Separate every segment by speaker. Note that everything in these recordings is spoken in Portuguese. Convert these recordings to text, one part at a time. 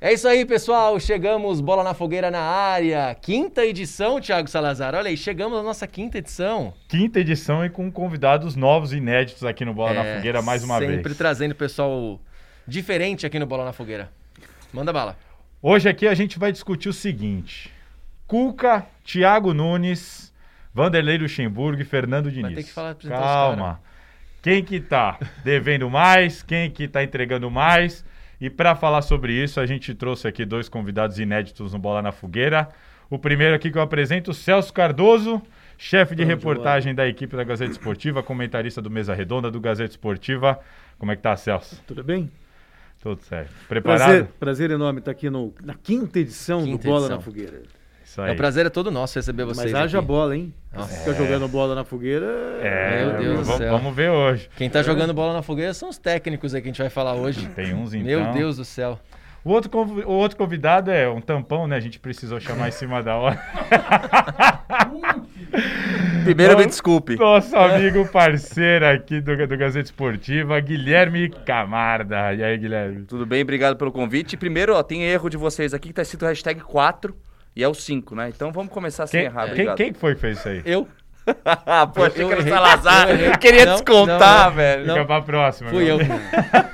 Speaker 1: É isso aí, pessoal. Chegamos, bola na fogueira na área. Quinta edição, Thiago Salazar. Olha aí, chegamos à nossa quinta edição.
Speaker 2: Quinta edição e com convidados novos e inéditos aqui no Bola na
Speaker 1: É,
Speaker 2: Fogueira mais uma
Speaker 1: sempre
Speaker 2: vez.
Speaker 1: trazendo pessoal diferente aqui no Bola na Fogueira. Manda bala.
Speaker 2: Hoje aqui a gente vai discutir o seguinte: Cuca, Thiago Nunes, Vanderlei Luxemburgo e Fernando Diniz.
Speaker 1: ter que falar, apresentar os
Speaker 2: Calma.
Speaker 1: caras.
Speaker 2: Quem que tá devendo mais? Quem que tá entregando mais? E para falar sobre isso, a gente trouxe aqui dois convidados inéditos no Bola na Fogueira. O primeiro aqui que eu apresento, Celso Cardoso, chefe de
Speaker 1: Bom,
Speaker 2: reportagem da equipe da Gazeta Esportiva, comentarista do Mesa Redonda do Gazeta Esportiva. Como é que tá, Celso?
Speaker 3: Tudo bem?
Speaker 2: Tudo certo. Preparado?
Speaker 3: Prazer, prazer enorme estar aqui no- na quinta edição
Speaker 1: Quinta
Speaker 3: do Bola
Speaker 1: edição.
Speaker 3: na Fogueira.
Speaker 2: Isso
Speaker 1: É um prazer é todo nosso receber vocês.
Speaker 3: Mas haja
Speaker 1: aqui.
Speaker 3: bola, hein?
Speaker 1: Nossa. É.
Speaker 3: Fica jogando bola na fogueira.
Speaker 2: É,
Speaker 1: Meu Deus do
Speaker 2: vamos,
Speaker 1: céu.
Speaker 2: vamos ver hoje.
Speaker 1: Quem tá jogando bola na fogueira são os técnicos aí que a gente vai falar hoje.
Speaker 2: Tem uns então.
Speaker 1: Meu Deus do céu.
Speaker 2: O outro, conv- o outro convidado é um tampão, né? A gente precisou chamar em cima da hora.
Speaker 4: Primeiro me
Speaker 2: Não.
Speaker 4: desculpe.
Speaker 2: Nosso amigo parceiro aqui do, do Gazeta Esportiva, Guilherme Camarda. E aí, Guilherme?
Speaker 4: Tudo bem, obrigado pelo convite. Primeiro, ó, tem erro de vocês aqui que tá escrito hashtag 4 e é o 5, né? Então vamos começar sem
Speaker 2: Quem,
Speaker 4: errar,
Speaker 2: quem,
Speaker 4: obrigado.
Speaker 2: quem que foi que fez isso aí?
Speaker 1: Eu?
Speaker 4: ah, pô, achei
Speaker 1: Eu
Speaker 4: que era o
Speaker 1: errei.
Speaker 4: Salazar.
Speaker 1: Eu errei.
Speaker 4: Queria
Speaker 1: Não,
Speaker 4: descontar,
Speaker 1: não, não.
Speaker 4: velho.
Speaker 2: Fica pra próxima. né?
Speaker 1: Fui eu.
Speaker 2: meu.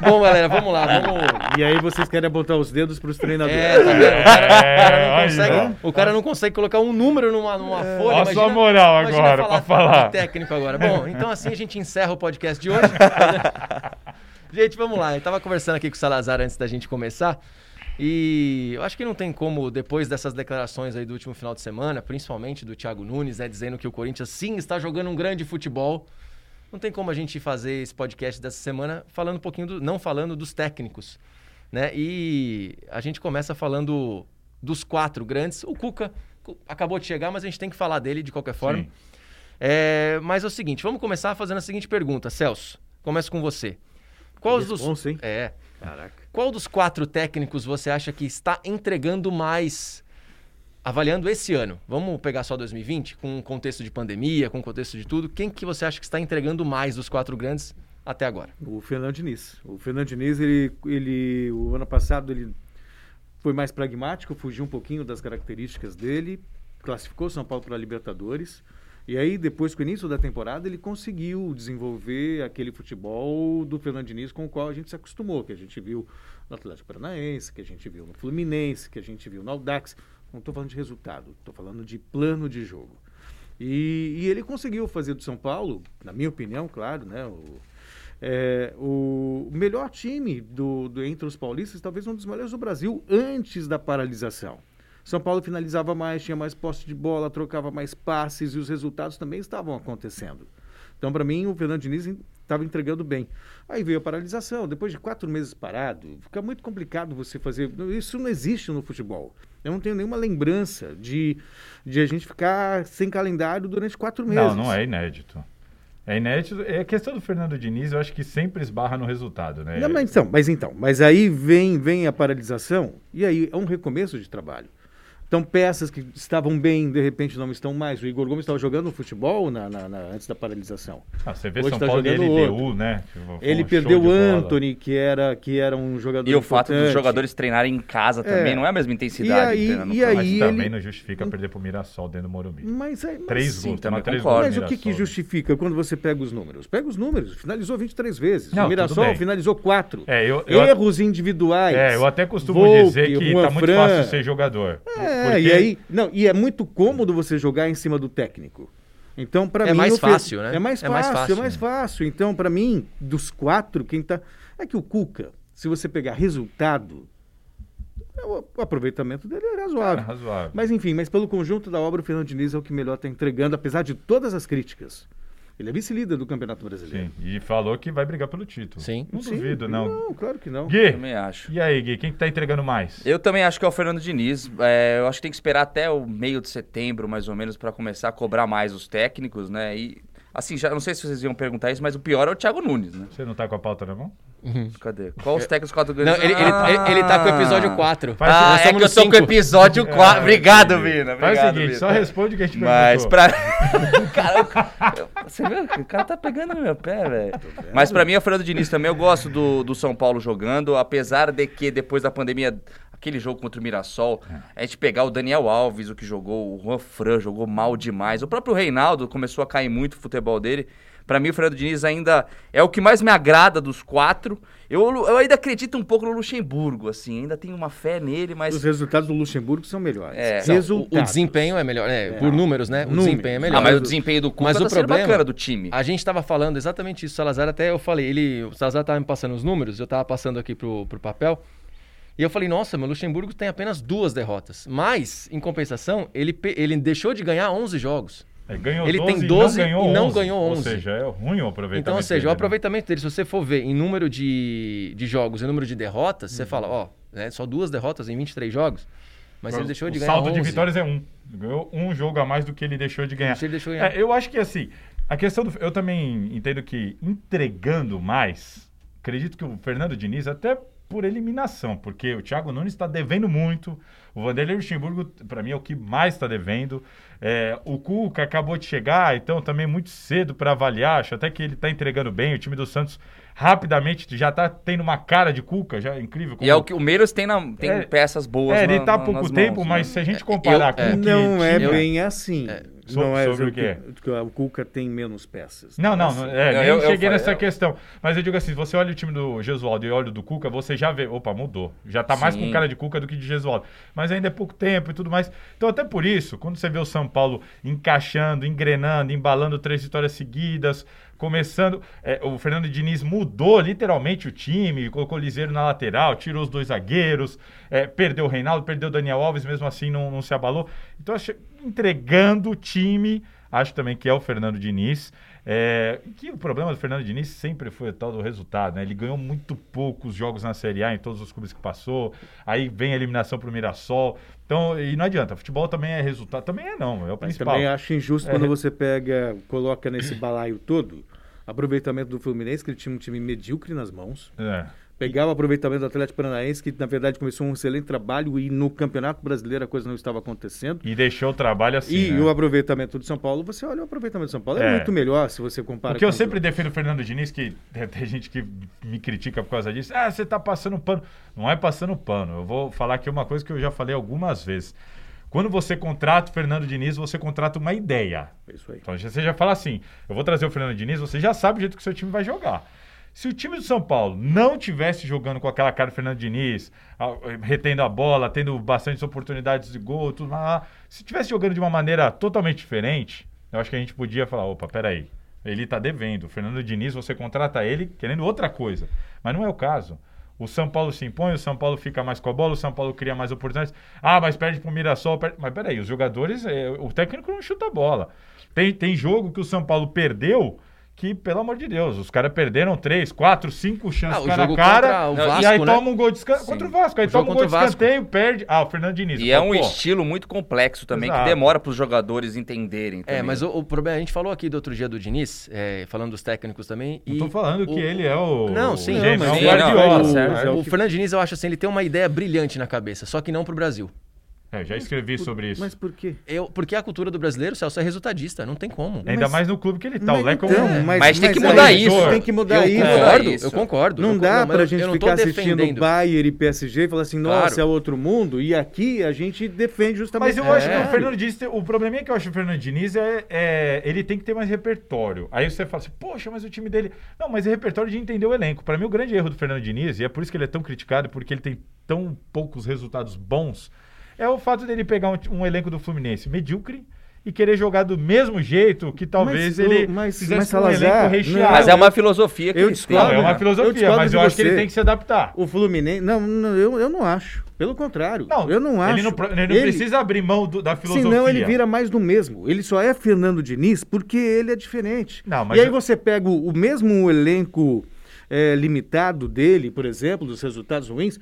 Speaker 1: Bom, galera, vamos lá. Vamos...
Speaker 3: E aí vocês querem apontar os dedos para os treinadores.
Speaker 1: É, tá vendo? O cara, o cara não
Speaker 2: É, aí, É.
Speaker 1: consegue, o cara não consegue colocar um número numa, numa folha.
Speaker 2: Ó a
Speaker 1: imagina-
Speaker 2: sua moral
Speaker 1: imagina
Speaker 2: agora, pra falar.
Speaker 1: de técnico agora. Bom, então assim a gente encerra o podcast de hoje. gente, vamos lá. Eu tava conversando aqui com o Salazar antes da gente começar. E eu acho que não tem como, depois dessas declarações aí do último final de semana, principalmente do Thiago Nunes, né, dizendo que o Corinthians sim está jogando um grande futebol. Não tem como a gente fazer esse podcast dessa semana falando um pouquinho, do, não falando dos técnicos, né? E a gente começa falando dos quatro grandes. O Cuca cu- acabou de chegar, mas a gente tem que falar dele de qualquer forma.
Speaker 2: Sim.
Speaker 1: É, mas é o seguinte, vamos começar fazendo a seguinte pergunta, Celso. Começo com você. Qual dos
Speaker 3: Responsa, hein?
Speaker 1: é,
Speaker 3: Caraca.
Speaker 1: qual dos quatro técnicos você acha que está entregando mais avaliando esse ano? Vamos pegar só 2020, com o contexto de pandemia, com o contexto de tudo. Quem que você acha que está entregando mais dos quatro grandes até agora?
Speaker 3: O Fernando Diniz. O Fernando Diniz, ele, ele, o ano passado, ele foi mais pragmático, fugiu um pouquinho das características dele, classificou o São Paulo para a Libertadores. E aí, depois, com o início da temporada, ele conseguiu desenvolver aquele futebol do Fernando Diniz com o qual a gente se acostumou, que a gente viu no Atlético Paranaense, que a gente viu no Fluminense, que a gente viu no Audax. Não estou falando de resultado, estou falando de plano de jogo. E, e ele conseguiu fazer do São Paulo, na minha opinião, claro, né? O, é, o melhor time do, do- entre os paulistas, talvez um dos melhores do Brasil, antes da paralisação. São Paulo finalizava mais, tinha mais posse de bola, trocava mais passes e os resultados também estavam acontecendo. Então, para mim, o Fernando Diniz estava entregando bem. Aí veio a paralisação, depois de quatro meses parado, fica muito complicado você fazer. Isso não existe no futebol. Eu não tenho nenhuma lembrança de, de a gente ficar sem calendário durante quatro meses.
Speaker 2: Não, não é inédito. É inédito. É a questão do Fernando Diniz, eu acho que sempre esbarra no resultado, né?
Speaker 3: Não, mas então, mas então, mas aí vem, vem a paralisação e aí é um recomeço de trabalho. Então, peças que estavam bem, de repente não estão mais. O Igor Gomes estava jogando futebol na- na- na- antes da paralisação.
Speaker 2: Ah, você vê
Speaker 3: hoje
Speaker 2: São
Speaker 3: tá
Speaker 2: Paulo e
Speaker 3: jogando
Speaker 2: LDU,
Speaker 3: outro.
Speaker 2: né? Tipo, foi um
Speaker 3: Ele
Speaker 2: show
Speaker 3: perdeu
Speaker 2: de
Speaker 3: o
Speaker 2: bola.
Speaker 3: Anthony, que era, que era um jogador
Speaker 4: E o fato dos
Speaker 3: importante.
Speaker 4: jogadores treinarem em casa também não é a mesma
Speaker 3: E
Speaker 4: intensidade.
Speaker 3: aí,
Speaker 4: treinando no
Speaker 3: e
Speaker 4: campo.
Speaker 2: Mas
Speaker 3: aí Hum,
Speaker 2: também
Speaker 3: ele...
Speaker 2: não justifica perder pro Mirassol dentro do Morumbi.
Speaker 3: Mas, aí- mas
Speaker 2: Três
Speaker 4: sim,
Speaker 2: gols, né? tomar
Speaker 4: também
Speaker 2: três
Speaker 4: concordo.
Speaker 2: gols.
Speaker 3: Mas
Speaker 2: do
Speaker 3: o que, que
Speaker 2: Mirassol.
Speaker 3: justifica quando você pega os números? Pega os números. Finalizou 23 vezes.
Speaker 2: Não,
Speaker 3: o
Speaker 2: tudo
Speaker 3: Mirassol
Speaker 2: bem.
Speaker 3: finalizou 4.
Speaker 2: É, eu, eu,
Speaker 3: Erros individuais.
Speaker 2: é, eu até costumo
Speaker 3: Volpe,
Speaker 2: dizer que tá
Speaker 3: Juan
Speaker 2: muito
Speaker 3: Fran.
Speaker 2: fácil ser jogador.
Speaker 3: É,
Speaker 2: Porque-
Speaker 3: e aí, não, e é muito cômodo você jogar em cima do técnico. Então, para
Speaker 1: É
Speaker 3: mim
Speaker 1: mais
Speaker 3: o Fer-
Speaker 1: fácil, né?
Speaker 3: É mais
Speaker 1: É
Speaker 3: fácil,
Speaker 1: mais fácil,
Speaker 3: é mais
Speaker 1: né?
Speaker 3: fácil. Então, para mim, dos quatro, quem tá é que o Cuca, se você pegar resultado, é, o o aproveitamento dele é
Speaker 2: É
Speaker 3: razoável.
Speaker 2: razoável.
Speaker 3: Mas enfim, mas pelo conjunto da obra, o Fernando Diniz é o que melhor está entregando, apesar de todas as críticas. Ele é vice-líder do Campeonato Brasileiro.
Speaker 2: Sim, e falou que vai brigar pelo título.
Speaker 1: Sim.
Speaker 2: Não duvido, não.
Speaker 3: Não, claro que não.
Speaker 4: Eu
Speaker 2: Gui,
Speaker 4: também acho.
Speaker 2: e aí, Gui, quem que tá entregando mais?
Speaker 4: Eu também acho que é o Fernando Diniz. É, eu acho que tem que esperar até o meio de setembro, mais ou menos, pra começar a cobrar mais os técnicos, né? E, assim, já não sei se vocês iam perguntar isso, mas o pior é o Thiago Nunes, né?
Speaker 2: Você não tá com a pauta na mão?
Speaker 4: Cadê? Qual os técnicos quatro
Speaker 1: Não,
Speaker 4: grandes?
Speaker 1: ele, ele, ele- ele tá com o episódio 4.
Speaker 2: Faz-
Speaker 4: Ah,
Speaker 1: Nós
Speaker 4: é
Speaker 1: estamos
Speaker 4: que eu
Speaker 1: no
Speaker 4: tô com o
Speaker 1: cinco.
Speaker 4: episódio 4. Obrigado, Vina. Obrigado,
Speaker 2: É, Faz o seguinte,
Speaker 4: Vina.
Speaker 2: só responde o que a gente
Speaker 4: Mas
Speaker 2: perguntou.
Speaker 4: pra. cara, o- você viu? O cara tá pegando no meu pé, velho. Mas pra mim é o Fernando Diniz também. Eu gosto do, do São Paulo jogando, apesar de que depois da pandemia Aquele jogo contra o Mirassol, a gente pegar o Daniel Alves, o que jogou, o Juan Fran jogou mal demais. O próprio Reinaldo começou a cair muito o futebol dele. Pra mim, o Fernando Diniz ainda é o que mais me agrada dos quatro. Eu, eu ainda acredito um pouco no Luxemburgo, assim, ainda tenho uma fé nele, mas.
Speaker 3: Os resultados do Luxemburgo são melhores.
Speaker 4: É.
Speaker 1: São, o-
Speaker 3: Resultados.
Speaker 1: O desempenho é melhor, né? Por números, né? O
Speaker 3: Números.
Speaker 1: desempenho é melhor.
Speaker 4: Ah, mas o desempenho do Cuca
Speaker 1: Mas
Speaker 4: tá
Speaker 1: o
Speaker 4: sendo
Speaker 1: problema-
Speaker 4: bacana do time.
Speaker 1: A gente estava falando exatamente isso, Salazar. Até eu falei, ele, o Salazar estava me passando os números, eu estava passando aqui pro, pro papel. E eu falei, nossa, meu Luxemburgo tem apenas duas derrotas. Mas, em compensação, ele, pe- ele deixou de ganhar 11 jogos.
Speaker 2: É, ganhou
Speaker 1: Ele
Speaker 2: 12
Speaker 1: tem
Speaker 2: e
Speaker 1: 12
Speaker 2: não ganhou
Speaker 1: e não
Speaker 2: 11.
Speaker 1: ganhou
Speaker 2: Ou
Speaker 1: 11.
Speaker 2: seja, é ruim o aproveitamento.
Speaker 1: Então, ou seja,
Speaker 2: dele,
Speaker 1: o
Speaker 2: né?
Speaker 1: aproveitamento dele, se você for ver em número de, de jogos e número de derrotas,
Speaker 2: Hum.
Speaker 1: você fala, ó, né, só duas derrotas em 23 jogos. Mas ele deixou de
Speaker 2: o
Speaker 1: ganhar
Speaker 2: saldo
Speaker 1: 11.
Speaker 2: de vitórias é um. Ganhou um jogo a mais do que ele deixou de ganhar.
Speaker 1: Ele deixou de ganhar.
Speaker 2: É, eu acho que assim, a questão do. Eu também entendo que entregando mais, acredito que o Fernando Diniz, até por eliminação, porque o Thiago Nunes está devendo muito, o Vanderlei Luxemburgo, para mim, é o que mais está devendo. É, o Cuca acabou de chegar, então também muito cedo para avaliar. Acho até que ele está entregando bem. O time do Santos rapidamente já está tendo uma cara de Cuca, já é incrível.
Speaker 4: E é o que o Meiras tem, na, tem
Speaker 2: É.
Speaker 4: peças boas.
Speaker 2: É, ele
Speaker 4: na-
Speaker 2: tá há
Speaker 4: na-
Speaker 2: pouco
Speaker 4: nas
Speaker 2: tempo,
Speaker 4: mãos, né?
Speaker 2: mas se a gente comparar com o que
Speaker 3: Não é
Speaker 1: tinha-
Speaker 3: bem assim.
Speaker 2: so-
Speaker 3: Não é
Speaker 2: sobre o
Speaker 3: o
Speaker 2: quê?
Speaker 3: que o Cuca tem menos peças.
Speaker 2: Não, não,
Speaker 3: Assim.
Speaker 2: é,
Speaker 4: Não,
Speaker 2: nem
Speaker 4: eu- eu
Speaker 2: cheguei
Speaker 4: falei,
Speaker 2: nessa
Speaker 4: eu-
Speaker 2: questão. Mas eu digo assim, você olha o time do Gesualdo e olha o do Cuca, você já vê, opa, mudou. Já tá mais
Speaker 4: Sim.
Speaker 2: com cara de Cuca do que de Gesualdo. Mas ainda é pouco tempo e tudo mais. Então até por isso, quando você vê o São Paulo encaixando, engrenando, embalando três vitórias seguidas, começando, é, o Fernando Diniz mudou literalmente o time, colocou o Liseiro na lateral, tirou os dois zagueiros, é, perdeu o Reinaldo, perdeu o Daniel Alves, mesmo assim não, não se abalou. Então acho- entregando o time, acho também que é o Fernando Diniz. É, que o problema do Fernando Diniz sempre foi o tal do resultado, né? Ele ganhou muito poucos jogos na Série A em todos os clubes que passou. Aí vem a eliminação pro Mirassol. Então, e não adianta, futebol também é resultado, também é não, é o
Speaker 3: Mas
Speaker 2: principal. É.
Speaker 3: também acho injusto quando você pega, coloca nesse balaio todo, aproveitamento do Fluminense, que ele tinha um time medíocre nas mãos.
Speaker 2: É.
Speaker 3: Pegar o aproveitamento do Atlético Paranaense, que na verdade começou um excelente trabalho e no Campeonato Brasileiro a coisa não estava acontecendo.
Speaker 2: E deixou o trabalho assim.
Speaker 3: e
Speaker 2: né?
Speaker 3: o aproveitamento de São Paulo, você olha o aproveitamento de São Paulo, é,
Speaker 2: É.
Speaker 3: muito melhor se você compara
Speaker 2: O que eu
Speaker 3: com os
Speaker 2: sempre
Speaker 3: outros.
Speaker 2: defendo o Fernando Diniz, que tem tem gente que me critica por causa disso. Ah, você tá passando pano. Não é passando pano. Eu vou falar aqui uma coisa que eu já falei algumas vezes. Quando você contrata o Fernando Diniz, você contrata uma ideia.
Speaker 3: É Isso aí.
Speaker 2: Então já- você já fala assim: eu vou trazer o Fernando Diniz, você já sabe o jeito que o seu time vai jogar. Se o time do São Paulo não tivesse jogando com aquela cara do Fernando Diniz, a- retendo a bola, tendo bastantes oportunidades de gol, tudo lá, lá, se tivesse jogando de uma maneira totalmente diferente, eu acho que a gente podia falar: opa, peraí, ele tá devendo. O Fernando Diniz, você contrata ele querendo outra coisa. Mas não é o caso. O São Paulo se impõe, o São Paulo fica mais com a bola, o São Paulo cria mais oportunidades. Ah, mas perde pro Mirassol. Perde... Mas peraí, os jogadores, eh, o técnico não chuta a bola. Tem, tem jogo que o São Paulo perdeu que, pelo amor de Deus, os caras perderam três, quatro, cinco chances
Speaker 1: Ah, o
Speaker 2: cara a
Speaker 1: jogo
Speaker 2: cara.
Speaker 1: contra o
Speaker 2: e aí
Speaker 1: Vasco, né?
Speaker 2: toma um gol de escanteio.
Speaker 4: Sim.
Speaker 2: Contra o Vasco, aí
Speaker 1: O jogo
Speaker 2: toma um gol de
Speaker 1: contra o Vasco.
Speaker 2: escanteio, perde. Ah, o Fernando Diniz.
Speaker 4: E é
Speaker 2: Pô,
Speaker 4: um estilo muito complexo também,
Speaker 2: Exato.
Speaker 4: que demora para os jogadores entenderem.
Speaker 1: É,
Speaker 4: também.
Speaker 1: mas o, o problema, a gente falou aqui do outro dia do Diniz, é, falando dos técnicos também.
Speaker 2: Não
Speaker 1: e
Speaker 2: tô falando que
Speaker 1: o-
Speaker 2: ele é o.
Speaker 1: Não, sim,
Speaker 2: o gênio,
Speaker 1: não,
Speaker 2: é
Speaker 1: mas-
Speaker 2: o
Speaker 1: Sim, não,
Speaker 2: Guardiola.
Speaker 4: tá certo.
Speaker 3: Mas é
Speaker 1: O
Speaker 3: o que-
Speaker 1: Fernando Diniz, eu acho assim, ele tem uma ideia brilhante na cabeça, só que não pro Brasil.
Speaker 2: É, eu já escrevi sobre isso.
Speaker 3: Mas por quê?
Speaker 1: Eu, porque a cultura do brasileiro, Celso, é resultadista, não tem como.
Speaker 2: Ainda
Speaker 3: mas-
Speaker 2: mais no clube que ele tá. o Leco é um-
Speaker 3: então,
Speaker 4: Mas tem que mudar
Speaker 3: aí,
Speaker 2: isso.
Speaker 3: Tem que mudar
Speaker 1: eu
Speaker 3: isso.
Speaker 1: concordo,
Speaker 4: é isso.
Speaker 1: eu concordo.
Speaker 3: Não
Speaker 1: eu
Speaker 3: dá
Speaker 1: concordo,
Speaker 3: pra
Speaker 1: mas eu- eu
Speaker 3: gente
Speaker 1: não tô
Speaker 3: ficar assistindo
Speaker 1: defendendo.
Speaker 3: Bayer e PSG e falar assim, nossa,
Speaker 1: Claro.
Speaker 3: é outro mundo. E aqui a gente defende justamente
Speaker 2: Mas eu
Speaker 3: isso.
Speaker 2: acho que
Speaker 1: É.
Speaker 2: o Fernando Diniz, tem- o probleminha que eu acho que o Fernando Diniz é, é- ele tem que ter mais repertório. Aí você fala assim, poxa, mas o time dele. Não, mas é repertório de entender o elenco. Pra mim, o grande erro do Fernando Diniz, e é por isso que ele é tão criticado, porque ele tem tão poucos resultados bons, é o fato dele pegar um, ti- um elenco do Fluminense medíocre e querer jogar do mesmo jeito que talvez
Speaker 3: Mas, ô,
Speaker 2: ele
Speaker 3: mas-
Speaker 2: fizesse
Speaker 3: mas, assim, ah,
Speaker 2: um elenco
Speaker 3: Salazar,
Speaker 2: recheado.
Speaker 4: Mas é uma filosofia que
Speaker 3: Eu
Speaker 4: eles têm. né?
Speaker 2: Não, é
Speaker 3: discordo.
Speaker 2: uma
Speaker 3: Eu
Speaker 2: filosofia,
Speaker 3: discordo
Speaker 2: mas
Speaker 3: de
Speaker 2: eu acho que ele
Speaker 3: você.
Speaker 2: tem que se adaptar.
Speaker 3: O Fluminense... Não, não, eu, eu não acho. Pelo contrário. eu não acho.
Speaker 2: Ele não, pro- ele não precisa abrir mão do- da filosofia.
Speaker 3: Senão ele vira mais do mesmo. Ele só é Fernando Diniz porque ele é diferente.
Speaker 2: Não, mas
Speaker 3: e aí
Speaker 2: eu-
Speaker 3: você pega o, o mesmo elenco eh, limitado dele, por exemplo, dos resultados ruins.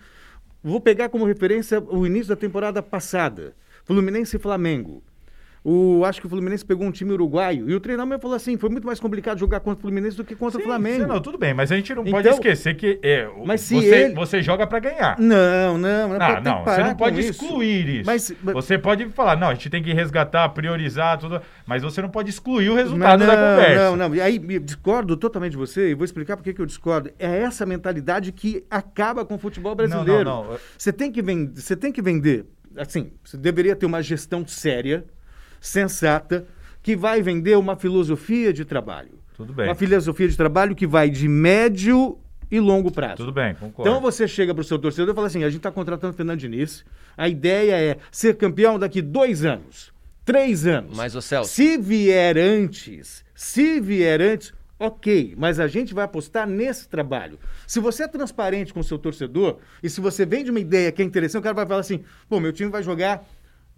Speaker 3: Vou pegar como referência o início da temporada passada. Fluminense e Flamengo. O, acho que o Fluminense pegou um time uruguaio. E o treinador falou assim: foi muito mais complicado jogar contra o Fluminense do que contra o
Speaker 2: Sim,
Speaker 3: Flamengo.
Speaker 2: sim, Não, tudo bem, mas a gente não pode
Speaker 3: Então-
Speaker 2: esquecer que é, o-
Speaker 3: Mas se
Speaker 2: você,
Speaker 3: ele-
Speaker 2: você joga pra ganhar.
Speaker 3: Não, não, não,
Speaker 2: Ah, Não,
Speaker 3: tem que
Speaker 2: não, você
Speaker 3: parar
Speaker 2: não pode
Speaker 3: com isso.
Speaker 2: excluir isso.
Speaker 3: Mas- mas-
Speaker 2: Você pode falar, não, a gente tem que resgatar, priorizar, tudo, mas você não pode excluir o resultado da conversa.
Speaker 3: Não, é não, e aí me discordo totalmente de você e vou explicar por que que eu discordo. É essa mentalidade que acaba com o futebol brasileiro.
Speaker 2: Não, não, não.
Speaker 3: Você tem que vender, você tem que vender. Assim, você deveria ter uma gestão séria, sensata, que vai vender uma filosofia de trabalho.
Speaker 2: Tudo bem.
Speaker 3: Uma filosofia de trabalho que vai de médio e longo prazo.
Speaker 2: Tudo bem, concordo.
Speaker 3: Então você chega para o seu torcedor e fala assim: a gente está contratando o Fernando Diniz, a ideia é ser campeão daqui dois anos, três anos.
Speaker 1: Mas, ô Celso-
Speaker 3: Se vier antes, se vier antes, ok, mas a gente vai apostar nesse trabalho. Se você é transparente com o seu torcedor e se você vende uma ideia que é interessante, o cara vai falar assim: pô, meu time vai jogar.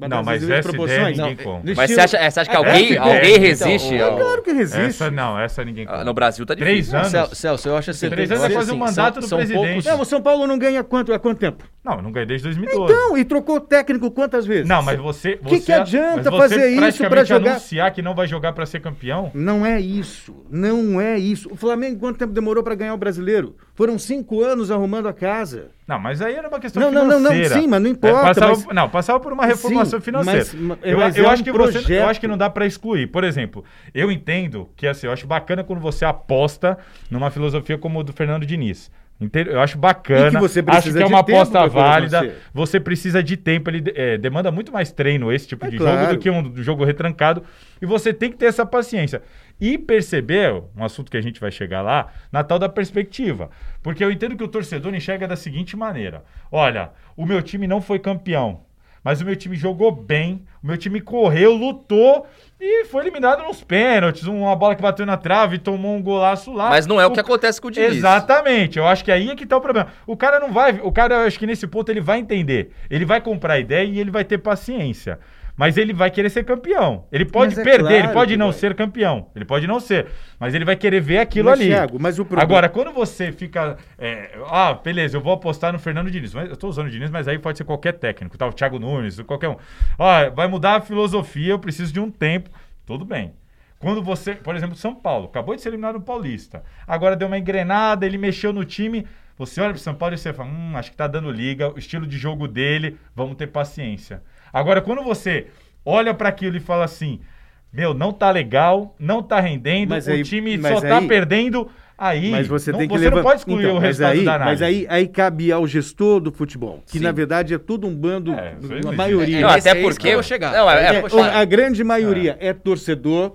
Speaker 2: Não,
Speaker 3: nas
Speaker 2: mas
Speaker 3: devidas
Speaker 2: essa ideia ninguém compra.
Speaker 3: no
Speaker 4: Mas você
Speaker 3: estilo-
Speaker 4: acha, é, você acha que
Speaker 3: Ah,
Speaker 4: alguém,
Speaker 2: é,
Speaker 4: alguém
Speaker 2: então,
Speaker 4: resiste?
Speaker 1: o-
Speaker 4: ao-
Speaker 3: Claro que resiste.
Speaker 2: Essa não, essa ninguém
Speaker 4: ah,
Speaker 2: conta.
Speaker 4: No Brasil tá difícil.
Speaker 2: Três anos?
Speaker 1: Celso, Celso, eu acho assim.
Speaker 2: Três
Speaker 1: eu
Speaker 2: anos é
Speaker 1: acho
Speaker 2: quase
Speaker 1: assim,
Speaker 2: um mandato do presidente.
Speaker 3: Não, o São Paulo não ganha quanto? Há quanto tempo?
Speaker 2: Não, não ganhei desde 2012.
Speaker 3: Então, e trocou o técnico quantas vezes?
Speaker 2: não, mas você. O
Speaker 3: que adianta fazer isso pra jogar-
Speaker 2: anunciar que não vai jogar pra ser campeão?
Speaker 3: Não é isso. Não é isso. O Flamengo, quanto tempo demorou para ganhar o brasileiro? Foram cinco anos arrumando a casa.
Speaker 2: Não, mas aí era uma questão
Speaker 3: Não, não,
Speaker 2: financeira. É,
Speaker 3: não, não, sim, mas não importa,
Speaker 2: passava,
Speaker 3: mas-
Speaker 2: Não, passava por uma reformulação
Speaker 3: Sim,
Speaker 2: financeira.
Speaker 3: mas- mas-
Speaker 2: eu,
Speaker 3: mas
Speaker 2: eu
Speaker 3: é
Speaker 2: acho
Speaker 3: um
Speaker 2: que você- eu
Speaker 3: projeto.
Speaker 2: acho que não dá pra excluir. Por exemplo, eu entendo que assim, eu acho bacana quando você aposta numa filosofia como a do Fernando Diniz. Entende? Eu acho bacana.
Speaker 3: E que você
Speaker 2: acho
Speaker 3: precisa
Speaker 2: que é
Speaker 3: de
Speaker 2: uma
Speaker 3: tempo
Speaker 2: aposta
Speaker 3: pra fazer
Speaker 2: válida.
Speaker 3: acontecer.
Speaker 2: Você precisa de tempo. Ele eh, demanda muito mais treino esse tipo
Speaker 3: É
Speaker 2: de jogo
Speaker 3: claro.
Speaker 2: do que um jogo retrancado. E você tem que ter essa paciência. E perceber, um assunto que a gente vai chegar lá, na tal da perspectiva. Porque eu entendo que o torcedor enxerga da seguinte maneira: olha, o meu time não foi campeão. Mas o meu time jogou bem, o meu time correu, lutou e foi eliminado nos pênaltis. Uma bola que bateu na trave, tomou um golaço lá.
Speaker 4: Mas não é o que acontece com o Diniz.
Speaker 2: Exatamente, eu acho que aí é que tá o problema. O cara não vai, o cara, eu acho que nesse ponto ele vai entender. Ele vai comprar a ideia e ele vai ter paciência. Mas ele vai querer ser campeão. Ele pode
Speaker 3: Mas é
Speaker 2: perder, ele
Speaker 3: claro
Speaker 2: pode
Speaker 3: que
Speaker 2: não
Speaker 3: vai.
Speaker 2: ser campeão. Ele pode não ser. Mas ele vai querer ver aquilo
Speaker 3: Mas,
Speaker 2: ali.
Speaker 3: Thiago, mas o problema-
Speaker 2: Agora, quando você fica. é, ah, beleza, eu vou apostar no Fernando Diniz. Mas eu tô usando o Diniz, mas aí pode ser qualquer técnico, tá? O Thiago Nunes, qualquer um. Ó, vai mudar a filosofia, eu preciso de um tempo. Tudo bem. Quando você, por exemplo, São Paulo, acabou de ser eliminado no Paulista. Agora deu uma engrenada, ele mexeu no time. Você olha pro São Paulo e você fala: hum, acho que tá dando liga, o estilo de jogo dele, vamos ter paciência. Agora, quando você olha para aquilo e fala assim: meu, não tá legal, não tá rendendo,
Speaker 3: Mas
Speaker 2: o
Speaker 3: aí-
Speaker 2: time
Speaker 3: mas
Speaker 2: só tá
Speaker 3: aí-
Speaker 2: perdendo. Aí
Speaker 3: Mas você
Speaker 2: não,
Speaker 3: tem que
Speaker 2: você
Speaker 3: levan-
Speaker 2: não pode excluir
Speaker 3: Então,
Speaker 2: o
Speaker 3: mas
Speaker 2: resultado
Speaker 3: aí,
Speaker 2: da análise.
Speaker 3: Mas aí, aí cabe ao gestor do futebol, que
Speaker 1: Sim.
Speaker 3: na verdade é todo um bando,
Speaker 2: É, isso aí não
Speaker 3: a
Speaker 2: existe.
Speaker 3: maioria.
Speaker 4: Não,
Speaker 1: É
Speaker 4: até
Speaker 1: isso que eu
Speaker 4: porque.
Speaker 1: vou chegar.
Speaker 4: Não, é, é-
Speaker 3: É, o- a grande maioria é. torcedor,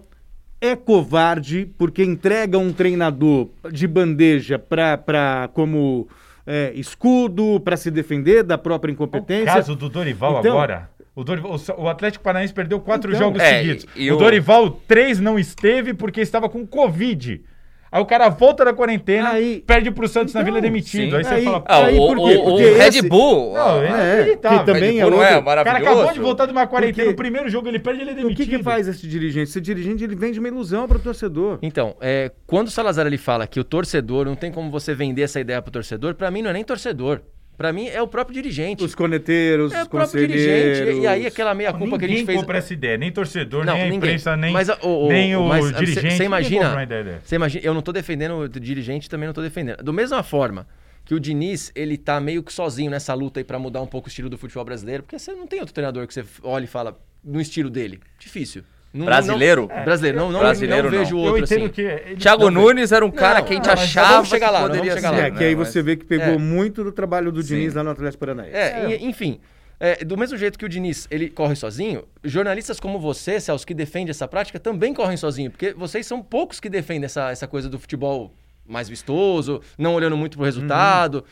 Speaker 3: é covarde, porque entrega um treinador de bandeja pra, pra, como é, escudo para se defender da própria
Speaker 2: O
Speaker 3: incompetência.
Speaker 2: caso do Dorival
Speaker 3: Então-
Speaker 2: agora. O, Dorival- o Sa- o Atlético Paranaense perdeu quatro
Speaker 3: Então-
Speaker 2: jogos
Speaker 4: É,
Speaker 2: seguidos.
Speaker 4: e
Speaker 2: o
Speaker 4: o-
Speaker 2: Dorival, três, não esteve porque estava com Covid. Aí o cara volta da quarentena,
Speaker 3: Aí-
Speaker 2: perde pro Santos na
Speaker 3: Então,
Speaker 2: Vila demitido.
Speaker 4: sim.
Speaker 2: aí você
Speaker 3: Aí-
Speaker 2: fala,
Speaker 4: Ah,
Speaker 3: Aí,
Speaker 4: o,
Speaker 3: por quê?
Speaker 4: o- o
Speaker 3: Porque
Speaker 4: Red
Speaker 3: esse-
Speaker 4: Bull.
Speaker 2: Não,
Speaker 4: ah,
Speaker 2: ele-
Speaker 4: ah,
Speaker 2: é inacreditável.
Speaker 3: que também é
Speaker 4: Red Bull não é
Speaker 3: outro-
Speaker 2: o cara
Speaker 4: maravilhoso.
Speaker 2: acabou de voltar de uma quarentena,
Speaker 3: Porque-
Speaker 2: no primeiro jogo ele perde, ele é
Speaker 3: O
Speaker 2: demitido.
Speaker 3: que, que faz esse dirigente? Esse dirigente ele vende uma ilusão para o torcedor.
Speaker 1: Então, é, quando o Salazar ele fala que o torcedor, não tem como você vender essa ideia pro torcedor, pra mim não é nem torcedor. Pra mim é o próprio dirigente.
Speaker 3: Os corneteiros,
Speaker 1: é
Speaker 3: os
Speaker 1: o próprio
Speaker 3: conselheiros.
Speaker 1: dirigente. E, e
Speaker 2: é
Speaker 1: aí aquela meia culpa
Speaker 2: Ninguém
Speaker 1: que a gente fez.
Speaker 2: compra essa ideia, nem torcedor,
Speaker 1: Não,
Speaker 2: nem a
Speaker 1: ninguém.
Speaker 2: imprensa, nem,
Speaker 1: Mas, ô, ô,
Speaker 2: nem o
Speaker 1: mas,
Speaker 2: dirigente.
Speaker 1: Você, você
Speaker 2: ninguém compra
Speaker 1: imagina,
Speaker 2: uma ideia dessa.
Speaker 1: você imagina- Eu não tô defendendo o dirigente, também não tô defendendo. Do mesma forma que o Diniz, ele tá meio que sozinho nessa luta aí pra mudar um pouco o estilo do futebol brasileiro, porque você não tem outro treinador que você olha e fala no estilo dele. Difícil. Não-
Speaker 4: Brasileiro?
Speaker 1: não- brasileiro. Não, não,
Speaker 4: Brasileiro,
Speaker 1: não vejo
Speaker 4: não.
Speaker 1: outro
Speaker 2: Eu entendo
Speaker 1: assim.
Speaker 2: que ele-
Speaker 4: Thiago
Speaker 1: Não,
Speaker 4: Nunes era um cara
Speaker 1: não,
Speaker 4: que a gente
Speaker 1: não, mas
Speaker 4: achava
Speaker 1: vamos chegar lá,
Speaker 4: que
Speaker 1: não,
Speaker 4: poderia
Speaker 1: vamos chegar
Speaker 4: ser.
Speaker 1: lá.
Speaker 3: É, que aí
Speaker 4: né,
Speaker 3: você vê que pegou
Speaker 1: É.
Speaker 3: muito do trabalho do
Speaker 4: Sim.
Speaker 3: Diniz lá no Atlético Paranaense.
Speaker 1: É, e- enfim. é, do mesmo jeito que o Diniz ele corre sozinho, jornalistas como você, Celso, que defende essa prática, também correm sozinho, porque vocês são poucos que defendem essa, essa coisa do futebol mais vistoso, não olhando muito pro resultado.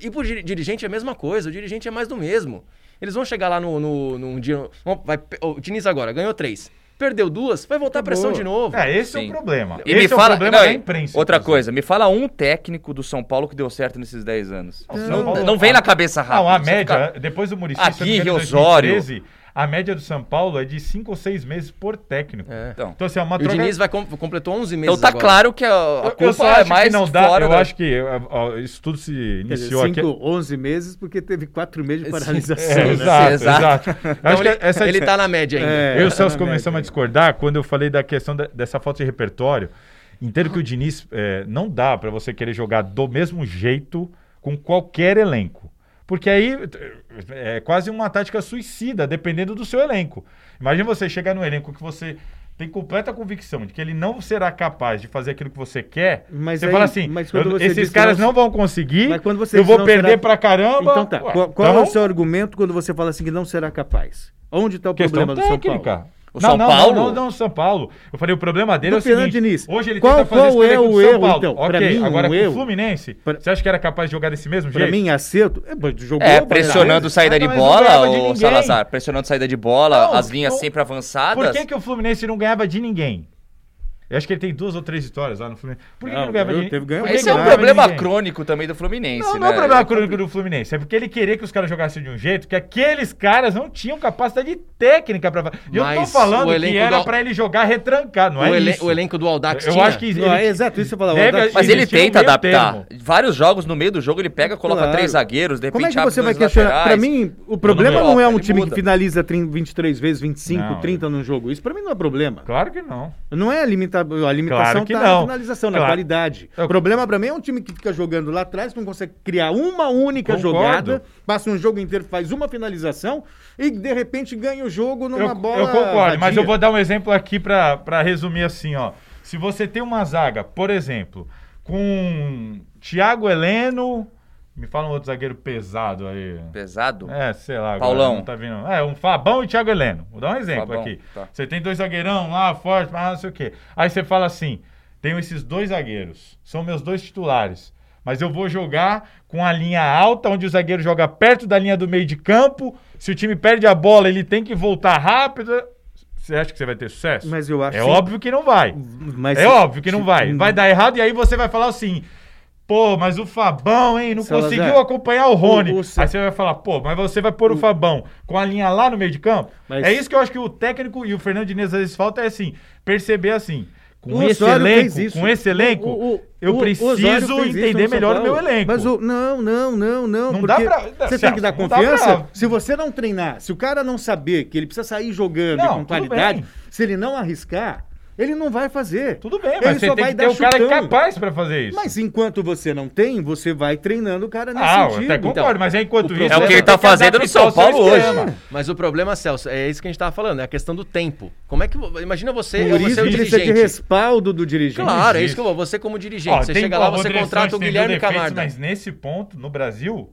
Speaker 1: E pro diri- dirigente é a mesma coisa, o dirigente é mais do mesmo. Eles vão chegar lá no, no, num dia. vão- Vai, pe- o Diniz agora ganhou três, perdeu duas, vai voltar a pressão
Speaker 3: Acabou.
Speaker 1: de novo.
Speaker 2: É, esse é
Speaker 4: Sim.
Speaker 2: o problema.
Speaker 4: E
Speaker 2: esse
Speaker 4: me
Speaker 2: é o
Speaker 4: fala,
Speaker 2: problema
Speaker 4: não,
Speaker 2: da
Speaker 4: e-
Speaker 2: imprensa.
Speaker 4: outra
Speaker 2: inclusive.
Speaker 4: coisa, me fala um técnico do São Paulo que deu certo nesses 10 10 anos.
Speaker 2: São
Speaker 4: Não,
Speaker 2: Paulo- tá-
Speaker 4: não vem na cabeça Tá rápido.
Speaker 2: Não, a
Speaker 4: você
Speaker 2: média, né?
Speaker 4: fica-
Speaker 2: depois do Muricy,
Speaker 4: Aguirre,
Speaker 2: Aqui,
Speaker 4: Osório.
Speaker 2: a média do São Paulo é de 5 ou 6 meses por técnico.
Speaker 1: É.
Speaker 4: Então,
Speaker 2: Então, assim, é uma
Speaker 1: E o
Speaker 2: troca.
Speaker 1: Diniz vai com- completou 11 meses
Speaker 4: então tá
Speaker 1: agora.
Speaker 4: claro que a, a
Speaker 2: Eu-
Speaker 4: culpa
Speaker 2: eu só
Speaker 4: é
Speaker 2: acho
Speaker 4: mais
Speaker 2: que não dá.
Speaker 4: fora
Speaker 2: eu
Speaker 4: da-
Speaker 2: acho que ó, ó, isso tudo se
Speaker 3: Quer dizer,
Speaker 2: iniciou aqui.
Speaker 3: cinco, 11 meses, porque teve quatro meses de
Speaker 1: Sim.
Speaker 3: paralisação.
Speaker 2: É,
Speaker 4: né?
Speaker 2: exato,
Speaker 4: Exato.
Speaker 2: exato.
Speaker 1: Então
Speaker 2: Acho que
Speaker 1: ele,
Speaker 2: essa é
Speaker 1: ele tá na média ainda.
Speaker 3: É,
Speaker 2: Eu e o
Speaker 3: tá
Speaker 2: Celso
Speaker 3: na
Speaker 2: começamos a
Speaker 3: média.
Speaker 2: discordar quando eu falei da questão da- dessa falta de repertório. Entendo que o Diniz eh, não dá para você querer jogar do mesmo jeito com qualquer elenco. Porque aí eh, é quase uma tática suicida, dependendo do seu elenco. Imagina você chegar num elenco que você tem completa convicção de que ele não será capaz de fazer aquilo que você quer.
Speaker 3: Mas
Speaker 2: você
Speaker 3: aí-
Speaker 2: fala assim:
Speaker 3: mas quando
Speaker 2: eu-
Speaker 3: você diz
Speaker 2: esses
Speaker 3: que
Speaker 2: caras
Speaker 3: não-
Speaker 2: não vão conseguir,
Speaker 3: Mas quando você
Speaker 2: eu
Speaker 3: diz
Speaker 2: vou
Speaker 3: não
Speaker 2: perder
Speaker 3: será-
Speaker 2: pra caramba.
Speaker 3: Então tá.
Speaker 2: Ué,
Speaker 3: qual qual é o
Speaker 2: então,
Speaker 3: seu argumento quando você fala assim que não será capaz? Onde está o
Speaker 2: Questão
Speaker 3: problema do São Paulo?
Speaker 2: técnica.
Speaker 4: O São
Speaker 2: não,
Speaker 4: Paulo?
Speaker 2: Não, não, não, o São Paulo. Eu falei, o problema dele
Speaker 3: Do
Speaker 2: é o seguinte.
Speaker 3: Fernando Diniz.
Speaker 2: Hoje ele
Speaker 3: Qual-
Speaker 2: tenta fazer
Speaker 3: qual
Speaker 2: escolha
Speaker 3: é
Speaker 2: com
Speaker 3: o
Speaker 2: São
Speaker 3: erro,
Speaker 2: Paulo.
Speaker 3: então?
Speaker 2: Ok,
Speaker 3: Pra mim,
Speaker 2: agora
Speaker 3: um
Speaker 2: com o
Speaker 3: erro.
Speaker 2: Fluminense,
Speaker 3: Pra-
Speaker 2: você acha que era capaz de jogar desse mesmo
Speaker 3: Para
Speaker 2: jeito?
Speaker 3: mim, acerto. É, mas jogou,
Speaker 4: É,
Speaker 3: mas-
Speaker 4: pressionando saída de
Speaker 2: mas não
Speaker 4: bola,
Speaker 2: ganhava de
Speaker 4: o
Speaker 2: ninguém.
Speaker 4: Salazar. Pressionando saída de bola,
Speaker 2: Não,
Speaker 4: as linhas
Speaker 2: o-
Speaker 4: sempre avançadas.
Speaker 2: Por que, que o Fluminense não ganhava de ninguém? Eu acho que ele tem duas ou três vitórias lá no Fluminense. Por que,
Speaker 3: Não,
Speaker 2: que não ganhava de
Speaker 3: ganhou,
Speaker 2: ninguém?
Speaker 3: teve ganho,
Speaker 2: Por que
Speaker 4: Esse
Speaker 2: que
Speaker 4: é
Speaker 2: não
Speaker 4: um
Speaker 2: ganhava de
Speaker 4: problema
Speaker 2: ninguém?
Speaker 4: crônico também do Fluminense,
Speaker 2: Não,
Speaker 4: né?
Speaker 2: não é um problema crônico do Fluminense. É porque ele queria que os caras jogassem de um jeito que aqueles caras não tinham capacidade técnica pra fazer. E eu não tô
Speaker 1: Mas
Speaker 2: falando
Speaker 1: o
Speaker 2: que
Speaker 1: elenco
Speaker 2: era
Speaker 1: do-
Speaker 2: pra ele jogar retrancado, não
Speaker 1: o,
Speaker 2: é
Speaker 1: ele-
Speaker 2: isso.
Speaker 1: o elenco do Aldax
Speaker 2: Eu
Speaker 1: tinha.
Speaker 2: acho que ele,
Speaker 3: Não, é exato isso que eu falava,
Speaker 2: deve
Speaker 3: Aldax-
Speaker 4: Mas ele
Speaker 2: existir um
Speaker 4: tenta
Speaker 2: meio
Speaker 4: adaptar.
Speaker 2: termo.
Speaker 4: Vários jogos no meio do jogo ele pega, coloca
Speaker 3: Claro.
Speaker 4: três zagueiros, de repente
Speaker 3: Como é que
Speaker 4: abre
Speaker 3: você vai
Speaker 4: dois
Speaker 3: questionar?
Speaker 4: laterais.
Speaker 3: Para mim, o problema
Speaker 4: Europa,
Speaker 3: não é um
Speaker 4: ele
Speaker 3: time
Speaker 4: muda.
Speaker 3: que finaliza 30, 23 vezes, 25,
Speaker 2: Não,
Speaker 3: 30 num jogo. Isso para mim não é problema.
Speaker 2: Claro que não.
Speaker 3: Não é a, limita... a limitação
Speaker 2: Claro que
Speaker 3: tá
Speaker 2: não.
Speaker 3: na finalização, na
Speaker 2: Claro.
Speaker 3: qualidade.
Speaker 2: Eu-
Speaker 3: O problema pra mim é um time que fica jogando lá atrás, não consegue criar uma única
Speaker 2: Concordo.
Speaker 3: jogada, passa um jogo inteiro, faz uma finalização e de repente ganha o jogo numa
Speaker 2: eu,
Speaker 3: bola.
Speaker 2: eu concordo, mas
Speaker 3: vadia.
Speaker 2: eu vou dar um exemplo aqui pra pra resumir assim, ó. Se você tem uma zaga, por exemplo, com Thiago Heleno, me fala um outro zagueiro pesado aí.
Speaker 4: Pesado?
Speaker 2: É, sei lá. agora
Speaker 4: Paulão.
Speaker 2: Não tá vindo. É, um Fabão e Thiago Heleno. Vou dar um exemplo
Speaker 4: Fabão,
Speaker 2: aqui.
Speaker 4: tá.
Speaker 2: Você tem dois zagueirão lá, forte, mas não sei o quê. Aí você fala assim: tenho esses dois zagueiros, são meus dois titulares. Mas eu vou jogar com a linha alta, onde o zagueiro joga perto da linha do meio de campo. Se o time perde a bola, ele tem que voltar rápido. Você acha que você vai ter sucesso?
Speaker 3: Mas eu acho
Speaker 2: É
Speaker 3: que-
Speaker 2: óbvio que não vai.
Speaker 3: Mas
Speaker 2: É
Speaker 3: se-
Speaker 2: óbvio que
Speaker 3: se-
Speaker 2: não vai. Vai dar errado e aí você vai falar assim: pô, mas o Fabão, hein, não
Speaker 3: Salazar,
Speaker 2: conseguiu acompanhar o Rony.
Speaker 3: o- o Sa-
Speaker 2: Aí você vai falar: pô, mas você vai pôr o, Fabão com a linha lá no meio de campo?
Speaker 3: Mas-
Speaker 2: É isso que eu acho que o técnico e o Fernando Diniz às vezes falta é assim: perceber assim. Com
Speaker 3: O
Speaker 2: esse
Speaker 3: Osório
Speaker 2: elenco,
Speaker 3: Um fez isso.
Speaker 2: com esse elenco,
Speaker 3: O- o-
Speaker 2: eu
Speaker 3: o- o
Speaker 2: preciso
Speaker 3: Osório fez isso
Speaker 2: entender
Speaker 3: no São
Speaker 2: melhor o meu
Speaker 3: Paulo.
Speaker 2: elenco.
Speaker 3: Mas o, não, não, não, não.
Speaker 2: Não
Speaker 3: porque
Speaker 2: dá pra-
Speaker 3: Você tem
Speaker 2: Celso,
Speaker 3: que dar
Speaker 2: não dá
Speaker 3: confiança.
Speaker 2: pra-
Speaker 3: Se você não treinar, se o cara não saber que ele precisa sair jogando
Speaker 2: Não,
Speaker 3: e com
Speaker 2: tudo
Speaker 3: qualidade,
Speaker 2: bem.
Speaker 3: se ele não arriscar, ele não vai fazer.
Speaker 2: Tudo bem,
Speaker 3: ele
Speaker 2: mas você
Speaker 3: só
Speaker 2: tem
Speaker 3: vai
Speaker 2: que
Speaker 3: dar
Speaker 2: ter o cara
Speaker 3: chutão.
Speaker 2: capaz pra fazer isso.
Speaker 3: Mas enquanto você não tem, você vai treinando o cara nesse
Speaker 2: ah, eu
Speaker 3: sentido. então,
Speaker 2: até concordo, mas aí, enquanto
Speaker 1: o
Speaker 2: isso.
Speaker 1: problema- É o que
Speaker 2: você
Speaker 1: ele
Speaker 2: tem
Speaker 4: tá fazendo no
Speaker 2: adaptar
Speaker 4: São
Speaker 2: o seu
Speaker 4: Paulo hoje.
Speaker 2: esquema.
Speaker 1: Mas o problema, Celso, é isso que a gente tava falando, é a questão do tempo. Como é que. vo- Imagina você,
Speaker 3: Por
Speaker 1: você é
Speaker 3: isso
Speaker 1: o
Speaker 3: que precisa de
Speaker 1: dirigente.
Speaker 3: respaldo do dirigente.
Speaker 1: Claro, é
Speaker 2: existe.
Speaker 1: isso que eu vou. Você como dirigente.
Speaker 2: Ó,
Speaker 1: você
Speaker 2: tem-
Speaker 1: chega
Speaker 2: ó,
Speaker 1: lá, você
Speaker 2: André
Speaker 1: contrata
Speaker 2: Sanches
Speaker 1: o
Speaker 2: tem
Speaker 1: Guilherme
Speaker 2: mil defeitos,
Speaker 1: Camargo.
Speaker 2: Mas nesse ponto, no Brasil,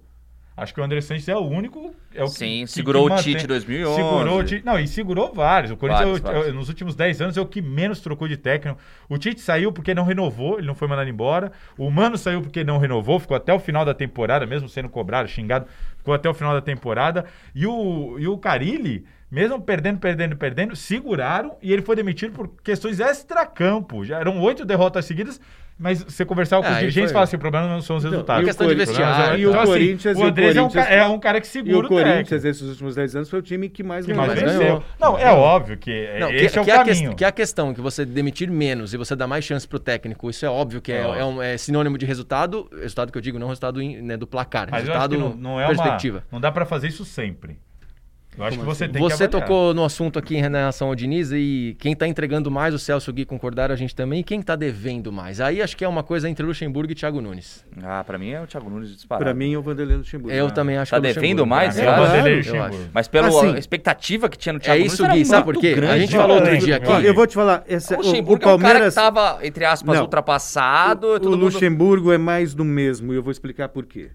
Speaker 2: acho que o André Sanches é o único. É o
Speaker 4: Sim, segurou o Tite 2011.
Speaker 2: Segurou o Tite. Não, e segurou vários. O Corinthians,
Speaker 4: Vários,
Speaker 2: é o-
Speaker 4: vários.
Speaker 2: é o- nos últimos 10 anos, é o que menos trocou de técnico. O Tite saiu porque não renovou, ele não foi mandado embora. O Mano saiu porque não renovou, ficou até o final da temporada, mesmo sendo cobrado, xingado, ficou até o final da temporada. E o, e o Carilli. Mesmo perdendo, perdendo, perdendo, seguraram e ele foi demitido por questões extra-campo. Já eram oito derrotas seguidas, mas você conversava com
Speaker 1: Ah,
Speaker 2: os
Speaker 1: ele
Speaker 2: dirigentes e
Speaker 1: foi-
Speaker 2: falava assim: o problema não são os
Speaker 3: Então,
Speaker 2: resultados.
Speaker 1: e o questão de
Speaker 2: O problema são-
Speaker 1: vestiário,
Speaker 2: então,
Speaker 1: e o
Speaker 2: assim,
Speaker 3: Corinthians-
Speaker 2: o Andrés
Speaker 3: e o
Speaker 2: é um, ca-
Speaker 3: Corinthians-
Speaker 2: é um cara que
Speaker 3: E o
Speaker 2: segura o,
Speaker 3: Corinthians,
Speaker 2: técnico.
Speaker 3: esses últimos 10 anos, foi o time que mais
Speaker 2: Que
Speaker 3: ganhou.
Speaker 2: mais
Speaker 1: Mas
Speaker 2: venceu.
Speaker 1: ganhou.
Speaker 2: Não, é óbvio que é-
Speaker 1: Não,
Speaker 2: esse
Speaker 1: que,
Speaker 2: é o
Speaker 1: que a
Speaker 2: caminho.
Speaker 1: questão, que a questão que você demitir menos e você dá mais chance pro técnico, isso é óbvio que é,
Speaker 2: É óbvio.
Speaker 1: é um- é sinônimo de resultado. Resultado que eu digo, não resultado em- né, do placar,
Speaker 2: Mas eu acho
Speaker 1: resultado
Speaker 2: que não, não é uma.
Speaker 1: perspectiva.
Speaker 2: Não dá pra fazer isso sempre. Eu acho que você tem que.
Speaker 1: Você
Speaker 2: avaliar.
Speaker 1: tocou no assunto aqui em relação ao Diniz e quem tá entregando mais, o Celso e o Gui concordaram, a gente também, e quem tá devendo mais. Aí acho que é uma coisa entre Luxemburgo e Thiago Nunes.
Speaker 4: Ah, pra mim é o Thiago Nunes disparado.
Speaker 3: Pra mim é o Vanderlei Luxemburgo.
Speaker 1: Eu também acho
Speaker 4: Tá
Speaker 1: que é o
Speaker 4: devendo
Speaker 1: Luxemburgo.
Speaker 4: mais,
Speaker 2: É,
Speaker 1: Eu
Speaker 2: o
Speaker 1: acho,
Speaker 2: Vanderlei
Speaker 1: eu
Speaker 2: Luxemburgo.
Speaker 1: acho.
Speaker 4: Mas pela
Speaker 3: Assim,
Speaker 4: expectativa que tinha no Thiago
Speaker 1: É
Speaker 4: Nunes
Speaker 1: isso,
Speaker 4: era
Speaker 1: Gui, sabe
Speaker 4: muito
Speaker 1: por quê? A
Speaker 4: grande.
Speaker 1: gente
Speaker 2: Não,
Speaker 1: falou
Speaker 2: eu
Speaker 1: outro
Speaker 2: lembro
Speaker 1: dia
Speaker 2: do
Speaker 1: aqui.
Speaker 3: Ó, eu vou te falar, essa,
Speaker 4: O
Speaker 3: o, o
Speaker 4: Luxemburgo é um cara que
Speaker 3: Palmeiras...
Speaker 4: tava, entre aspas,
Speaker 3: Não.
Speaker 4: ultrapassado.
Speaker 3: o
Speaker 4: todo mundo-
Speaker 3: Luxemburgo é mais do mesmo e eu vou explicar por quê.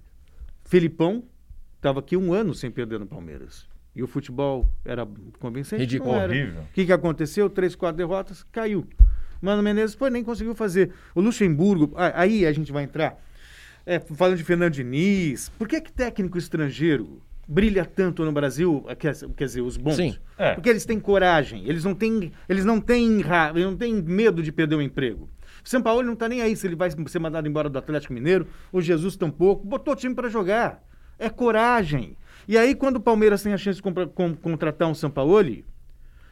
Speaker 3: Filipão estava aqui um ano sem perder no Palmeiras. E o futebol era convincente?
Speaker 1: Ridículo.
Speaker 3: Não era.
Speaker 2: Horrível.
Speaker 3: O que, que aconteceu? Três, quatro derrotas, caiu. Mano Menezes foi, nem conseguiu fazer. O Luxemburgo, a- aí a gente vai entrar. É, falando de Fernando Diniz, por que, que técnico estrangeiro brilha tanto no Brasil? Ah, Quer, quer dizer, os bons.
Speaker 1: Sim.
Speaker 2: É.
Speaker 3: Porque eles têm coragem, eles não têm, eles não têm, ra- eles não têm medo de perder o emprego. O São Paulo não tá nem aí se ele vai ser mandado embora do Atlético Mineiro, o Jesus tampouco, botou o time para jogar. É coragem. E aí, quando o Palmeiras tem a chance de compra- com- contratar um Sampaoli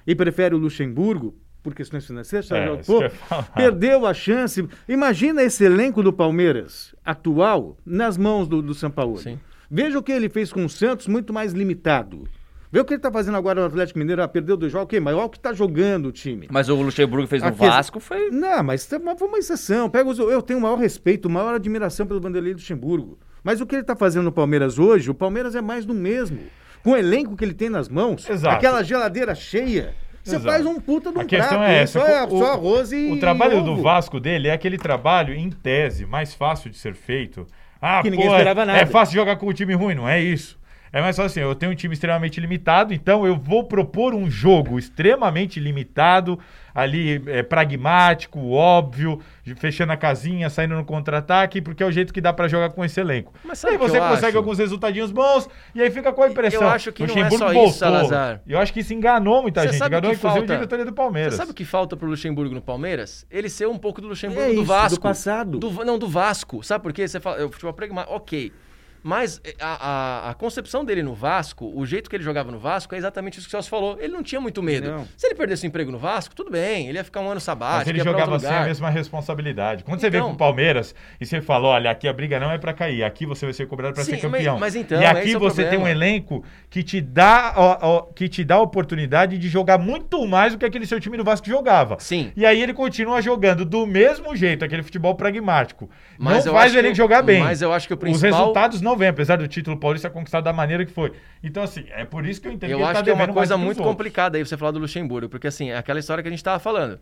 Speaker 3: e prefere o Luxemburgo por questões financeiras, sabe
Speaker 2: É,
Speaker 3: lá o que
Speaker 2: isso que
Speaker 3: for,
Speaker 2: eu ia falar.
Speaker 3: perdeu a chance. Imagina esse elenco do Palmeiras atual nas mãos do, do Sampaoli.
Speaker 1: Sim.
Speaker 3: Veja o que ele fez com o Santos, muito mais limitado. Vê o que ele está fazendo agora no Atlético Mineiro. Ah, perdeu dois jogos, ok, mas olha o que está jogando o time.
Speaker 4: Mas o Luxemburgo fez no
Speaker 3: Aqui-
Speaker 4: Vasco, foi.
Speaker 3: Não, mas tá- mas foi uma exceção. Pega os- eu tenho o maior respeito, o maior admiração pelo Vanderlei Luxemburgo. Mas o que ele está fazendo no Palmeiras hoje, o Palmeiras é mais do mesmo. Com o elenco que ele tem nas mãos,
Speaker 2: Exato.
Speaker 3: aquela geladeira cheia, você
Speaker 2: Exato.
Speaker 3: faz um puta de um
Speaker 2: A questão
Speaker 3: prato,
Speaker 2: é essa.
Speaker 3: Só, é-
Speaker 2: o,
Speaker 3: só arroz e
Speaker 2: O trabalho do
Speaker 3: ovo.
Speaker 2: Vasco dele é aquele trabalho, em tese, mais fácil de ser feito. Ah,
Speaker 3: Que ninguém
Speaker 2: pô, é-
Speaker 3: esperava nada.
Speaker 2: É fácil jogar com o time ruim, não é isso. É mais fácil assim, eu tenho um time extremamente limitado, então eu vou propor um jogo extremamente limitado, ali é, pragmático, óbvio, de- fechando a casinha, saindo no contra-ataque, porque é o jeito que dá pra jogar com esse elenco.
Speaker 1: Mas
Speaker 2: e
Speaker 1: sabe
Speaker 2: aí
Speaker 1: o que
Speaker 2: você
Speaker 1: eu
Speaker 2: consegue
Speaker 1: acho?
Speaker 2: alguns resultadinhos bons, e aí fica com a impressão.
Speaker 1: acho que não é
Speaker 2: Luxemburgo
Speaker 1: só isso,
Speaker 2: voltou.
Speaker 1: Salazar.
Speaker 2: Eu acho que isso enganou muita
Speaker 1: Você
Speaker 2: gente,
Speaker 1: sabe o
Speaker 2: enganou
Speaker 1: que
Speaker 2: inclusive
Speaker 1: falta?
Speaker 2: a diretoria do Palmeiras.
Speaker 1: Você sabe o que falta pro Luxemburgo no Palmeiras? Ele ser um pouco do Luxemburgo
Speaker 3: É
Speaker 1: do
Speaker 3: isso, do
Speaker 1: Vasco.
Speaker 3: passado.
Speaker 1: Do- não, do Vasco. Sabe por quê? Você fala, é o futebol pragmático, ok. Mas eh, a, a- a concepção dele no Vasco, o jeito que ele jogava no Vasco, é exatamente isso que o Celso falou. Ele não tinha muito medo.
Speaker 3: Não.
Speaker 1: Se ele perdesse o emprego no Vasco, tudo bem. Ele ia ficar um ano sabático,
Speaker 2: Mas ele
Speaker 1: ia pra outro
Speaker 2: jogava assim, é sem
Speaker 1: lugar.
Speaker 2: a mesma responsabilidade. Quando você veio
Speaker 1: Então-
Speaker 2: pro Palmeiras e você fala, olha, aqui a briga não é pra cair, aqui você vai ser cobrado pra
Speaker 1: Sim,
Speaker 2: ser
Speaker 1: mas-
Speaker 2: campeão.
Speaker 1: mas então,
Speaker 2: e aqui
Speaker 1: esse é o
Speaker 2: você tem um
Speaker 1: problema.
Speaker 2: elenco que te dá ó, ó, que te dá a oportunidade de jogar muito mais do que aquele seu time do Vasco jogava.
Speaker 1: Sim.
Speaker 2: E aí ele continua jogando do mesmo jeito, aquele futebol pragmático.
Speaker 1: Mas
Speaker 2: não
Speaker 1: eu
Speaker 2: faz
Speaker 1: acho
Speaker 2: o elenco
Speaker 1: que o-
Speaker 2: jogar bem.
Speaker 1: mas eu acho que o
Speaker 2: Os
Speaker 1: principal-
Speaker 2: resultados não vêm, apesar do título paulista conquistado da maneira que foi. Então, assim, é por isso que eu entendo
Speaker 1: Eu
Speaker 2: que ele
Speaker 1: acho
Speaker 2: tá
Speaker 1: que é uma
Speaker 2: devendo mais
Speaker 1: coisa
Speaker 2: que os
Speaker 1: muito
Speaker 2: outros.
Speaker 1: complicada aí você falar do Luxemburgo, porque assim, é aquela história que a gente tava falando.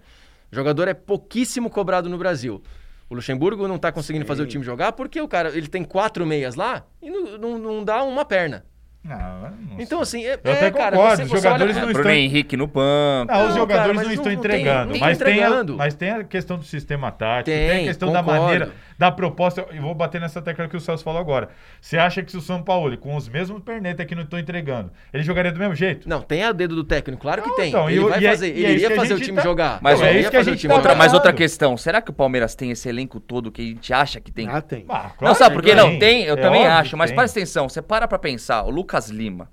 Speaker 1: O jogador é pouquíssimo cobrado no Brasil. O Luxemburgo não tá conseguindo fazer o time jogar porque o cara, ele tem quatro meias lá e não, não- não dá uma perna.
Speaker 2: Não, eu não
Speaker 1: Então assim, é,
Speaker 2: Eu
Speaker 1: é,
Speaker 2: até
Speaker 1: cara,
Speaker 2: concordo,
Speaker 1: você-
Speaker 2: os
Speaker 1: você
Speaker 2: jogadores
Speaker 1: olha-
Speaker 2: não
Speaker 4: É,
Speaker 2: estão-
Speaker 4: Bruno Henrique no banco.
Speaker 2: Não, Ah, os
Speaker 1: Não,
Speaker 2: jogadores
Speaker 1: cara, mas
Speaker 2: não estão
Speaker 1: não- não tem-
Speaker 2: entregando.
Speaker 1: não
Speaker 2: mas,
Speaker 1: tem
Speaker 2: Tem a,
Speaker 1: entregando.
Speaker 2: mas tem a questão do sistema tático, tem, a
Speaker 1: Tem,
Speaker 2: questão da
Speaker 1: concordo.
Speaker 2: maneira, da proposta. E vou bater nessa tecla que o Celso falou agora. Você acha que se o São Paulo, com os mesmos perneta que não estão entregando, ele jogaria do mesmo jeito?
Speaker 1: Não, tem a dedo do técnico, claro que
Speaker 2: Não,
Speaker 1: tem.
Speaker 2: então, e
Speaker 1: ele
Speaker 2: o-
Speaker 1: vai
Speaker 2: e é-
Speaker 1: fazer,
Speaker 2: e é
Speaker 1: ele
Speaker 2: isso que
Speaker 1: ia
Speaker 2: a
Speaker 1: fazer o
Speaker 2: gente
Speaker 1: time
Speaker 2: tá-
Speaker 1: jogar. Então,
Speaker 4: Mas
Speaker 1: ele
Speaker 4: é
Speaker 1: ia
Speaker 2: isso que a
Speaker 1: fazer o
Speaker 2: gente
Speaker 1: time
Speaker 2: tá
Speaker 4: Outra,
Speaker 1: jogar.
Speaker 4: mas outra
Speaker 2: errado.
Speaker 4: questão, será que o Palmeiras tem esse elenco todo que a gente acha que tem?
Speaker 3: Ah, tem.
Speaker 2: Ah, claro
Speaker 4: não, sabe por
Speaker 2: que
Speaker 4: quê? Não, tem, eu
Speaker 2: É
Speaker 4: também
Speaker 2: óbvio
Speaker 4: acho,
Speaker 2: que
Speaker 4: mas
Speaker 2: tem.
Speaker 4: presta atenção, você para pra pensar, o Lucas Lima,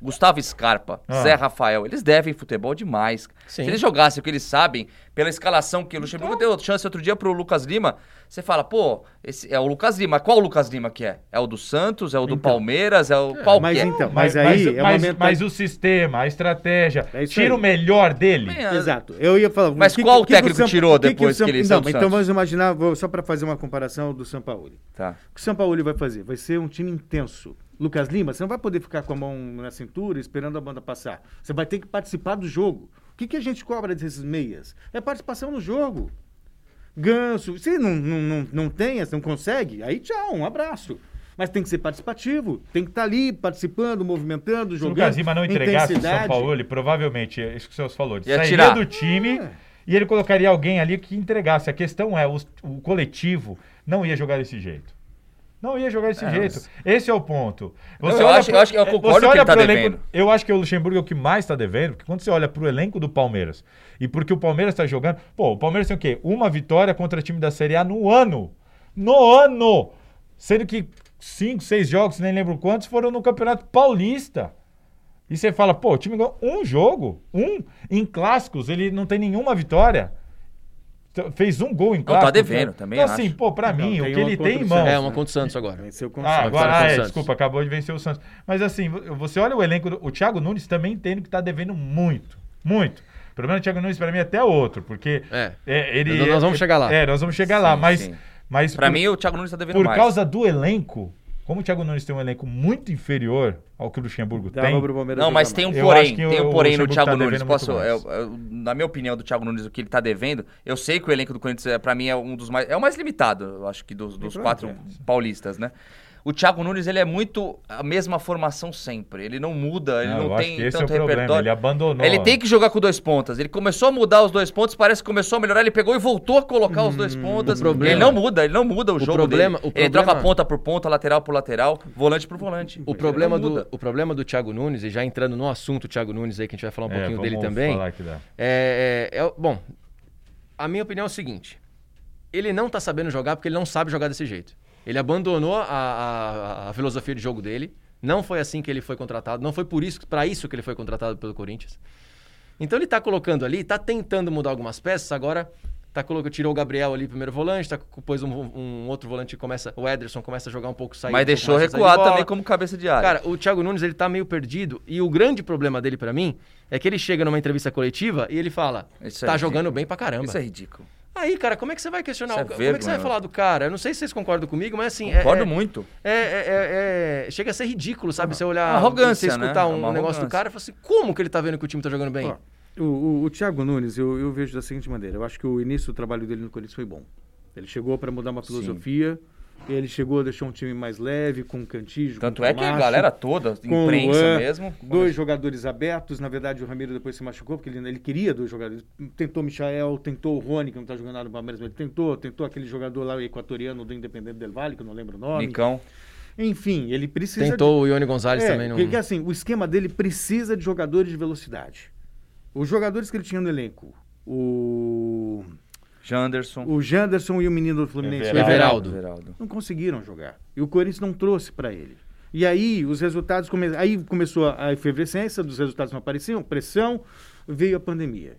Speaker 4: Gustavo Scarpa,
Speaker 2: Ah.
Speaker 4: Zé Rafael, eles devem futebol demais.
Speaker 1: Sim.
Speaker 4: Se eles jogassem o que eles sabem, pela escalação que o Luxemburgo
Speaker 2: Então.
Speaker 4: deu chance outro dia pro Lucas Lima, você fala, pô, esse é o Lucas Lima, qual o Lucas Lima que é? É o do Santos, é o do
Speaker 2: Então.
Speaker 4: Palmeiras, é o qual
Speaker 3: Mas
Speaker 4: que é?
Speaker 3: então, mas, aí é uma
Speaker 2: mas-
Speaker 3: mentalidade-
Speaker 2: mas o sistema, a estratégia,
Speaker 3: É isso
Speaker 2: tira
Speaker 3: aí. É
Speaker 2: o melhor dele.
Speaker 4: Bem,
Speaker 3: Exato. Eu ia falar.
Speaker 4: Mas
Speaker 3: o que- o
Speaker 4: qual
Speaker 3: que que
Speaker 4: técnico
Speaker 3: Sampa-
Speaker 4: tirou
Speaker 3: o que que
Speaker 4: depois
Speaker 3: o Sampa-
Speaker 4: que ele saiu
Speaker 3: Não,
Speaker 4: do
Speaker 3: então
Speaker 4: Santos?
Speaker 3: vamos imaginar, vou- só para fazer uma comparação do Sampaoli.
Speaker 4: Tá.
Speaker 3: O que o Sampaoli vai fazer? Vai ser um time intenso. Lucas Lima, você não vai poder ficar com a mão na cintura esperando a banda passar. Você vai ter que participar do jogo. O que, que a gente cobra desses meias? É participação no jogo. Ganso, se não, não, não, não tem, se não consegue, aí tchau, um abraço. Mas tem que ser participativo, tem que estar ali participando, movimentando,
Speaker 2: Se o
Speaker 3: jogando.
Speaker 2: Lucas Lima não entregasse o São
Speaker 3: intensidade.
Speaker 2: Paulo, ele provavelmente, é isso que o Celso falou, ele
Speaker 4: Ia
Speaker 2: sairia
Speaker 4: tirar.
Speaker 2: do time
Speaker 3: É.
Speaker 2: e ele colocaria alguém ali que entregasse. A questão é, os- o, coletivo não ia jogar desse jeito. Não ia jogar desse
Speaker 4: É,
Speaker 2: jeito. Esse é o ponto.
Speaker 4: eu acho- eu acho que eu
Speaker 2: é,
Speaker 4: concordo que ele tá
Speaker 2: pro
Speaker 4: devendo.
Speaker 2: elenco, Eu acho que o Luxemburgo é o que mais tá devendo, porque quando você olha pro elenco do Palmeiras e porque o Palmeiras tá jogando. Pô, o Palmeiras tem o quê? Uma vitória contra time da Série A no ano. No ano! Sendo que cinco, seis jogos, nem lembro quantos, foram no Campeonato Paulista. E você fala, pô, o time ganhou um jogo, um. Em clássicos, ele não tem nenhuma vitória. T- Fez um gol em
Speaker 4: tá
Speaker 2: clássico.
Speaker 4: devendo,
Speaker 2: né?
Speaker 4: também
Speaker 2: Então, assim,
Speaker 4: acho.
Speaker 2: pô, pra
Speaker 3: Não,
Speaker 2: mim, o
Speaker 3: tem
Speaker 2: que
Speaker 3: uma
Speaker 2: ele tem em
Speaker 3: contra o
Speaker 2: mãos. né?
Speaker 1: É, uma contra o Santos agora.
Speaker 3: Venceu com o
Speaker 2: Ah,
Speaker 3: Santos.
Speaker 2: agora
Speaker 1: Agora
Speaker 2: ah,
Speaker 1: com o
Speaker 2: é,
Speaker 1: Santos.
Speaker 2: desculpa, acabou de vencer o Santos. Mas assim, vo- você olha o elenco, do- o Thiago Nunes também tem que tá devendo muito, muito. O problema do Thiago Nunes pra mim é até outro, porque
Speaker 1: É.
Speaker 2: é, ele
Speaker 1: Nós- nós vamos
Speaker 2: é-
Speaker 1: chegar lá.
Speaker 2: É, nós vamos chegar lá,
Speaker 4: Sim,
Speaker 2: mas
Speaker 4: sim.
Speaker 2: mas
Speaker 4: Pra
Speaker 2: por-
Speaker 4: mim, o Thiago Nunes tá devendo
Speaker 2: por
Speaker 4: mais.
Speaker 2: causa do elenco, como o Thiago Nunes tem um elenco muito inferior ao que o Luxemburgo
Speaker 3: Dava
Speaker 2: tem.
Speaker 3: pro Palmeiras
Speaker 4: Não,
Speaker 3: jogar
Speaker 4: mas tem um
Speaker 2: mais. Eu acho que
Speaker 4: porém, tem
Speaker 2: o-
Speaker 4: um
Speaker 2: o
Speaker 4: porém no
Speaker 2: Luxemburgo
Speaker 4: Thiago
Speaker 2: tá
Speaker 4: Nunes.
Speaker 2: devendo muito
Speaker 4: Posso,
Speaker 2: mais.
Speaker 4: eu- eu- na minha opinião, do Thiago Nunes, o que ele tá devendo, eu sei que o elenco do Corinthians, é, pra mim, é um dos mais. É o mais limitado, eu acho que dos, dos
Speaker 3: problema,
Speaker 2: é,
Speaker 4: quatro paulistas, né? O Thiago Nunes, ele é muito a mesma formação sempre. Ele não muda, ele
Speaker 2: Não,
Speaker 4: não,
Speaker 2: eu acho
Speaker 4: tem
Speaker 2: que esse é o
Speaker 4: tanto
Speaker 2: problema,
Speaker 4: repertório.
Speaker 2: ele abandonou.
Speaker 4: Ele tem que jogar com dois pontas. Ele começou a mudar os dois pontos, parece que começou a melhorar. Ele pegou e voltou a colocar os
Speaker 2: Hum,
Speaker 4: dois pontas.
Speaker 1: o problema-
Speaker 4: ele não muda, ele não muda o, jogo
Speaker 1: problema-
Speaker 4: dele.
Speaker 1: o
Speaker 4: Ele troca
Speaker 1: problema-
Speaker 4: ponta por ponta, lateral por lateral, volante por volante.
Speaker 1: O
Speaker 4: Ele
Speaker 1: problema,
Speaker 4: não muda.
Speaker 1: do, o problema do Thiago Nunes, e já entrando no assunto Thiago Nunes aí, que a gente vai falar um
Speaker 2: É,
Speaker 1: pouquinho dele
Speaker 2: vamos
Speaker 1: também.
Speaker 2: falar aqui da-
Speaker 1: É, é- é o- bom, a minha opinião é o seguinte: ele não tá sabendo jogar porque ele não sabe jogar desse jeito. Ele abandonou a, a- a filosofia de jogo dele. Não foi assim que ele foi contratado. Não foi por isso, para isso que ele foi contratado pelo Corinthians. Então ele tá colocando ali, tá tentando mudar algumas peças, agora tá colocando, tirou o Gabriel ali primeiro volante, tá, co- pôs um, um outro volante que começa, o Ederson começa a jogar um pouco sair.
Speaker 4: Mas
Speaker 1: um pouco
Speaker 4: deixou
Speaker 1: mais essa
Speaker 4: recuar
Speaker 1: saída de
Speaker 4: também
Speaker 1: bola.
Speaker 4: como cabeça de área.
Speaker 1: Cara, o Thiago Nunes, ele tá meio perdido. E o grande problema dele pra mim é que ele chega numa entrevista coletiva e ele fala:
Speaker 4: Isso é
Speaker 1: tá
Speaker 4: ridículo.
Speaker 1: jogando bem pra caramba.
Speaker 4: Isso é ridículo.
Speaker 1: Aí, cara, como é que você vai questionar?
Speaker 4: Isso é
Speaker 1: o... Como é que você vai
Speaker 4: vergonhoso.
Speaker 1: falar do cara? Eu não sei se vocês concordam comigo, mas assim. é-
Speaker 4: Concordo
Speaker 1: é,
Speaker 4: muito.
Speaker 1: é, é- é- é- Chega a ser ridículo, sabe? Você olhar.
Speaker 4: Uma arrogância,
Speaker 1: Você escutar
Speaker 4: né? É
Speaker 1: um
Speaker 4: uma
Speaker 1: negócio do
Speaker 4: arrogância.
Speaker 1: cara e falar assim: como que ele tá vendo que o time tá jogando
Speaker 4: um
Speaker 1: bem?
Speaker 3: Ó, o, o, o Thiago Nunes, eu, eu vejo da seguinte maneira: eu acho que o início do trabalho dele no Corinthians foi bom. Ele chegou para mudar uma filosofia, ele chegou a deixar um time mais leve, com cantígio.
Speaker 4: Tanto
Speaker 3: com
Speaker 4: é que a
Speaker 3: Camacho,
Speaker 4: galera toda,
Speaker 3: com o
Speaker 4: imprensa
Speaker 3: Luan,
Speaker 4: mesmo.
Speaker 3: Dois jogadores abertos, na verdade o Ramiro depois se machucou, porque ele, ele queria dois jogadores. Tentou o Michael, tentou o Rony, que não está jogando nada no Palmeiras, mas ele tentou, tentou aquele jogador lá equatoriano do Independente Del Valle, que eu não lembro o nome.
Speaker 4: Nicão.
Speaker 3: Enfim, ele precisa de-
Speaker 1: Tentou o Ione Gonzalez
Speaker 3: é,
Speaker 1: também. Não...
Speaker 3: Porque assim, o esquema dele precisa de jogadores de velocidade. Os jogadores que ele tinha no elenco, o,
Speaker 4: Janderson.
Speaker 3: o Janderson e o menino do Fluminense,
Speaker 1: Everaldo.
Speaker 3: o Everaldo,
Speaker 1: Geraldo.
Speaker 4: Geraldo.
Speaker 3: não conseguiram jogar. E o Corinthians não trouxe para ele. E aí os resultados come... aí começou a efervescência dos resultados não apareciam, pressão, veio a pandemia.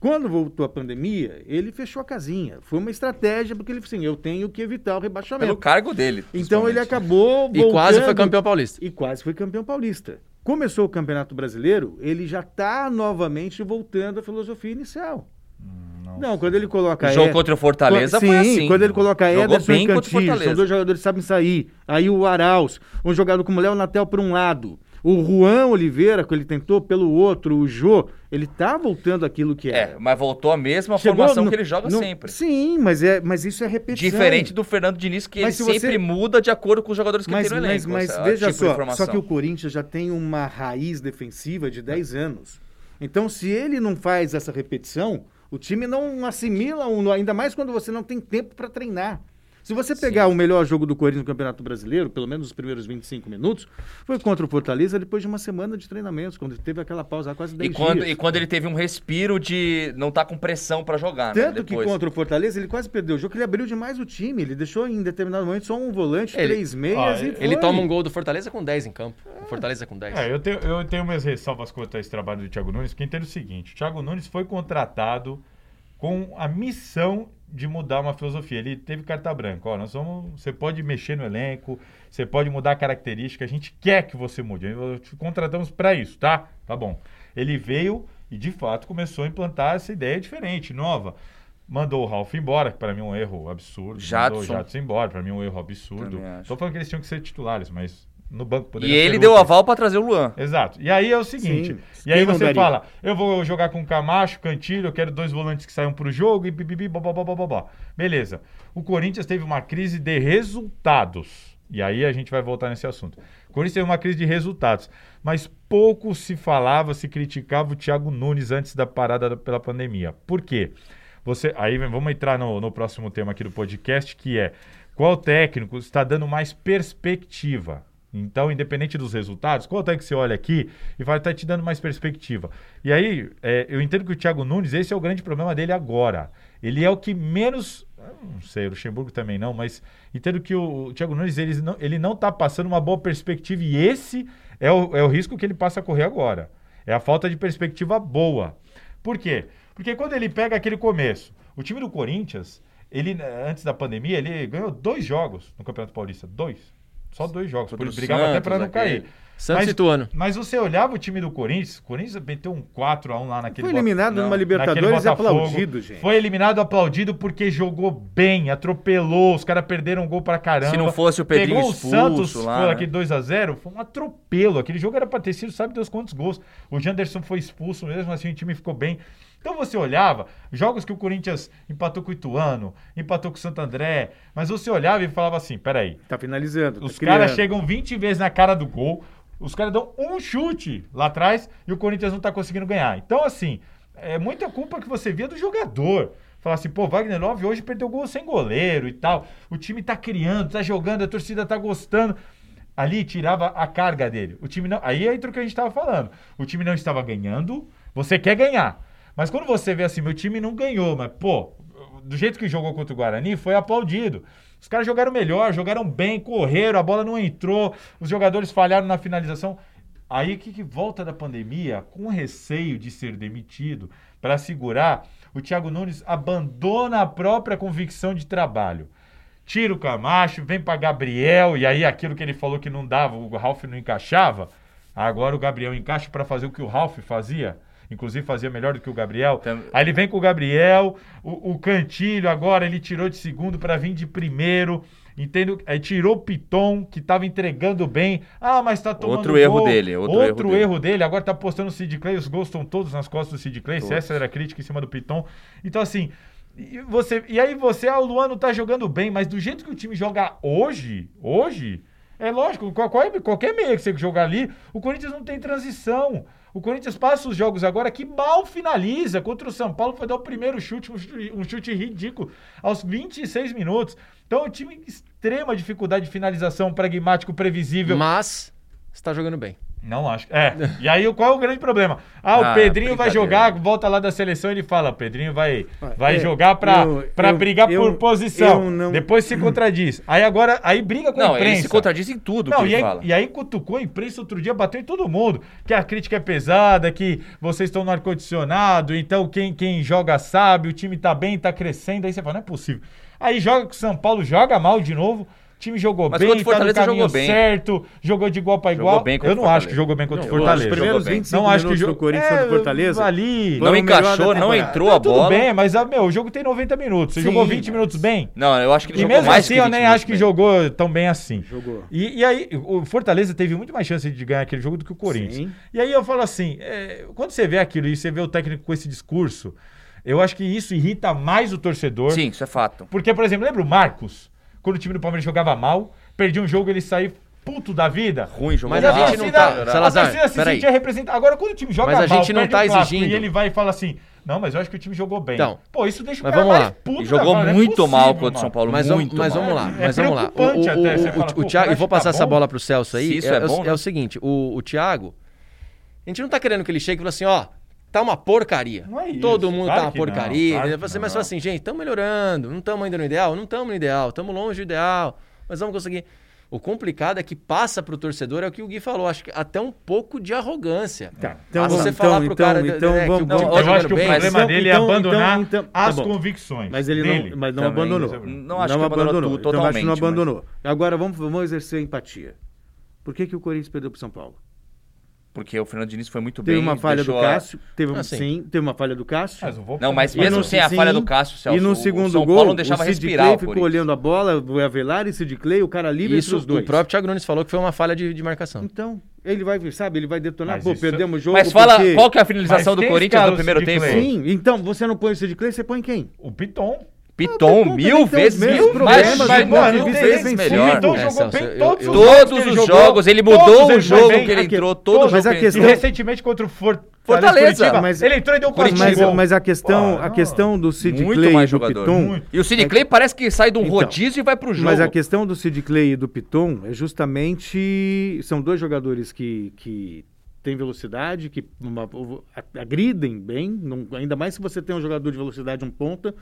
Speaker 3: Quando voltou a pandemia, ele fechou a casinha. Foi uma estratégia porque ele falou assim, eu tenho que evitar o
Speaker 4: Pelo
Speaker 3: rebaixamento.
Speaker 4: cargo dele.
Speaker 3: Então ele acabou
Speaker 1: É E quase foi
Speaker 3: voltando-
Speaker 1: campeão paulista.
Speaker 3: e quase foi campeão paulista. Começou o Campeonato Brasileiro, ele já está novamente voltando à filosofia inicial. Não, quando ele coloca...
Speaker 4: O jogo
Speaker 3: É-
Speaker 4: contra o Fortaleza
Speaker 3: Sim,
Speaker 4: foi assim.
Speaker 3: quando ele coloca
Speaker 4: Jogou
Speaker 3: Ederson
Speaker 4: bem
Speaker 3: e
Speaker 4: contra o
Speaker 3: Cantillo,
Speaker 4: Fortaleza.
Speaker 3: são dois jogadores que sabem sair. Aí o Arauz, um jogador como o Léo Natel por um lado, o Juan Oliveira, que ele tentou pelo outro, o Jô, ele tá voltando aquilo que
Speaker 4: É,
Speaker 3: era.
Speaker 4: mas voltou a mesma formação que ele joga sempre.
Speaker 3: Sim, mas, é, mas isso é repetição.
Speaker 4: Diferente do Fernando Diniz, que
Speaker 3: Mas se
Speaker 4: ele
Speaker 3: você-
Speaker 4: sempre muda de acordo com os jogadores que
Speaker 3: mas,
Speaker 4: tem no
Speaker 3: mas,
Speaker 4: elenco.
Speaker 3: mas
Speaker 4: essa-
Speaker 3: veja
Speaker 4: tipo de
Speaker 3: só,
Speaker 4: formação.
Speaker 3: só que o Corinthians já tem uma raiz defensiva de
Speaker 4: É.
Speaker 3: 10 anos. Então, se ele não faz essa repetição, o time não assimila, um, ainda mais quando você não tem tempo para treinar. Se você pegar o melhor jogo do Corinthians no Campeonato Brasileiro, pelo menos os primeiros 25 minutos, foi contra o Fortaleza depois de uma semana de treinamentos, quando teve aquela pausa há quase 10
Speaker 4: E quando,
Speaker 3: dias.
Speaker 4: e quando ele teve um respiro de não tá com pressão pra jogar, né?
Speaker 3: Tanto que
Speaker 4: depois.
Speaker 3: contra o Fortaleza ele quase perdeu o jogo, que ele abriu demais o time. Ele deixou em determinado momento só um volante,
Speaker 1: Ele-
Speaker 3: três meias
Speaker 2: Ó,
Speaker 3: e foi.
Speaker 1: Ele toma um gol do Fortaleza com 10 em campo. O Fortaleza com 10.
Speaker 2: É, eu tenho, eu tenho minhas ressalvas quanto a esse trabalho do Thiago Nunes, porque entendo o seguinte: o Thiago Nunes foi contratado com a missão de mudar uma filosofia. Ele teve carta branca. Ó, nós vamos, você pode mexer no elenco, você pode mudar a característica, a gente quer que você mude. Eu- Te contratamos para isso, tá? Tá bom. Ele veio e de fato começou a implantar essa ideia diferente, nova. Mandou o Ralf embora, que para mim é um erro absurdo. Mandou o
Speaker 4: Jadson.
Speaker 2: Jadson embora, para mim é um erro absurdo.
Speaker 4: Também acho.
Speaker 2: Tô falando que eles tinham que ser titulares, mas no banco
Speaker 4: E
Speaker 2: poderia
Speaker 4: ele
Speaker 2: ser
Speaker 4: deu
Speaker 2: útil.
Speaker 4: aval pra trazer o Luan.
Speaker 2: Exato. E aí é o seguinte.
Speaker 3: Sim.
Speaker 2: E aí
Speaker 3: Quem não
Speaker 2: você
Speaker 3: daria?
Speaker 2: fala, eu vou jogar com Camacho, Cantilho, eu quero dois volantes que saiam pro jogo e bibibi, babá. Beleza. O Corinthians teve uma crise de resultados. E aí a gente vai voltar nesse assunto. O Corinthians teve uma crise de resultados. Mas pouco se falava, se criticava o Thiago Nunes antes da parada da- pela pandemia. Por quê? Você, aí vem- vamos entrar no, no próximo tema aqui do podcast, que é qual técnico está dando mais perspectiva? Então, independente dos resultados, qual técnico você olha aqui e vai estar te dando mais perspectiva? E aí, é, eu entendo que o Thiago Nunes, esse é o grande problema dele agora. Ele é o que menos. eu Não sei, o Luxemburgo também não, mas entendo que o, o Thiago Nunes ele não, ele não está passando uma boa perspectiva e esse é o, é o risco que ele passa a correr agora. É a falta de perspectiva boa. Por quê? Porque quando ele pega aquele começo, o time do Corinthians, ele eh, antes da pandemia, ele ganhou dois jogos no Campeonato Paulista. Dois. Só dois jogos.
Speaker 4: Contra
Speaker 2: Porque
Speaker 4: o
Speaker 2: ele brigava até
Speaker 4: Santos,
Speaker 2: para não
Speaker 4: aquele.
Speaker 2: cair.
Speaker 1: Santos
Speaker 2: Mas-
Speaker 1: e Tuano.
Speaker 2: Mas você olhava o time do Corinthians, o Corinthians meteu um 4x1 lá naquele
Speaker 3: Foi
Speaker 2: Bota-
Speaker 3: eliminado
Speaker 4: Não,
Speaker 3: numa
Speaker 4: naquele
Speaker 3: Libertadores e
Speaker 2: naquele Botafogo.
Speaker 3: aplaudido, gente.
Speaker 2: Foi eliminado, aplaudido porque jogou bem, atropelou, os caras perderam um gol pra caramba.
Speaker 4: Se não fosse o Pedrinho
Speaker 2: Pegou
Speaker 4: expulso
Speaker 2: o Santos,
Speaker 4: lá,
Speaker 2: foi
Speaker 4: né?
Speaker 2: aquele 2x0, foi um atropelo. Aquele jogo era pra ter sido, sabe Deus quantos gols. O Janderson foi expulso, mesmo assim o time ficou bem. Então você olhava, jogos que o Corinthians empatou com o Ituano, empatou com o Santo André, mas você olhava e falava assim, peraí,
Speaker 3: Tá finalizando.
Speaker 2: os
Speaker 3: tá
Speaker 2: caras
Speaker 3: criando.
Speaker 2: chegam 20 vezes na cara do gol, os caras dão um chute lá atrás e o Corinthians não tá conseguindo ganhar. Então, assim, é muita culpa que você via do jogador. Falar assim, pô, Wagner Love hoje perdeu gol sem goleiro e tal. O time tá criando, tá jogando, a torcida tá gostando. Ali tirava a carga dele. O time não. Aí entra o que a gente tava falando. O time não estava ganhando, você quer ganhar. Mas quando você vê assim, meu time não ganhou, mas, pô, do jeito que jogou contra o Guarani, foi aplaudido. Os caras jogaram melhor, jogaram bem, correram, a bola não entrou, os jogadores falharam na finalização. Aí o que, que volta da pandemia, com receio de ser demitido, para segurar, o Thiago Nunes abandona a própria convicção de trabalho. Tira o Camacho, vem para Gabriel, e aí aquilo que ele falou que não dava, o Ralf não encaixava. Agora o Gabriel encaixa para fazer o que o Ralf fazia. Inclusive fazia melhor do que o Gabriel.
Speaker 4: Tam-
Speaker 2: Aí ele vem com o Gabriel, o, o Cantilho agora ele tirou de segundo para vir de primeiro. Entendo, é, tirou o Piton, que tava entregando bem. Ah, mas tá tomando
Speaker 4: Outro erro
Speaker 2: gol.
Speaker 4: dele, outro erro
Speaker 2: Outro
Speaker 4: dele.
Speaker 2: erro dele. Agora tá postando o Sid Clay, os gols estão todos nas costas do Sid Clay. Se
Speaker 4: Todos.
Speaker 2: essa era a crítica em cima do Piton. Então, assim, e, você, e aí você, ah, o Luano tá jogando bem, mas do jeito que o time joga hoje, hoje, é lógico, qual- qual- qualquer meia que você jogar ali, o Corinthians não tem transição. O Corinthians passa os jogos agora que mal finaliza. Contra o São Paulo foi dar o primeiro chute, um chute, um chute ridículo, aos 26 minutos. Então, o time em extrema dificuldade de finalização, pragmático, previsível.
Speaker 1: Mas está jogando bem.
Speaker 2: Não acho. É. E aí, qual é o grande problema? Ah, o
Speaker 4: Ah,
Speaker 2: Pedrinho vai
Speaker 4: brincadeira.
Speaker 2: jogar, volta lá da seleção e ele fala: o Pedrinho vai, vai
Speaker 3: é,
Speaker 2: jogar pra,
Speaker 3: eu-
Speaker 2: pra
Speaker 3: eu-
Speaker 2: brigar
Speaker 3: eu-
Speaker 2: por posição.
Speaker 3: eu não-
Speaker 2: Depois se contradiz. Aí agora, aí briga com
Speaker 4: Não,
Speaker 2: a imprensa.
Speaker 4: ele se contradiz em tudo
Speaker 2: Não,
Speaker 4: que
Speaker 2: e
Speaker 4: ele
Speaker 2: aí,
Speaker 4: fala.
Speaker 2: e aí cutucou a imprensa outro dia, bateu em todo mundo. Que a crítica é pesada, que vocês estão no ar-condicionado, então quem, quem joga sabe, o time tá bem, tá crescendo. Aí você fala, não é possível. Aí joga com o São Paulo, joga mal de novo. O time jogou
Speaker 4: Mas
Speaker 2: bem,
Speaker 4: contra o
Speaker 2: tá no
Speaker 4: Fortaleza
Speaker 2: caminho
Speaker 4: jogou bem.
Speaker 2: certo, jogou de igual pra
Speaker 4: Jogou
Speaker 2: igual.
Speaker 4: bem contra
Speaker 2: Eu não
Speaker 4: o
Speaker 2: acho
Speaker 4: Fortaleza.
Speaker 2: que jogou bem contra o
Speaker 4: Não, eu acho
Speaker 2: Fortaleza.
Speaker 3: Os
Speaker 4: Jogou
Speaker 3: primeiros
Speaker 4: bem.
Speaker 3: 25
Speaker 2: Não acho que
Speaker 3: minutos
Speaker 2: jogo é
Speaker 3: do Corinthians contra o Fortaleza.
Speaker 2: Ali.
Speaker 3: Foi
Speaker 4: Não
Speaker 3: o melhor
Speaker 4: encaixou,
Speaker 3: da
Speaker 4: não
Speaker 3: temporada.
Speaker 4: entrou a
Speaker 2: tudo
Speaker 4: bola.
Speaker 2: bem, mas ah, meu, o jogo tem 90 minutos. Você
Speaker 3: Sim,
Speaker 2: jogou 20
Speaker 3: mas-
Speaker 2: minutos bem.
Speaker 4: Não, eu acho que ele
Speaker 2: E
Speaker 4: jogou
Speaker 2: mesmo
Speaker 4: mais
Speaker 2: assim,
Speaker 4: que
Speaker 2: eu
Speaker 4: 20
Speaker 2: nem
Speaker 4: minutos
Speaker 2: acho que
Speaker 4: bem.
Speaker 2: jogou tão bem assim.
Speaker 3: Jogou.
Speaker 2: E, e aí, o Fortaleza teve muito mais chance de ganhar aquele jogo do que o Corinthians.
Speaker 3: Sim.
Speaker 2: E aí eu falo assim: é, quando você vê aquilo e você vê o técnico com esse discurso, eu acho que isso irrita mais o torcedor.
Speaker 4: Sim, isso é fato.
Speaker 2: Porque, por exemplo, lembra o Marcos? Quando o time do Palmeiras jogava mal, perdia um jogo, ele saiu puto da vida.
Speaker 4: Ruim, jogou
Speaker 1: Mas
Speaker 4: mal.
Speaker 1: a gente não tá-
Speaker 2: torcida-
Speaker 1: Salazar,
Speaker 2: a torcida se
Speaker 1: peraí.
Speaker 2: sentia representada. Agora, quando o time joga
Speaker 1: Mas a
Speaker 2: mal,
Speaker 1: gente não
Speaker 2: perde
Speaker 1: tá
Speaker 2: um clássico
Speaker 1: exigindo.
Speaker 2: E ele vai e fala assim, não, mas eu acho que o time jogou bem.
Speaker 1: Então.
Speaker 2: Pô, isso deixa o
Speaker 1: Mas
Speaker 2: cara
Speaker 1: vamos
Speaker 2: mais
Speaker 1: lá.
Speaker 2: puto
Speaker 4: E
Speaker 2: da
Speaker 4: jogou
Speaker 2: bola, não é
Speaker 4: muito mal
Speaker 2: possível,
Speaker 4: contra o São
Speaker 2: mano.
Speaker 4: Paulo,
Speaker 1: Mas, vamos-
Speaker 4: muito
Speaker 1: mas
Speaker 4: mal.
Speaker 1: vamos lá,
Speaker 2: É
Speaker 1: mas vamos lá. O,
Speaker 2: preocupante até, você
Speaker 1: o-
Speaker 2: fala,
Speaker 1: o
Speaker 2: pô,
Speaker 1: Thiago,
Speaker 2: será
Speaker 1: eu vou
Speaker 2: que tá
Speaker 1: passar essa
Speaker 2: bom?
Speaker 1: bola pro Celso aí.
Speaker 4: Se isso
Speaker 1: é,
Speaker 4: é
Speaker 1: é o-
Speaker 2: né?
Speaker 4: bom,
Speaker 1: é o seguinte, o, o Thiago, a gente não tá querendo que ele chegue e fale assim, ó, tá uma porcaria.
Speaker 2: Não é isso,
Speaker 1: Todo mundo
Speaker 2: claro
Speaker 1: tá uma
Speaker 2: que não,
Speaker 1: porcaria.
Speaker 2: claro
Speaker 1: Ele
Speaker 2: que
Speaker 1: vai ser-
Speaker 2: não.
Speaker 1: mas fala assim, gente, estamos melhorando, não estamos ainda no ideal, não estamos no ideal, estamos longe do ideal, mas vamos conseguir. O complicado é que passa pro torcedor, é o que o Gui falou, acho que até um pouco de arrogância.
Speaker 3: Tá, então
Speaker 1: Ah,
Speaker 3: vamos-
Speaker 1: você falar
Speaker 3: então,
Speaker 1: pro cara
Speaker 3: então,
Speaker 1: do-
Speaker 4: é
Speaker 1: né, que
Speaker 3: vamos-
Speaker 1: o time tá
Speaker 3: não,
Speaker 4: eu acho
Speaker 2: Eu
Speaker 1: jogando
Speaker 2: acho que o
Speaker 1: bem.
Speaker 2: problema
Speaker 3: Então,
Speaker 2: dele é
Speaker 3: então,
Speaker 2: abandonar
Speaker 3: então, tá
Speaker 2: as
Speaker 3: bom.
Speaker 2: convicções.
Speaker 3: Mas ele
Speaker 2: dele. é
Speaker 3: não, mas não
Speaker 4: Também,
Speaker 3: abandonou.
Speaker 4: não acho que abandonou
Speaker 3: abandonou.
Speaker 4: tudo,
Speaker 3: Então, acho que não
Speaker 4: totalmente,
Speaker 3: abandonou. Agora vamos, vamos exercer a empatia. Por que, que o Corinthians perdeu para São Paulo?
Speaker 4: Porque o Fernando Diniz foi muito bem.
Speaker 3: Teve uma falha do
Speaker 4: deixou a-
Speaker 3: Cássio. Teve, um-
Speaker 1: Ah, sim.
Speaker 3: sim, teve uma falha do Cássio.
Speaker 2: Mas eu vou-
Speaker 4: Não, mas
Speaker 3: E
Speaker 4: mesmo
Speaker 3: no-
Speaker 4: sem a
Speaker 3: sim,
Speaker 4: falha do Cássio, Celso,
Speaker 3: e no
Speaker 4: o-
Speaker 3: segundo
Speaker 4: o São
Speaker 3: gol,
Speaker 4: Paulo não deixava
Speaker 3: o Sid
Speaker 4: respirar
Speaker 3: Clay
Speaker 4: o
Speaker 3: ficou
Speaker 4: Corinthians.
Speaker 3: olhando a bola, o Avelar e o Sid Clay, o cara livre entre
Speaker 1: Isso
Speaker 3: os dois.
Speaker 1: o próprio Thiago Nunes falou que foi uma falha de, de marcação.
Speaker 3: Então, ele vai, sabe, ele vai detonar.
Speaker 2: Mas
Speaker 3: Pô,
Speaker 2: isso-
Speaker 3: perdemos o jogo
Speaker 4: Mas fala
Speaker 3: porque...
Speaker 4: qual que é a finalização
Speaker 2: Mas
Speaker 4: do
Speaker 2: quem
Speaker 4: Corinthians
Speaker 2: escala
Speaker 4: no
Speaker 2: o
Speaker 4: primeiro
Speaker 2: Sid
Speaker 4: tempo?
Speaker 2: Clay?
Speaker 3: Sim, então, você não põe o Sid Clay, você põe quem?
Speaker 2: O Piton.
Speaker 4: Piton,
Speaker 3: Piton
Speaker 4: mil
Speaker 3: também tem
Speaker 4: vezes,
Speaker 3: os mesmos
Speaker 4: mil
Speaker 3: problemas,
Speaker 4: mais,
Speaker 3: mas,
Speaker 4: mais,
Speaker 3: pô,
Speaker 4: mais,
Speaker 3: não
Speaker 4: mil
Speaker 3: tem
Speaker 4: vezes
Speaker 3: esse
Speaker 2: O
Speaker 4: melhor.
Speaker 2: Piton
Speaker 1: É,
Speaker 2: jogou
Speaker 1: Celso,
Speaker 2: bem
Speaker 1: eu-
Speaker 2: todos
Speaker 1: eu-
Speaker 2: os jogos.
Speaker 4: Todos
Speaker 2: que
Speaker 4: os
Speaker 2: jogou,
Speaker 4: jogos, ele mudou
Speaker 2: todos
Speaker 4: o
Speaker 2: eles foi
Speaker 4: jogo
Speaker 2: bem.
Speaker 4: que ele
Speaker 3: Aqui-
Speaker 4: entrou, todo
Speaker 3: Mas
Speaker 4: jogo
Speaker 3: a
Speaker 4: que
Speaker 2: E
Speaker 4: ele entrou.
Speaker 3: questão-
Speaker 2: recentemente contra o Fortaleza.
Speaker 4: Fortaleza,
Speaker 2: Curitiba,
Speaker 3: mas-
Speaker 2: ele entrou e deu o
Speaker 4: é?
Speaker 3: Mas,
Speaker 2: Corinthians. gol.
Speaker 3: mas a questão,
Speaker 2: Pô,
Speaker 3: a
Speaker 2: não.
Speaker 3: questão do Sid
Speaker 4: Muito
Speaker 3: Clay e do
Speaker 4: mais jogador.
Speaker 3: Piton...
Speaker 2: Muito.
Speaker 4: E o Sid Clay parece que sai de um
Speaker 3: Então,
Speaker 4: rodízio e vai pro jogo.
Speaker 3: Mas a questão do Sid Clay e do Piton é justamente. São dois jogadores que, que têm velocidade, que uma- a- agridem bem. não- ainda mais se você tem um jogador de velocidade, um ponta,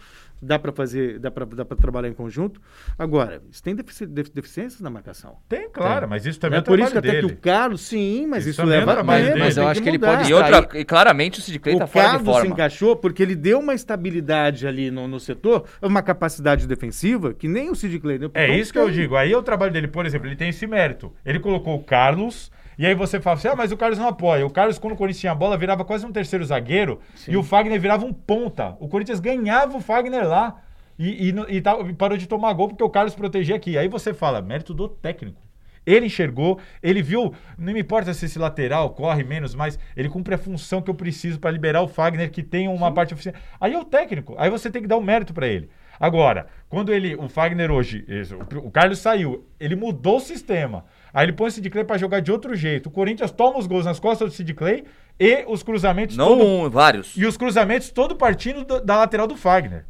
Speaker 3: dá para fazer, dá para dá pra trabalhar em conjunto. Agora, isso tem defici- def- deficiências na marcação.
Speaker 2: Tem, claro, mas isso também
Speaker 3: é
Speaker 2: é,
Speaker 3: por isso que
Speaker 2: trabalho
Speaker 3: até que
Speaker 2: dele.
Speaker 3: o Carlos, sim, mas
Speaker 2: Isso
Speaker 3: isso,
Speaker 2: também é
Speaker 3: leva
Speaker 2: trabalho
Speaker 3: tempo.
Speaker 2: dele.
Speaker 1: Mas eu
Speaker 3: tem
Speaker 1: acho que ele
Speaker 3: mudar.
Speaker 1: pode
Speaker 4: E outra, e claramente o Sid Clay tá
Speaker 3: O
Speaker 4: fora de
Speaker 3: Carlos se
Speaker 4: forma.
Speaker 3: encaixou porque ele deu uma estabilidade ali no, no setor, uma capacidade defensiva que nem o Sid Clay. nem o
Speaker 2: É
Speaker 3: Piton
Speaker 2: isso que eu
Speaker 3: tem.
Speaker 2: digo. Aí é o trabalho dele, por exemplo, ele tem esse mérito. Ele colocou o Carlos, e aí você fala assim: ah, mas o Carlos não apoia. O Carlos, quando o Corinthians tinha a bola, virava quase um terceiro zagueiro e o Fagner virava um ponta. O Corinthians ganhava o Fagner lá e, e no- e tal- e parou de tomar gol porque o Carlos protegia aqui. Aí você fala: mérito do técnico. Ele enxergou, ele viu, não me importa se esse lateral corre menos, mas ele cumpre a função que eu preciso para liberar o Fagner, que tem uma parte oficial. Aí é o técnico, aí você tem que dar um mérito para ele. Agora, quando ele, o Fagner hoje, esse, o, o Carlos saiu, ele mudou o sistema. Aí ele põe o Sid Clay para jogar de outro jeito. O Corinthians toma os gols nas costas do Sid Clay e os cruzamentos
Speaker 4: Não
Speaker 2: todo-
Speaker 4: um, vários.
Speaker 2: e os cruzamentos todo partindo do- da lateral do Fagner.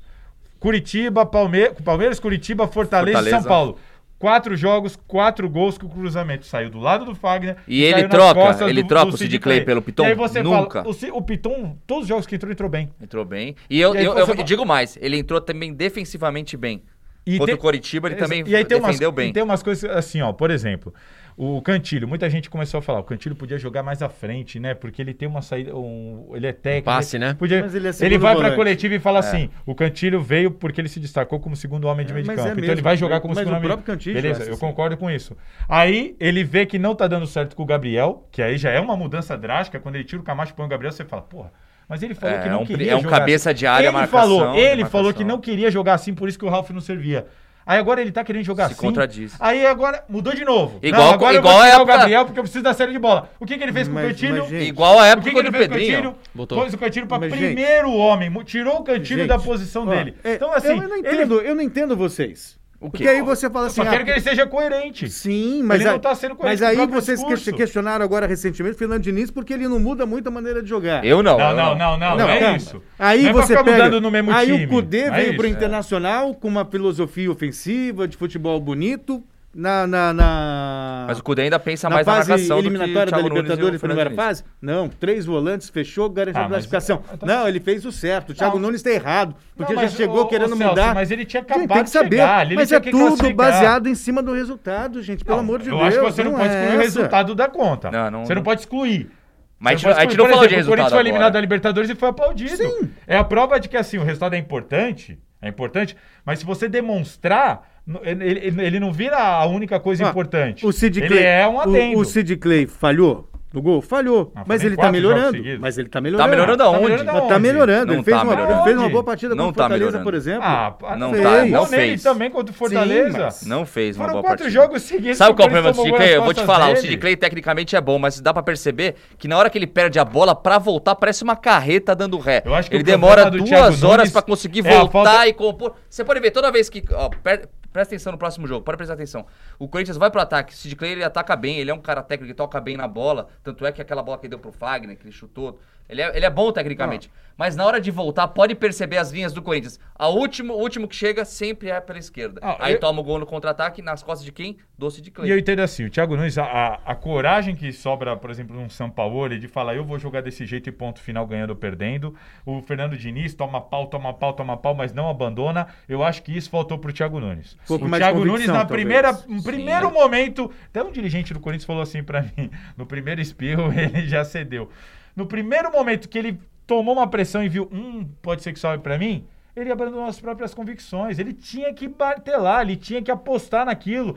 Speaker 2: Curitiba, Palme- Palmeiras, Curitiba, Fortaleza, e
Speaker 4: Fortaleza.
Speaker 2: São Paulo. Quatro jogos, quatro gols com o cruzamento. Saiu do lado do Fagner.
Speaker 4: E ele
Speaker 2: saiu nas
Speaker 4: troca,
Speaker 2: costas
Speaker 4: ele troca o Sid Clay pelo Piton?
Speaker 2: E aí você
Speaker 4: Nunca.
Speaker 2: fala, o, Ci- o Piton, todos os jogos que entrou, entrou bem.
Speaker 4: Entrou bem. E eu,
Speaker 2: E aí
Speaker 4: eu,
Speaker 2: você-
Speaker 4: eu digo mais, ele entrou também defensivamente bem.
Speaker 2: E
Speaker 4: Contra
Speaker 2: tem-
Speaker 4: o Coritiba ele
Speaker 2: Exa-
Speaker 4: também
Speaker 2: e aí tem umas,
Speaker 4: defendeu
Speaker 2: E
Speaker 4: bem.
Speaker 2: tem umas coisas assim, ó. Por exemplo, o Cantilho. Muita gente começou a falar, o Cantilho podia jogar mais à frente, né? Porque ele tem uma saída, um, ele é técnico.
Speaker 1: passe,
Speaker 2: ele-
Speaker 1: né?
Speaker 2: podia-
Speaker 3: Mas
Speaker 2: ele,
Speaker 3: ele é segundo
Speaker 2: vai pra
Speaker 3: volante.
Speaker 2: coletiva e
Speaker 4: É.
Speaker 2: fala assim, o Cantilho veio porque ele se destacou como segundo homem de
Speaker 3: É,
Speaker 2: meio de
Speaker 3: mas
Speaker 2: campo.
Speaker 3: é
Speaker 2: então ele
Speaker 3: mesmo.
Speaker 2: vai jogar como
Speaker 3: Mas
Speaker 2: segundo
Speaker 3: o
Speaker 2: homem.
Speaker 3: próprio Cantilho
Speaker 2: Beleza,
Speaker 3: é assim.
Speaker 2: eu concordo com isso. Aí ele vê que não tá dando certo com o Gabriel, que aí já é uma mudança drástica. Quando ele tira o Camacho e põe o Gabriel, você fala, porra, mas ele falou
Speaker 4: É,
Speaker 2: que não
Speaker 4: é um pri-
Speaker 2: queria
Speaker 4: é um
Speaker 2: jogar
Speaker 4: cabeça
Speaker 2: assim.
Speaker 4: de área,
Speaker 2: ele
Speaker 4: marcação,
Speaker 2: falou, ele
Speaker 4: marcação.
Speaker 2: falou que não queria jogar assim, por isso que o Ralf não servia. Aí agora ele tá querendo jogar
Speaker 4: Se
Speaker 2: assim.
Speaker 4: contradiz.
Speaker 2: Aí agora mudou de novo.
Speaker 4: Igual-
Speaker 2: não, agora eu
Speaker 4: igual é
Speaker 2: vou
Speaker 4: a
Speaker 2: tirar o
Speaker 4: época-
Speaker 2: Gabriel porque eu preciso da série de bola. O que, que ele fez com o
Speaker 3: Mas-
Speaker 2: Cantilho?
Speaker 3: mas, gente,
Speaker 4: Igual a
Speaker 2: o um- que,
Speaker 4: época
Speaker 2: que ele
Speaker 4: do
Speaker 2: fez com o
Speaker 4: Pedrinho.
Speaker 2: Cantilho?
Speaker 1: Botou.
Speaker 2: Pôs o Cantilho pra
Speaker 3: Mas, gente-
Speaker 2: primeiro homem. mu- Tirou o Cantilho
Speaker 3: Gente,
Speaker 2: da posição
Speaker 3: ó,
Speaker 2: dele.
Speaker 3: é,
Speaker 2: então assim,
Speaker 3: eu não
Speaker 2: ele
Speaker 3: entendo, eu não entendo vocês.
Speaker 4: O
Speaker 3: Porque
Speaker 4: quê?
Speaker 3: aí você fala
Speaker 2: eu
Speaker 3: assim,
Speaker 2: só quero
Speaker 3: ah,
Speaker 2: que ele seja coerente.
Speaker 3: Sim, mas,
Speaker 2: Ele não
Speaker 3: a-
Speaker 2: tá sendo coerente
Speaker 3: mas
Speaker 2: com o
Speaker 3: aí
Speaker 2: próprio
Speaker 3: vocês que-
Speaker 2: discurso.
Speaker 3: questionaram agora recentemente o Fernando Diniz porque ele não muda muito a maneira de jogar.
Speaker 4: Eu não.
Speaker 2: Não,
Speaker 4: eu
Speaker 2: não, não, não, não, é
Speaker 3: calma.
Speaker 2: isso.
Speaker 3: Aí
Speaker 2: Não é pra
Speaker 3: você
Speaker 2: ficar
Speaker 3: pega,
Speaker 2: mudando no mesmo
Speaker 3: aí
Speaker 2: time.
Speaker 3: o Cudê
Speaker 2: Não é
Speaker 3: veio pro
Speaker 2: isso.
Speaker 3: Internacional com uma filosofia ofensiva, de futebol bonito, na... na, na...
Speaker 4: Mas o Cudê ainda pensa
Speaker 3: na
Speaker 4: mais na
Speaker 3: fase
Speaker 4: marcação
Speaker 3: eliminatória
Speaker 4: do
Speaker 3: da
Speaker 4: que o Thiago Nunes e o
Speaker 3: Libertadores,
Speaker 4: Fernando
Speaker 3: primeira
Speaker 4: Diniz.
Speaker 3: fase? Não, três volantes, fechou, garantiu
Speaker 2: Ah,
Speaker 3: a
Speaker 2: mas-
Speaker 3: classificação.
Speaker 2: eu tô-
Speaker 3: Não, ele fez o certo. O Thiago
Speaker 2: Não.
Speaker 3: Nunes está errado, porque
Speaker 2: Não,
Speaker 3: já
Speaker 2: mas,
Speaker 3: chegou
Speaker 2: ô, ô,
Speaker 3: querendo
Speaker 2: Celso,
Speaker 3: mudar.
Speaker 2: Mas ele tinha acabado
Speaker 3: Gente, tem que
Speaker 2: de
Speaker 3: saber.
Speaker 2: chegar. ali, ele
Speaker 3: mas
Speaker 2: tinha
Speaker 3: é
Speaker 2: que
Speaker 3: tudo
Speaker 2: classificar.
Speaker 3: baseado em cima do resultado, gente. Pelo amor de
Speaker 2: eu
Speaker 3: Deus.
Speaker 2: acho que você não, pode
Speaker 3: é
Speaker 2: excluir o
Speaker 3: essa.
Speaker 2: resultado da conta.
Speaker 4: Não, não-
Speaker 2: você não pode excluir.
Speaker 4: Mas a
Speaker 2: Você
Speaker 4: gente, a gente não
Speaker 2: pode excluir. Por exemplo, O
Speaker 4: falou de
Speaker 2: Corinthians
Speaker 4: resultado
Speaker 2: foi eliminado da
Speaker 4: agora.
Speaker 2: Libertadores e foi aplaudido. É a prova de que assim, o resultado é importante, é importante, mas se você demonstrar, n- ele, ele- ele não vira a única coisa
Speaker 3: Ó,
Speaker 2: importante.
Speaker 3: Ah, O Sid
Speaker 2: ele
Speaker 3: Clay,
Speaker 2: é um adendo.
Speaker 3: O, o Sid Clay falhou no gol? Falhou.
Speaker 2: Ah,
Speaker 3: mas
Speaker 2: tem
Speaker 3: ele tá
Speaker 2: quatro jogos
Speaker 3: melhorando.
Speaker 2: seguidos.
Speaker 3: Mas ele tá
Speaker 4: Tá
Speaker 3: melhorando.
Speaker 4: melhorando
Speaker 2: Tá
Speaker 4: aonde?
Speaker 2: melhorando aonde?
Speaker 3: Tá melhorando. né,
Speaker 4: Não
Speaker 3: Ele fez,
Speaker 4: tá
Speaker 3: uma, ele
Speaker 2: melhorando.
Speaker 3: fez uma boa partida
Speaker 4: Não
Speaker 3: contra o
Speaker 4: tá
Speaker 3: Fortaleza,
Speaker 4: melhorando.
Speaker 3: por exemplo.
Speaker 2: Ah, pá,
Speaker 4: Não
Speaker 2: fez.
Speaker 3: tá,
Speaker 4: não
Speaker 2: Não nele
Speaker 4: fez.
Speaker 2: também contra o Fortaleza.
Speaker 3: mas-
Speaker 4: Não fez uma
Speaker 2: Foram
Speaker 4: boa
Speaker 2: quatro
Speaker 4: partida.
Speaker 2: jogos seguidos.
Speaker 4: Sabe
Speaker 2: que
Speaker 4: qual é o problema do
Speaker 2: Corinthians
Speaker 4: Sid
Speaker 2: tomou
Speaker 4: Clay?
Speaker 2: nas
Speaker 4: Eu vou te
Speaker 2: costas
Speaker 4: falar, o
Speaker 2: dele.
Speaker 4: Sid Clay tecnicamente é bom, mas dá pra perceber que na hora que ele perde a bola, pra voltar parece uma carreta dando ré.
Speaker 2: Eu acho que
Speaker 4: ele
Speaker 2: o problema
Speaker 4: demora
Speaker 2: do
Speaker 4: duas
Speaker 2: Thiago
Speaker 4: horas
Speaker 2: Nunes
Speaker 4: pra conseguir
Speaker 2: é a
Speaker 4: voltar
Speaker 2: falta-
Speaker 4: e compor. Você pode ver, toda vez que... ó, pre- Presta atenção no próximo jogo, pode prestar atenção. O Corinthians vai pro ataque, o Sid Clay ele ataca bem, ele é um cara técnico, ele toca bem na bola, tanto é que aquela bola que ele deu pro Fagner, que ele chutou, ele é, ele é bom tecnicamente.
Speaker 3: Ah.
Speaker 4: Mas na hora de voltar, pode perceber as linhas do Corinthians. A último, o último que chega sempre é pela esquerda.
Speaker 2: Ah,
Speaker 4: Aí
Speaker 2: eu-
Speaker 4: toma o gol no contra-ataque, nas costas de quem? Do Sid Clay.
Speaker 2: E eu entendo assim, o Thiago Nunes, a, a- a coragem que sobra, por exemplo, num São Paulo, ele de falar, eu vou jogar desse jeito e ponto final, ganhando ou perdendo. O Fernando Diniz toma pau, toma pau, toma pau, mas não abandona. Eu acho que isso faltou pro Thiago Nunes.
Speaker 3: Um pouco
Speaker 2: o
Speaker 3: mais de
Speaker 2: Thiago Nunes,
Speaker 3: convicção,
Speaker 2: na
Speaker 3: talvez.
Speaker 2: primeira, no primeiro momento, até um dirigente do Corinthians falou assim pra mim, no primeiro espirro ele já cedeu. No primeiro momento que ele tomou uma pressão e viu, hum, pode ser que sobe pra mim, ele abandonou as próprias convicções. Ele tinha que martelar, ele tinha que apostar naquilo.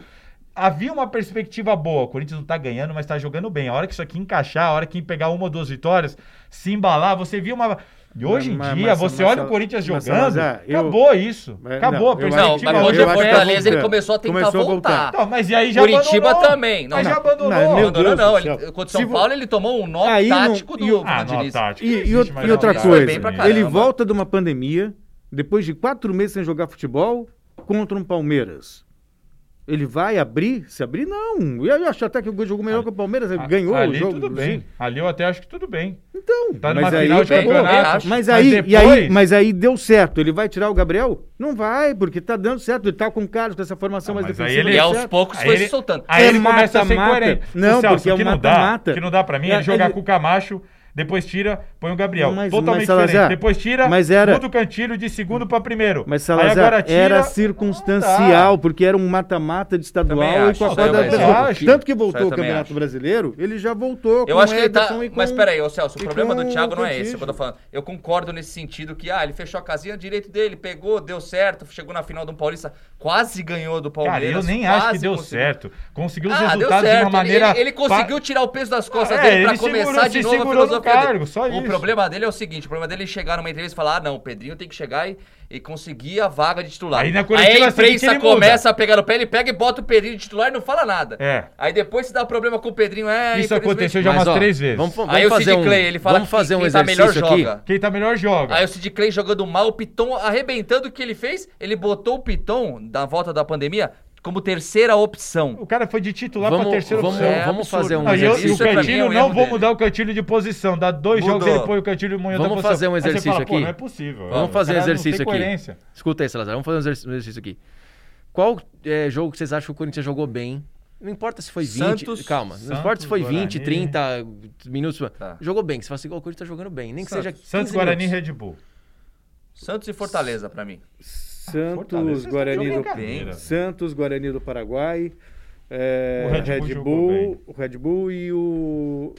Speaker 2: Havia uma perspectiva boa. O Corinthians não tá ganhando, mas tá jogando bem. A hora que isso aqui encaixar, a hora que pegar uma ou duas vitórias, se embalar, você viu uma. E hoje em
Speaker 3: Mas- mas-
Speaker 2: dia,
Speaker 3: mas-
Speaker 2: você
Speaker 3: mas-
Speaker 2: olha o Corinthians
Speaker 3: mas-
Speaker 2: jogando.
Speaker 3: mas, ah, eu-
Speaker 2: acabou isso.
Speaker 3: Mas-
Speaker 2: Acabou a
Speaker 3: não, eu acho
Speaker 4: Não,
Speaker 2: perspectiva.
Speaker 4: mas
Speaker 2: hoje
Speaker 4: contra
Speaker 2: é
Speaker 3: eu acho
Speaker 4: o
Speaker 3: que
Speaker 2: boa.
Speaker 3: tá
Speaker 4: Fortaleza ele
Speaker 3: voltando.
Speaker 4: começou a tentar
Speaker 3: Começou a
Speaker 4: voltar.
Speaker 3: voltar.
Speaker 2: Não, mas e aí já
Speaker 4: Curitiba
Speaker 2: abandonou.
Speaker 4: também, não,
Speaker 2: mas já
Speaker 4: não.
Speaker 2: abandonou. Ah,
Speaker 3: Não, é meu
Speaker 4: Abandonou
Speaker 3: Deus
Speaker 4: não,
Speaker 3: do
Speaker 4: ele,
Speaker 3: céu.
Speaker 4: contra o
Speaker 3: Se
Speaker 4: São
Speaker 3: vo-
Speaker 4: Paulo ele tomou um nó
Speaker 3: Aí não- tá,
Speaker 4: tático
Speaker 3: e
Speaker 4: do
Speaker 3: o-
Speaker 2: Ah,
Speaker 4: Fernando
Speaker 2: não,
Speaker 4: Diniz.
Speaker 2: tático.
Speaker 3: E,
Speaker 2: não
Speaker 3: e
Speaker 2: existe
Speaker 3: out-
Speaker 2: mais
Speaker 3: e outra
Speaker 2: não,
Speaker 4: Diniz. Foi
Speaker 3: coisa,
Speaker 4: bem pra caramba.
Speaker 3: ele volta de uma pandemia, depois de quatro meses sem jogar futebol, contra um Palmeiras. Ele vai abrir? Se abrir, não. Eu acho até que o Gol jogou melhor que o Palmeiras. Ele
Speaker 2: A-
Speaker 3: ganhou
Speaker 2: ali
Speaker 3: o jogo.
Speaker 2: tudo bem.
Speaker 3: sim.
Speaker 2: Ali eu até acho que tudo bem.
Speaker 3: Então,
Speaker 2: Tá numa
Speaker 3: mas aí,
Speaker 2: final de
Speaker 4: bem,
Speaker 2: campeonato.
Speaker 4: eu acho.
Speaker 3: mas aí,
Speaker 2: depois,
Speaker 3: e aí, mas aí deu certo. Ele vai tirar o Gabriel? Não vai, porque tá dando certo. Ele tá com o Carlos, com essa formação
Speaker 2: Ah,
Speaker 3: mais
Speaker 2: mas
Speaker 3: defensiva.
Speaker 2: aí ele-
Speaker 4: E
Speaker 3: deu
Speaker 4: aos
Speaker 3: certo.
Speaker 4: poucos
Speaker 2: Aí
Speaker 4: foi
Speaker 2: ele-
Speaker 4: se soltando.
Speaker 2: Aí
Speaker 3: É
Speaker 2: ele começa a ser
Speaker 3: mata-mata.
Speaker 2: incoerente.
Speaker 3: Não,
Speaker 2: O
Speaker 3: porque é
Speaker 2: que
Speaker 3: um
Speaker 2: não dá,
Speaker 3: mata-mata.
Speaker 2: que não dá pra mim,
Speaker 3: É,
Speaker 2: ele jogar
Speaker 3: ele-
Speaker 2: com o Camacho, depois tira, põe o Gabriel.
Speaker 3: Mas-
Speaker 2: Totalmente
Speaker 3: mas,
Speaker 2: diferente.
Speaker 3: Salazar,
Speaker 2: depois tira,
Speaker 3: mas era-
Speaker 2: muda o Cantilho de segundo pra primeiro.
Speaker 3: Mas
Speaker 2: Aí
Speaker 3: Salazar
Speaker 2: agora tira,
Speaker 3: era
Speaker 2: não
Speaker 3: circunstancial,
Speaker 2: dá.
Speaker 3: porque era um mata-mata de
Speaker 4: Também
Speaker 3: estadual
Speaker 4: acho,
Speaker 3: e com a
Speaker 4: isso aí
Speaker 3: roda
Speaker 2: eu também
Speaker 3: da
Speaker 4: acho.
Speaker 3: Tanto que
Speaker 4: Isso aí
Speaker 3: voltou
Speaker 4: eu
Speaker 3: o
Speaker 4: também
Speaker 3: Campeonato
Speaker 4: acho.
Speaker 3: Brasileiro, ele já voltou
Speaker 4: Eu
Speaker 3: com
Speaker 4: acho que ele tá.
Speaker 3: Ederson e com...
Speaker 4: Mas peraí, ô Celso, o
Speaker 3: e
Speaker 4: problema do
Speaker 3: com
Speaker 4: Thiago não é esse,
Speaker 3: Cantígio.
Speaker 4: é o que eu tô falando. Eu concordo nesse sentido que, ah, ele fechou a casinha direito dele, pegou, deu certo, chegou na final do Paulista, quase ganhou do
Speaker 2: Cara, eu
Speaker 4: Palmeiras.
Speaker 2: nem acho que
Speaker 4: quase
Speaker 2: deu
Speaker 4: conseguiu.
Speaker 2: certo. Conseguiu os
Speaker 4: Ah, deu
Speaker 2: resultados de
Speaker 4: certo.
Speaker 2: uma maneira.
Speaker 4: ele, ele, ele conseguiu
Speaker 2: pa-
Speaker 4: tirar o peso das costas
Speaker 2: É,
Speaker 4: dele pra
Speaker 2: ele
Speaker 4: começar
Speaker 2: segurou-
Speaker 4: de
Speaker 2: se
Speaker 4: novo a
Speaker 2: segurou no
Speaker 4: filosofia dele.
Speaker 2: cargo, só
Speaker 4: O
Speaker 2: isso.
Speaker 4: problema dele é o seguinte, o problema dele é chegar numa entrevista e falar, ah, não, o Pedrinho tem que chegar e, e conseguir a vaga de titular.
Speaker 2: Aí na coletiva
Speaker 4: a
Speaker 2: você vê que
Speaker 4: imprensa
Speaker 2: ele muda.
Speaker 4: começa a pegar no pé, ele pega e bota o Pedrinho de titular e não fala nada.
Speaker 2: É.
Speaker 4: Aí depois se dá problema com o Pedrinho, é...
Speaker 2: Isso
Speaker 4: infelizmente-
Speaker 2: aconteceu já umas três vezes.
Speaker 1: Vamos, vamos
Speaker 4: Aí o
Speaker 1: fazer
Speaker 4: Sid
Speaker 1: um,
Speaker 4: Clay, ele fala
Speaker 1: vamos
Speaker 4: que
Speaker 1: fazer um
Speaker 4: quem tá melhor
Speaker 1: exercício aqui.
Speaker 4: joga.
Speaker 2: Quem tá melhor joga.
Speaker 4: Aí o Sid Clay jogando mal, o Piton arrebentando o que ele fez, ele botou o Piton, na volta da pandemia, como terceira opção.
Speaker 2: O cara foi de titular pra
Speaker 1: Vamos,
Speaker 2: terceira
Speaker 1: vamos,
Speaker 2: opção.
Speaker 4: É
Speaker 1: vamos fazer um
Speaker 4: absurdo.
Speaker 2: Não, e eu- e
Speaker 1: exercício
Speaker 2: o
Speaker 4: Isso pra mim é
Speaker 2: Cantilho
Speaker 4: um
Speaker 2: não
Speaker 4: erro
Speaker 2: vou
Speaker 4: dele.
Speaker 2: mudar o Cantilho de posição. Dá dois
Speaker 4: Mudou.
Speaker 2: jogos, ele põe o Cantilho em uma outra
Speaker 1: Vamos
Speaker 2: posição.
Speaker 1: fazer um
Speaker 2: Aí você
Speaker 1: exercício
Speaker 2: fala, pô,
Speaker 1: aqui?
Speaker 2: não é possível.
Speaker 1: Vamos fazer um
Speaker 2: Cara, não tem
Speaker 1: exercício aqui.
Speaker 2: coerência.
Speaker 1: Escuta aí, Salazar, vamos fazer um exer- um exercício aqui. Qual é, jogo que vocês acham que o Corinthians jogou bem? Não importa se foi 20.
Speaker 4: Santos-
Speaker 1: calma. não
Speaker 2: Santos,
Speaker 1: importa se foi 20,
Speaker 2: Guarani.
Speaker 1: 30 minutos.
Speaker 4: Tá.
Speaker 1: Jogou bem. Você fala assim, "Ó, o Corinthians tá jogando bem. Nem que
Speaker 4: Santos-
Speaker 1: seja 15
Speaker 2: Santos, Guarani e
Speaker 1: minutos.
Speaker 2: Red Bull.
Speaker 4: Santos e Fortaleza pra mim.
Speaker 2: Fortaleza,
Speaker 3: Santos,
Speaker 2: vocês
Speaker 3: Guarani
Speaker 2: estão
Speaker 3: do
Speaker 2: de brincadeira.
Speaker 3: Santos, Guarani do Paraguai, é,
Speaker 2: O Red Bull
Speaker 3: Red
Speaker 2: jogou bem.
Speaker 3: Bull, o Red Bull e o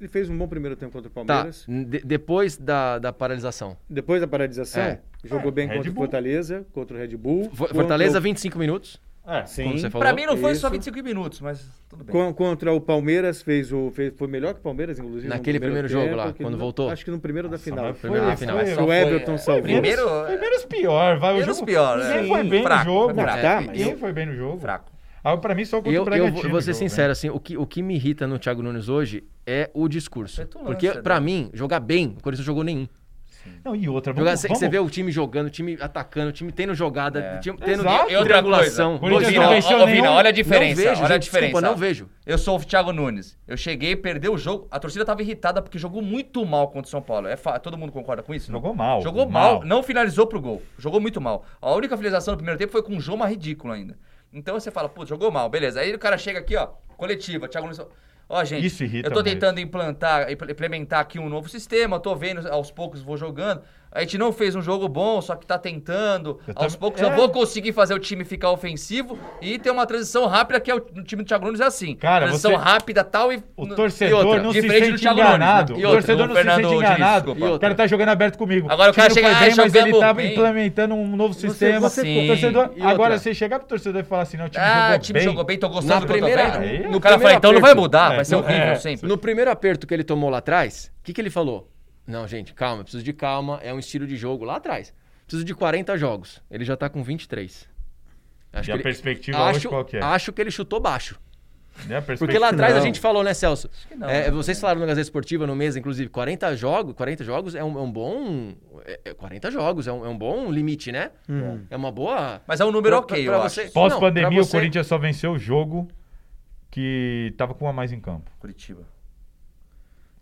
Speaker 3: ele fez um bom primeiro tempo contra o
Speaker 1: Tá,
Speaker 3: Palmeiras.
Speaker 1: de- depois da, da paralisação.
Speaker 3: Depois da paralisação,
Speaker 1: É.
Speaker 3: jogou bem
Speaker 2: Red
Speaker 3: contra o
Speaker 2: Bull.
Speaker 3: Fortaleza, contra o Red Bull.
Speaker 1: Fo-
Speaker 3: contra
Speaker 1: Fortaleza,
Speaker 3: o-
Speaker 1: 25 minutos,
Speaker 2: É.
Speaker 3: Sim.
Speaker 1: como você falou.
Speaker 4: Pra mim não foi só
Speaker 3: Isso.
Speaker 4: 25 minutos, mas tudo bem.
Speaker 3: Con- Contra o Palmeiras fez o fez- foi melhor que o Palmeiras inclusive no
Speaker 1: Naquele primeiro jogo lá,
Speaker 3: que
Speaker 1: quando
Speaker 3: no-
Speaker 1: voltou?
Speaker 3: Acho que no primeiro da
Speaker 2: Nossa,
Speaker 3: final.
Speaker 2: mas
Speaker 1: foi- Primeiro da final.
Speaker 2: foi-
Speaker 4: Mas Ah, é só
Speaker 3: O
Speaker 4: foi-
Speaker 3: Everton salvou.
Speaker 4: Primeiro, é.
Speaker 2: Primeiros pior, vai. O
Speaker 4: Primeiros
Speaker 2: jogo,
Speaker 4: pior,
Speaker 2: ninguém
Speaker 4: é.
Speaker 2: foi bem
Speaker 4: Fraco,
Speaker 2: no jogo.
Speaker 4: fraco,
Speaker 2: cara.
Speaker 3: tá, mas-
Speaker 2: Ninguém foi bem no jogo.
Speaker 4: fraco.
Speaker 2: Ah, pra mim só contra o
Speaker 1: Eu, eu
Speaker 2: Bragantino.
Speaker 1: vou- vou ser
Speaker 2: jogou
Speaker 4: né?
Speaker 1: sincero, assim, o que, o que me irrita no Thiago Nunes hoje é o discurso.
Speaker 4: Petulância,
Speaker 1: Porque,
Speaker 4: né?
Speaker 1: pra mim, jogar bem, o Corinthians não jogou nenhum.
Speaker 2: bem. Não, e outra,
Speaker 1: Jogar,
Speaker 2: vamos,
Speaker 1: você,
Speaker 2: vamos...
Speaker 1: você vê o time jogando, o time atacando, o time tendo jogada,
Speaker 4: É.
Speaker 1: o time tendo
Speaker 2: Exato.
Speaker 4: E outra
Speaker 1: triangulação.
Speaker 2: coisa,
Speaker 1: dois
Speaker 2: Corinthians
Speaker 4: Vina,
Speaker 2: não
Speaker 1: gols.
Speaker 2: venceu
Speaker 4: ó, ó, Vina,
Speaker 2: nenhum.
Speaker 4: olha a diferença,
Speaker 1: Não vejo,
Speaker 4: olha a
Speaker 1: gente, desculpa,
Speaker 4: diferença.
Speaker 1: não vejo.
Speaker 4: Eu sou o Thiago Nunes. Eu cheguei, perdeu o jogo. A torcida tava irritada porque jogou muito mal contra o São Paulo. É fa- Todo mundo concorda com isso? não?
Speaker 2: Jogou mal,
Speaker 4: Jogou mal,
Speaker 2: mal.
Speaker 4: não finalizou pro gol. Jogou muito mal. A única finalização do primeiro tempo foi com um Joma ridículo ainda. Então você fala, putz, jogou mal, beleza. Aí o cara chega aqui, ó, coletiva, Thiago Nunes. Ó, gente,
Speaker 2: Isso irrita
Speaker 4: eu tô
Speaker 2: muito.
Speaker 4: tentando implantar, impl- implementar aqui um novo sistema, tô vendo, aos poucos vou jogando. A gente não fez um jogo bom, só que tá tentando.
Speaker 2: Eu
Speaker 4: aos
Speaker 2: também-
Speaker 4: poucos
Speaker 2: é.
Speaker 4: eu vou conseguir fazer o time ficar ofensivo e ter uma transição rápida, que é o, no time do Thiago Nunes é assim.
Speaker 2: Cara,
Speaker 4: transição
Speaker 2: você-
Speaker 4: rápida, tal e...
Speaker 2: O
Speaker 4: no-
Speaker 1: e
Speaker 2: torcedor
Speaker 1: outra,
Speaker 2: não
Speaker 4: de
Speaker 2: se
Speaker 4: frente do
Speaker 2: sente
Speaker 4: Thiago Nunes,
Speaker 2: enganado.
Speaker 4: né? E
Speaker 2: O
Speaker 4: outra,
Speaker 2: torcedor
Speaker 4: o
Speaker 2: não se
Speaker 4: Fernando
Speaker 2: sente
Speaker 4: Diniz,
Speaker 2: enganado.
Speaker 4: desculpa.
Speaker 2: O cara tá jogando aberto comigo.
Speaker 4: Agora o
Speaker 2: time
Speaker 4: cara
Speaker 2: não
Speaker 4: chega,
Speaker 2: foi
Speaker 4: "Ah,
Speaker 2: bem, mas ele
Speaker 4: jogamos
Speaker 2: tá
Speaker 4: bem."
Speaker 2: implementando um novo sistema.
Speaker 4: você-
Speaker 2: o torcedor...
Speaker 1: E
Speaker 2: Agora,
Speaker 1: outra?
Speaker 2: você chegar pro torcedor e falar assim, não, o time
Speaker 4: Ah,
Speaker 2: jogou
Speaker 4: o time
Speaker 2: bem.
Speaker 4: jogou bem, tô gostando
Speaker 1: Na
Speaker 4: do
Speaker 1: primeira-
Speaker 4: que eu tô vendo.
Speaker 2: no
Speaker 4: o cara fala,
Speaker 1: primeiro
Speaker 4: então não vai
Speaker 1: aperto.
Speaker 4: mudar,
Speaker 2: É,
Speaker 4: vai ser
Speaker 2: no-
Speaker 4: horrível
Speaker 2: é.
Speaker 4: sempre.
Speaker 1: No primeiro aperto que ele tomou lá atrás, o que, que ele falou? Não, gente, calma, preciso de calma, é um estilo de jogo lá atrás. Preciso de 40 jogos. Ele já tá com 23. Acho
Speaker 2: E a perspectiva hoje
Speaker 1: acho,
Speaker 2: qual que é?
Speaker 1: acho que ele chutou baixo.
Speaker 2: Né, a
Speaker 1: Porque lá atrás a
Speaker 2: perspectiva-
Speaker 1: gente falou, né, Celso?
Speaker 4: que não,
Speaker 1: É,
Speaker 4: né,
Speaker 1: vocês falaram na Gazeta Esportiva no mês, inclusive, 40 jogos, 40 jogos é um, é um bom. É, é 40 jogos, é um, é um bom limite, né?
Speaker 4: Uhum.
Speaker 1: É uma boa.
Speaker 4: Mas é um número
Speaker 1: Pra-
Speaker 4: ok,
Speaker 1: pra-
Speaker 4: eu
Speaker 1: pra
Speaker 4: acho.
Speaker 1: você- Não,
Speaker 2: Pós-pandemia,
Speaker 1: pra
Speaker 2: o
Speaker 1: você-
Speaker 2: Corinthians só venceu o jogo que tava com um a mais em campo.
Speaker 4: Curitiba.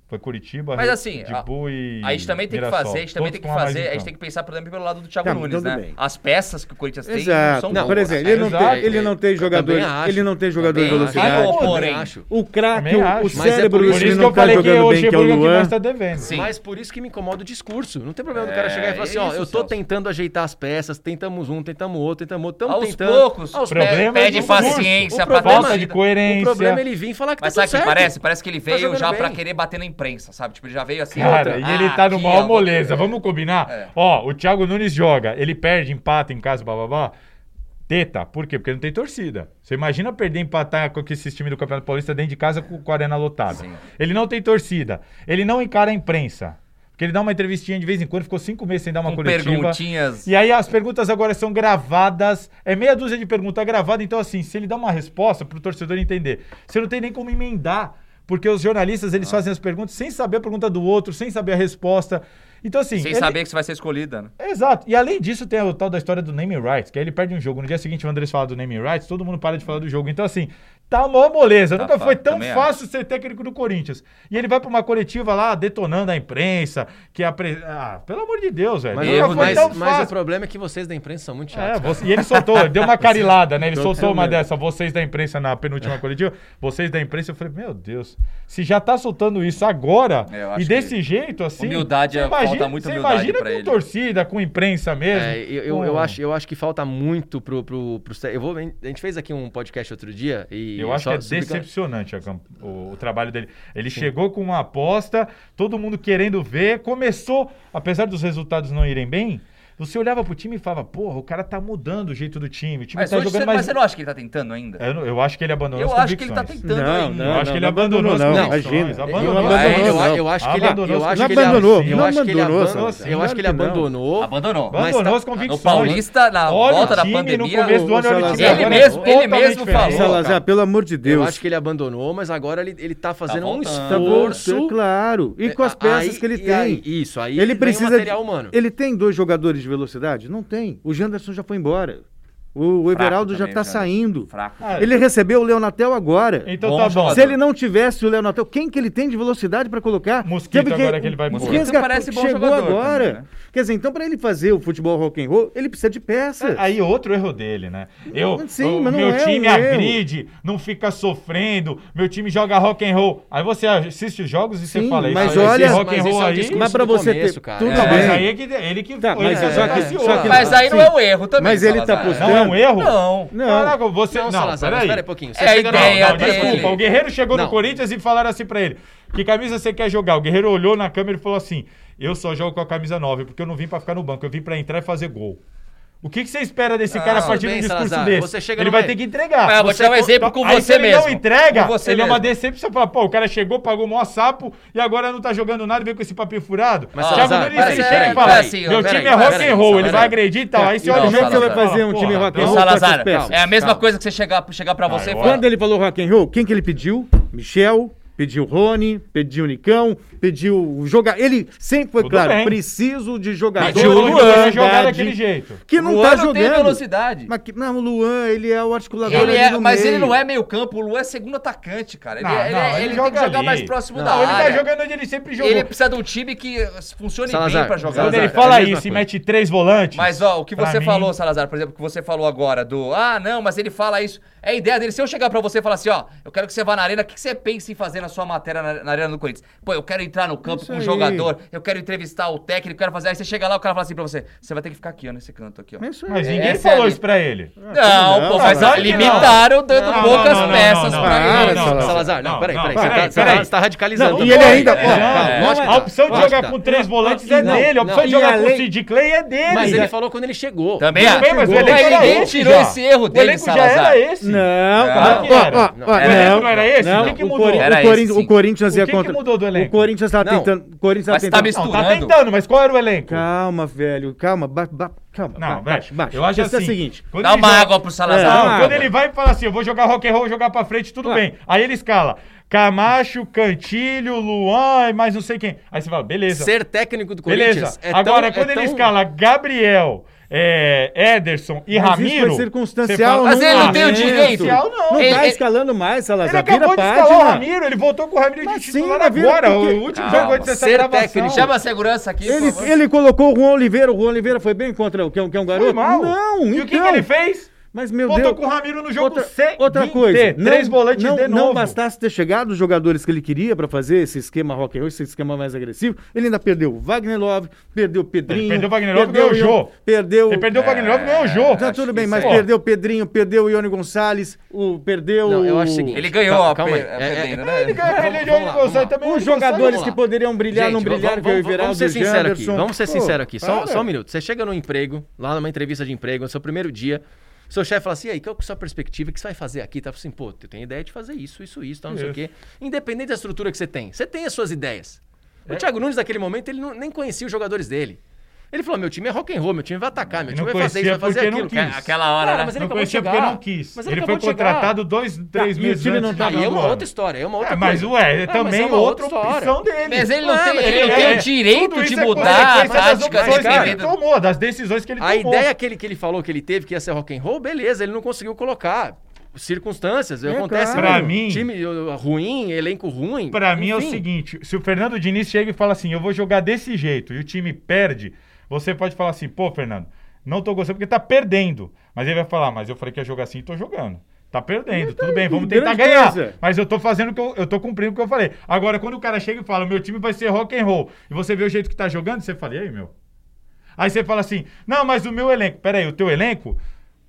Speaker 2: Foi Curitiba,
Speaker 4: Mas
Speaker 2: Red-
Speaker 4: assim,
Speaker 2: Red
Speaker 4: a-
Speaker 2: Bull e
Speaker 4: A gente também tem que
Speaker 2: Mirassol.
Speaker 4: fazer, a gente também
Speaker 2: Todos
Speaker 4: tem que
Speaker 2: com um a mais em
Speaker 4: fazer, a gente
Speaker 2: campo.
Speaker 4: tem que pensar por exemplo, pelo lado do Thiago
Speaker 3: Tá,
Speaker 4: Nunes,
Speaker 3: tudo
Speaker 4: né?
Speaker 3: bem.
Speaker 4: As peças que o Corinthians tem não
Speaker 3: Exato.
Speaker 4: são
Speaker 3: Não, por
Speaker 4: boas.
Speaker 3: exemplo, ele, não
Speaker 2: Exato.
Speaker 3: tem, ele não tem jogador,
Speaker 1: é também acho.
Speaker 3: ele não tem jogador de
Speaker 4: Também acho.
Speaker 3: velocidade.
Speaker 4: Ah, porém.
Speaker 1: Porém, acho.
Speaker 3: O craque,
Speaker 2: Também acho.
Speaker 3: o, o
Speaker 2: Mas
Speaker 1: é por
Speaker 3: cérebro,
Speaker 1: isso
Speaker 2: Por
Speaker 3: ele
Speaker 2: isso que
Speaker 3: não
Speaker 2: eu
Speaker 3: tá
Speaker 2: falei que
Speaker 3: jogando
Speaker 2: hoje
Speaker 3: bem,
Speaker 2: é
Speaker 3: que é o
Speaker 2: que
Speaker 3: Luan.
Speaker 2: mais tá devendo.
Speaker 4: Sim.
Speaker 1: Mas por isso que me incomoda o discurso. Não tem problema do
Speaker 4: É,
Speaker 1: cara chegar e falar assim, ó,
Speaker 4: isso,
Speaker 1: eu tô
Speaker 4: Celso.
Speaker 1: tentando ajeitar as peças, tentamos um, tentamos outro, tentamos outro, tamo
Speaker 4: Aos
Speaker 1: tentando.
Speaker 4: poucos,
Speaker 1: aos
Speaker 4: pe-
Speaker 2: poucos. Problema é
Speaker 4: pede
Speaker 2: do curso.
Speaker 4: paciência
Speaker 1: O
Speaker 4: pra
Speaker 1: problema-
Speaker 2: Falta
Speaker 4: torcida.
Speaker 2: de coerência.
Speaker 1: O problema é ele vir e falar que
Speaker 4: Mas
Speaker 1: tá
Speaker 4: sabe
Speaker 1: tudo
Speaker 4: o que
Speaker 1: certo.
Speaker 4: parece? Parece que ele veio
Speaker 1: jogando
Speaker 4: já
Speaker 1: bem.
Speaker 4: pra querer bater na imprensa, sabe? Tipo, ele já veio assim.
Speaker 2: Cara,
Speaker 4: outra,
Speaker 2: e ele
Speaker 4: ah,
Speaker 2: tá no
Speaker 4: aqui,
Speaker 2: maior
Speaker 4: ó,
Speaker 2: moleza.
Speaker 4: é.
Speaker 2: Vamos combinar?
Speaker 4: É.
Speaker 2: Ó, o Thiago Nunes joga, ele perde, empata em casa, bababá. Teta, por quê? Porque não tem torcida. Você imagina perder, empatar com esses times do Campeonato Paulista dentro de casa com com a arena lotada.
Speaker 4: Sim.
Speaker 2: Ele não tem torcida. Ele não encara a imprensa. Porque ele dá uma entrevistinha de vez em quando, ficou cinco meses sem dar uma
Speaker 4: Com assim,
Speaker 2: coletiva.
Speaker 4: perguntinhas.
Speaker 2: E aí as perguntas agora são gravadas. É meia dúzia de perguntas gravadas. Então, assim, se ele dá uma resposta pro torcedor entender, você não tem nem como emendar. Porque os jornalistas,
Speaker 4: Ah.
Speaker 2: eles fazem as perguntas sem saber a pergunta do outro, sem saber a resposta. Então, assim...
Speaker 4: Sem
Speaker 2: ele-
Speaker 4: saber que você vai ser escolhida, né?
Speaker 2: Exato. E além disso, tem o tal da história do naming rights, que aí ele perde um jogo. No dia seguinte, o Andrés fala do naming rights, todo mundo para de falar do jogo. Então, assim, tá uma moleza.
Speaker 4: Tá
Speaker 2: Nunca
Speaker 4: fa-
Speaker 2: foi tão
Speaker 4: também
Speaker 2: fácil ser técnico do Corinthians. E ele vai pra uma coletiva lá, detonando a imprensa, que a... Pre... Ah, pelo amor de Deus, velho.
Speaker 1: Mas,
Speaker 2: Nunca
Speaker 1: o-
Speaker 2: foi
Speaker 1: mas-
Speaker 2: tão
Speaker 1: mas
Speaker 2: fácil.
Speaker 1: o problema é que vocês da imprensa são muito
Speaker 2: É,
Speaker 1: chatos.
Speaker 2: você- e ele soltou, ele deu uma carilada, né? Ele
Speaker 3: Então,
Speaker 2: soltou
Speaker 3: é
Speaker 2: uma
Speaker 3: mesmo.
Speaker 2: dessa, vocês da imprensa na penúltima coletiva, vocês da imprensa, eu falei, meu Deus, se já tá soltando isso agora,
Speaker 4: É, eu
Speaker 2: e
Speaker 4: acho
Speaker 2: desse
Speaker 4: que
Speaker 2: jeito, assim.
Speaker 4: humildade, é-
Speaker 2: você
Speaker 4: falta muita
Speaker 2: você
Speaker 4: humildade
Speaker 2: imagina
Speaker 4: pra
Speaker 2: com
Speaker 4: ele.
Speaker 2: torcida, com imprensa mesmo.
Speaker 1: É, eu, eu,
Speaker 2: com-
Speaker 1: eu acho, eu acho que falta muito pro. pro, pro Sé- eu vou, a gente fez aqui um podcast outro dia e.
Speaker 2: Eu acho
Speaker 1: só
Speaker 2: que é
Speaker 1: explicando-
Speaker 2: decepcionante a camp- o, o trabalho dele. Ele chegou com uma aposta, todo mundo querendo ver, começou, apesar dos resultados não irem bem, você olhava pro time e falava, porra, o cara tá mudando o jeito do time, o time
Speaker 4: Mas,
Speaker 2: tá
Speaker 4: hoje
Speaker 2: jogando
Speaker 4: você,
Speaker 2: mais...
Speaker 4: mas você não acha que ele tá tentando ainda?
Speaker 2: Eu, não- eu acho que ele abandonou
Speaker 4: Eu
Speaker 2: as
Speaker 4: acho que ele tá
Speaker 2: convicções.
Speaker 4: tentando ainda.
Speaker 2: Eu acho que ele abandonou as
Speaker 3: não,
Speaker 2: convicções,
Speaker 3: imagina.
Speaker 2: abandonou.
Speaker 3: Ele
Speaker 1: Eu,
Speaker 3: não
Speaker 2: Abandonou,
Speaker 1: eu-
Speaker 3: abandonou,
Speaker 1: eu-
Speaker 3: não.
Speaker 1: eu acho que ele
Speaker 2: Abandonou,
Speaker 1: eu acho
Speaker 2: não
Speaker 1: que ele-
Speaker 3: abandonou,
Speaker 1: eu
Speaker 3: não
Speaker 1: acho que ele
Speaker 3: abandonou,
Speaker 1: aban-
Speaker 3: Celso.
Speaker 1: Eu acho que ele
Speaker 3: Claro que não.
Speaker 1: abandonou.
Speaker 4: Abandonou.
Speaker 1: Mas
Speaker 2: Abandonou
Speaker 1: tá-
Speaker 2: as
Speaker 4: No
Speaker 2: convicções.
Speaker 4: Paulista, na
Speaker 2: Olha
Speaker 4: volta
Speaker 2: o
Speaker 4: da
Speaker 2: time
Speaker 4: pandemia...
Speaker 2: No começo do
Speaker 3: o
Speaker 2: ano, ele,
Speaker 3: Salazar-
Speaker 2: tinha
Speaker 3: Ele
Speaker 2: agora
Speaker 4: mesmo- ele
Speaker 2: totalmente
Speaker 4: mesmo
Speaker 2: diferente.
Speaker 4: falou.
Speaker 3: Salazar, pelo amor de
Speaker 1: Eu
Speaker 3: Deus.
Speaker 1: acho que ele abandonou, mas agora ele, ele tá fazendo um
Speaker 4: voltando.
Speaker 3: Tá bom,
Speaker 1: esforço.
Speaker 3: é claro. E com as
Speaker 1: Aí-
Speaker 3: peças que ele
Speaker 1: e
Speaker 3: tem.
Speaker 1: aí- isso, aí
Speaker 3: ele
Speaker 1: vem o
Speaker 3: precisa
Speaker 1: material
Speaker 3: de-
Speaker 1: humano.
Speaker 3: Ele tem dois jogadores de velocidade? Não tem. O Janderson já foi embora. O, o
Speaker 4: Fraco
Speaker 3: Everaldo já
Speaker 4: também,
Speaker 3: está
Speaker 4: cara.
Speaker 3: saindo.
Speaker 4: Fraco.
Speaker 2: Ah,
Speaker 3: Ele recebeu o Leonatel agora.
Speaker 2: Então
Speaker 1: Bom
Speaker 2: tá
Speaker 1: jogador.
Speaker 2: bom.
Speaker 3: Se ele não tivesse o Leonatel, quem que ele tem de velocidade para colocar?
Speaker 2: Mosquito
Speaker 3: Sabe
Speaker 2: agora que ele vai
Speaker 3: Mosquito
Speaker 2: pôr.
Speaker 3: resgatou-
Speaker 4: Parece bom
Speaker 3: chegou
Speaker 4: jogador
Speaker 3: agora.
Speaker 4: também, né?
Speaker 3: Quer dizer, então para ele fazer o futebol rock and roll, ele precisa de peças.
Speaker 2: É, Aí outro erro dele, né? Eu,
Speaker 3: Sim,
Speaker 2: o
Speaker 3: mas não
Speaker 2: meu
Speaker 3: é um
Speaker 2: time
Speaker 3: erro.
Speaker 2: agride, não fica sofrendo, meu time joga rock and roll. Aí você assiste os jogos e você
Speaker 3: Sim,
Speaker 2: fala isso.
Speaker 3: mas
Speaker 2: esse
Speaker 3: olha-
Speaker 2: rock and
Speaker 1: mas esse
Speaker 2: roll
Speaker 1: é um
Speaker 2: aí.
Speaker 1: discurso
Speaker 3: mas pra
Speaker 1: do
Speaker 3: você
Speaker 1: começo,
Speaker 3: ter
Speaker 1: cara.
Speaker 3: tudo
Speaker 2: Não, mas
Speaker 3: bem.
Speaker 2: aí é que ele que
Speaker 3: Tá, mas
Speaker 2: ele né?"
Speaker 1: só
Speaker 2: que
Speaker 1: que-
Speaker 2: se
Speaker 3: só
Speaker 2: ouve.
Speaker 3: que-
Speaker 4: Mas aí não
Speaker 3: Sim.
Speaker 4: é um erro também.
Speaker 3: Mas ele tá
Speaker 4: Salazar.
Speaker 3: apostando-
Speaker 2: Não é um erro?
Speaker 4: Não.
Speaker 3: Não.
Speaker 2: Caraca, você. Não,
Speaker 1: Não, Salazar,
Speaker 2: peraí.
Speaker 1: espera aí um pouquinho. Você
Speaker 4: É a
Speaker 1: chega no-
Speaker 4: ideia
Speaker 1: não,
Speaker 2: Não,
Speaker 4: dele.
Speaker 2: desculpa, o Guerreiro chegou no
Speaker 1: Não.
Speaker 2: Corinthians e falaram assim pra ele: Que camisa você quer jogar? O Guerreiro olhou na câmera e falou assim: Eu só jogo com a camisa 9, porque eu não vim pra ficar no banco, eu vim pra entrar e fazer gol. O que, que você espera desse
Speaker 4: Ah,
Speaker 2: cara a
Speaker 4: tudo
Speaker 2: partir de um
Speaker 1: bem,
Speaker 2: discurso
Speaker 1: Salazar,
Speaker 2: desse?
Speaker 1: você chega
Speaker 2: ele
Speaker 1: no
Speaker 2: vai
Speaker 1: meio.
Speaker 2: ter que entregar.
Speaker 4: Mas eu vou
Speaker 2: Você
Speaker 4: te dar um
Speaker 2: co-
Speaker 4: exemplo
Speaker 2: Então,
Speaker 4: com
Speaker 2: aí
Speaker 4: você
Speaker 2: se ele não
Speaker 4: mesmo.
Speaker 2: entrega,
Speaker 4: Com você
Speaker 2: ele é uma
Speaker 4: mesmo.
Speaker 2: decepção. Fala, pô, o cara chegou, pagou o maior sapo e agora não tá jogando nada, veio com esse papinho furado.
Speaker 1: Mas,
Speaker 2: Thiago
Speaker 1: Salazar,
Speaker 2: Nunes, ele
Speaker 1: peraí,
Speaker 2: chega e
Speaker 1: peraí,
Speaker 2: fala:
Speaker 1: peraí,
Speaker 2: Meu
Speaker 4: peraí,
Speaker 2: time é rock
Speaker 1: peraí,
Speaker 2: and roll, ele
Speaker 1: Salazar.
Speaker 2: vai agredir e tal. Aí você
Speaker 3: E
Speaker 2: olha o
Speaker 4: Não,
Speaker 3: como é
Speaker 2: jogo
Speaker 3: que você vai
Speaker 4: Salazar.
Speaker 3: fazer um time
Speaker 2: Porra,
Speaker 3: rock and
Speaker 1: não,
Speaker 3: roll? com essas
Speaker 4: Salazar,
Speaker 3: peças?
Speaker 4: é a mesma
Speaker 1: Calma.
Speaker 4: coisa que você chegar, chegar pra você e
Speaker 2: Agora.
Speaker 4: falar.
Speaker 3: Quando ele falou rock and roll, quem que ele pediu? Michel, pediu Rony, pediu Nicão, pediu o joga. Ele sempre foi
Speaker 2: Tudo
Speaker 3: claro,
Speaker 2: bem.
Speaker 3: preciso de jogador
Speaker 2: Pediu o Luan pra jogar
Speaker 3: Haddad,
Speaker 2: daquele jeito.
Speaker 3: que não
Speaker 4: Luan
Speaker 3: tá
Speaker 4: não
Speaker 3: jogando.
Speaker 4: tem velocidade.
Speaker 3: Mas que- não, o Luan, ele é o articulador
Speaker 4: Ele
Speaker 3: ali
Speaker 4: é,
Speaker 3: no
Speaker 4: mas
Speaker 3: meio.
Speaker 4: ele não é meio campo, o Lu é segundo atacante, cara. Ele, é-
Speaker 2: Não,
Speaker 4: ele-
Speaker 2: não,
Speaker 4: ele
Speaker 2: ele
Speaker 4: tem que
Speaker 2: joga
Speaker 4: jogar
Speaker 2: ali.
Speaker 4: mais próximo
Speaker 1: Não,
Speaker 4: da
Speaker 2: Não, ele
Speaker 4: área.
Speaker 2: tá jogando onde ele sempre jogou.
Speaker 4: Ele precisa de um time que funcione bem
Speaker 1: Salazar,
Speaker 4: pra
Speaker 2: Quando
Speaker 4: jogar.
Speaker 1: Salazar.
Speaker 2: ele
Speaker 1: é a
Speaker 2: fala
Speaker 1: mesma
Speaker 2: isso e
Speaker 1: coisa.
Speaker 2: mete três volantes.
Speaker 4: Mas ó, o que
Speaker 2: pra
Speaker 4: você
Speaker 2: mim-
Speaker 4: falou, Salazar, por exemplo, o que você falou agora do Ah, não, mas ele fala isso. É a ideia dele. Se eu chegar pra você e falar assim, ó, eu quero que você vá na arena, o que que você pensa em fazer na sua matéria na, na arena do Corinthians? Pô, eu quero entrar no campo
Speaker 3: Isso
Speaker 4: com o
Speaker 3: aí.
Speaker 4: jogador, eu quero entrevistar o técnico, eu quero fazer. Aí você chega lá, o cara fala assim pra você, você vai ter que ficar aqui, ó, nesse canto aqui, ó.
Speaker 3: Mas isso aí.
Speaker 2: Mas ninguém
Speaker 4: Essa é
Speaker 2: falou
Speaker 4: a-
Speaker 2: isso pra ele.
Speaker 4: Não,
Speaker 3: Não,
Speaker 4: pô, mas
Speaker 2: Salazar,
Speaker 4: limitaram dando
Speaker 2: Não,
Speaker 4: poucas
Speaker 2: não, não, não,
Speaker 4: peças
Speaker 2: não,
Speaker 4: pra
Speaker 2: não,
Speaker 4: ele.
Speaker 3: ele.
Speaker 2: não, não, não,
Speaker 1: Salazar, não,
Speaker 2: não,
Speaker 1: peraí,
Speaker 2: não,
Speaker 1: peraí. Você tá- você tá- você tá radicalizando.
Speaker 3: Não, e ele
Speaker 1: Pô,
Speaker 3: ainda-
Speaker 1: é,
Speaker 3: ó,
Speaker 1: não, lógico que
Speaker 2: a
Speaker 1: tá,
Speaker 2: opção de
Speaker 1: lógico
Speaker 2: jogar
Speaker 1: que
Speaker 2: com
Speaker 1: tá.
Speaker 2: três volantes é
Speaker 1: Não,
Speaker 2: dele. A opção de
Speaker 3: não.
Speaker 2: jogar
Speaker 3: E
Speaker 2: com o
Speaker 3: além-
Speaker 2: Sid Clay é dele.
Speaker 1: Mas ele falou quando ele chegou.
Speaker 4: Também
Speaker 2: Tudo bem,
Speaker 4: acho.
Speaker 2: mas o
Speaker 4: Mas
Speaker 2: elenco era
Speaker 4: ninguém
Speaker 2: esse
Speaker 4: tirou
Speaker 2: já.
Speaker 4: esse erro
Speaker 2: O
Speaker 4: dele,
Speaker 2: elenco já
Speaker 4: Salazar.
Speaker 2: era esse.
Speaker 3: Não,
Speaker 4: Claro
Speaker 3: não,
Speaker 2: que era.
Speaker 3: ó, ó, ó,
Speaker 2: O elenco
Speaker 3: não.
Speaker 2: não era esse?
Speaker 3: Não,
Speaker 2: o que, que
Speaker 3: o
Speaker 2: mudou?
Speaker 3: Corin-
Speaker 4: Era
Speaker 3: o Corin-
Speaker 4: esse,
Speaker 3: o
Speaker 4: sim.
Speaker 3: Corinthians
Speaker 2: O que
Speaker 3: ia
Speaker 2: que
Speaker 3: contra.
Speaker 2: mudou do elenco?
Speaker 3: O Corinthians tá
Speaker 1: Não.
Speaker 3: tentando. O Corinthians tá
Speaker 4: Mas tá
Speaker 3: tentando.
Speaker 4: mis-
Speaker 2: Não, tá
Speaker 4: misturando.
Speaker 2: tentando, mas qual era o elenco?
Speaker 3: Calma, velho, calma, ba- ba- calma.
Speaker 2: Não,
Speaker 3: ba-
Speaker 2: velho,
Speaker 3: baixa, baixa.
Speaker 2: eu acho
Speaker 3: Questão é
Speaker 2: assim.
Speaker 3: a seguinte.
Speaker 2: quando
Speaker 4: Dá
Speaker 2: ele
Speaker 4: uma
Speaker 2: joga-
Speaker 4: água pro
Speaker 2: Não,
Speaker 4: Salazar.
Speaker 3: Não,
Speaker 2: quando
Speaker 3: Ah, cara. Ah.
Speaker 2: ele vai e fala assim, eu vou jogar rock and roll, jogar pra frente, tudo
Speaker 3: Claro.
Speaker 2: bem. Aí ele escala Camacho, Cantilho, Luan e mais não sei quem. Aí você fala, beleza.
Speaker 1: Ser técnico do é Corinthians
Speaker 2: Beleza.
Speaker 1: é tão-
Speaker 2: Agora,
Speaker 1: é
Speaker 2: quando ele
Speaker 1: tão-
Speaker 2: escala Gabriel, é, Ederson e
Speaker 3: Mas
Speaker 2: Ramiro...
Speaker 3: Isso foi
Speaker 2: você
Speaker 3: circunstancial,
Speaker 2: fala,
Speaker 4: Mas ele não
Speaker 2: "Ah,
Speaker 4: tem o
Speaker 2: é
Speaker 4: direito.
Speaker 2: circunstancial, Não,
Speaker 3: Não
Speaker 4: Ele-
Speaker 3: tá
Speaker 4: ele-
Speaker 3: escalando mais,
Speaker 2: Ele
Speaker 3: Salazar. Vira
Speaker 2: acabou
Speaker 3: a
Speaker 2: de escalar o
Speaker 3: página.
Speaker 2: Ramiro, ele voltou com o Ramiro de
Speaker 3: Mas
Speaker 2: titular
Speaker 3: sim, na vida,
Speaker 2: agora.
Speaker 3: porque-
Speaker 2: O último
Speaker 4: Calma,
Speaker 2: jogo antes dessa
Speaker 1: ser
Speaker 2: gravação.
Speaker 1: técnico,
Speaker 4: Chama a segurança aqui,
Speaker 3: Ele,
Speaker 4: por favor.
Speaker 3: ele colocou o Juan Oliveira. O Juan Oliveira foi bem contra o que é um, que é um garoto?
Speaker 2: Foi mal.
Speaker 3: Não,
Speaker 2: E
Speaker 3: então.
Speaker 2: o que, que ele fez?
Speaker 3: Mas, meu
Speaker 2: Botou
Speaker 3: Deus.
Speaker 2: com o Ramiro no jogo
Speaker 3: outra,
Speaker 2: C.
Speaker 3: outra
Speaker 2: de-
Speaker 3: coisa.
Speaker 2: de- três volantes
Speaker 3: não,
Speaker 2: de novo.
Speaker 3: Não bastasse ter chegado os jogadores que ele queria pra fazer esse esquema rock and roll, esse esquema mais agressivo, ele ainda perdeu o Wagner Love, perdeu o Pedrinho.
Speaker 2: perdeu o Wagner Love, ganhou o
Speaker 3: Ion-
Speaker 2: Jô.
Speaker 3: Perdeu.
Speaker 2: Ele perdeu o Wagner Love é. e ganhou o jogo.
Speaker 3: Tá tudo bem,
Speaker 4: isso
Speaker 3: mas
Speaker 4: aí.
Speaker 3: perdeu o Pedrinho, perdeu o Ione Gonçalves, o, perdeu
Speaker 1: Não, eu acho o
Speaker 3: o-
Speaker 1: seguinte.
Speaker 4: Ele ganhou
Speaker 1: Calma-
Speaker 4: a
Speaker 1: calma aí.
Speaker 4: pe- a
Speaker 1: É, é,
Speaker 4: pedreira,
Speaker 1: é,
Speaker 4: né?
Speaker 2: Ele ganhou,
Speaker 1: Vamos-
Speaker 2: ele ganhou
Speaker 1: vamos
Speaker 2: o
Speaker 1: lá,
Speaker 2: Gonçalves
Speaker 1: vamos lá.
Speaker 2: também.
Speaker 3: Os
Speaker 2: o Gonçalves-
Speaker 3: jogadores
Speaker 1: lá.
Speaker 3: que poderiam brilhar
Speaker 1: Gente,
Speaker 3: não
Speaker 1: vamos,
Speaker 3: brilharam, que é o
Speaker 1: vamos,
Speaker 3: Everaldo
Speaker 1: vamos ser
Speaker 3: o
Speaker 1: sinceros aqui.
Speaker 3: Janderson.
Speaker 1: Vamos ser
Speaker 3: Pô,
Speaker 1: sinceros aqui. Só,
Speaker 3: para.
Speaker 1: só um minuto. Você chega no emprego, lá numa entrevista de emprego, no seu primeiro dia, seu chefe fala assim: e aí, qual que é a sua perspectiva? O que você vai fazer aqui? Tá assim, pô, eu tenho ideia de fazer isso, isso, isso, tal, não sei o quê. Independente da estrutura que você tem, você tem as suas ideias.
Speaker 3: É.
Speaker 1: O Thiago Nunes, naquele momento, ele não- nem conhecia os jogadores dele. Ele falou: meu time é rock and roll, meu time vai atacar, meu
Speaker 2: Ele
Speaker 1: time
Speaker 2: não
Speaker 1: vai fazer isso,
Speaker 2: conhecia
Speaker 1: vai fazer
Speaker 2: porque não
Speaker 1: aquilo.
Speaker 2: quis.
Speaker 4: Aquela hora, né?
Speaker 1: mas ele
Speaker 2: Não
Speaker 1: acabou de
Speaker 2: conhecia
Speaker 1: chegar.
Speaker 2: porque não quis.
Speaker 1: Mas
Speaker 2: Ele,
Speaker 1: acabou
Speaker 2: foi
Speaker 1: de chegar.
Speaker 2: contratado dois, três
Speaker 3: Tá, e o
Speaker 2: meses
Speaker 3: time
Speaker 2: antes
Speaker 3: não tá
Speaker 2: de
Speaker 3: tava
Speaker 1: Aí é
Speaker 2: ir
Speaker 1: uma
Speaker 2: embora.
Speaker 1: outra história, é uma outra
Speaker 2: É, mas
Speaker 1: coisa.
Speaker 2: ué, é
Speaker 1: Ah, mas
Speaker 2: também
Speaker 1: é uma
Speaker 2: outra
Speaker 1: história.
Speaker 2: opção dele.
Speaker 4: Mas ele não
Speaker 1: Ah,
Speaker 4: tem,
Speaker 1: mas
Speaker 4: ele
Speaker 1: ele
Speaker 4: não
Speaker 1: é-
Speaker 4: tem
Speaker 1: é-
Speaker 4: o direito
Speaker 2: Tudo
Speaker 4: de
Speaker 2: isso é
Speaker 4: mudar a
Speaker 2: consequência das
Speaker 4: tática.
Speaker 2: opções
Speaker 1: cara.
Speaker 2: que ele
Speaker 4: dependendo-
Speaker 2: tomou, das decisões
Speaker 3: Então
Speaker 2: que ele
Speaker 1: A
Speaker 2: tomou.
Speaker 1: ideia que ele, que ele falou que ele teve, que ia ser rock and roll, beleza, ele não conseguiu colocar. Circunstâncias, acontece.
Speaker 3: É, claro.
Speaker 1: né?
Speaker 2: Pra mim-
Speaker 1: Time uh, ruim, elenco ruim.
Speaker 2: Pra mim é o
Speaker 1: enfim.
Speaker 2: seguinte: se o Fernando Diniz chega e fala assim, eu vou jogar desse jeito, e o time perde, você pode falar assim, pô, Fernando, não tô gostando porque tá perdendo. Mas ele vai falar, mas eu falei que ia jogar assim e tô jogando. Tá perdendo, tudo bem, vamos tentar
Speaker 3: grande
Speaker 2: ganhar.
Speaker 3: coisa.
Speaker 2: Mas eu tô fazendo o que eu, eu tô cumprindo o que eu falei. Agora, quando o cara chega e fala, meu time vai ser rock and roll, e você vê o jeito que tá jogando, você fala, e aí, meu? Aí você fala assim, não, mas o meu elenco, peraí, o teu elenco?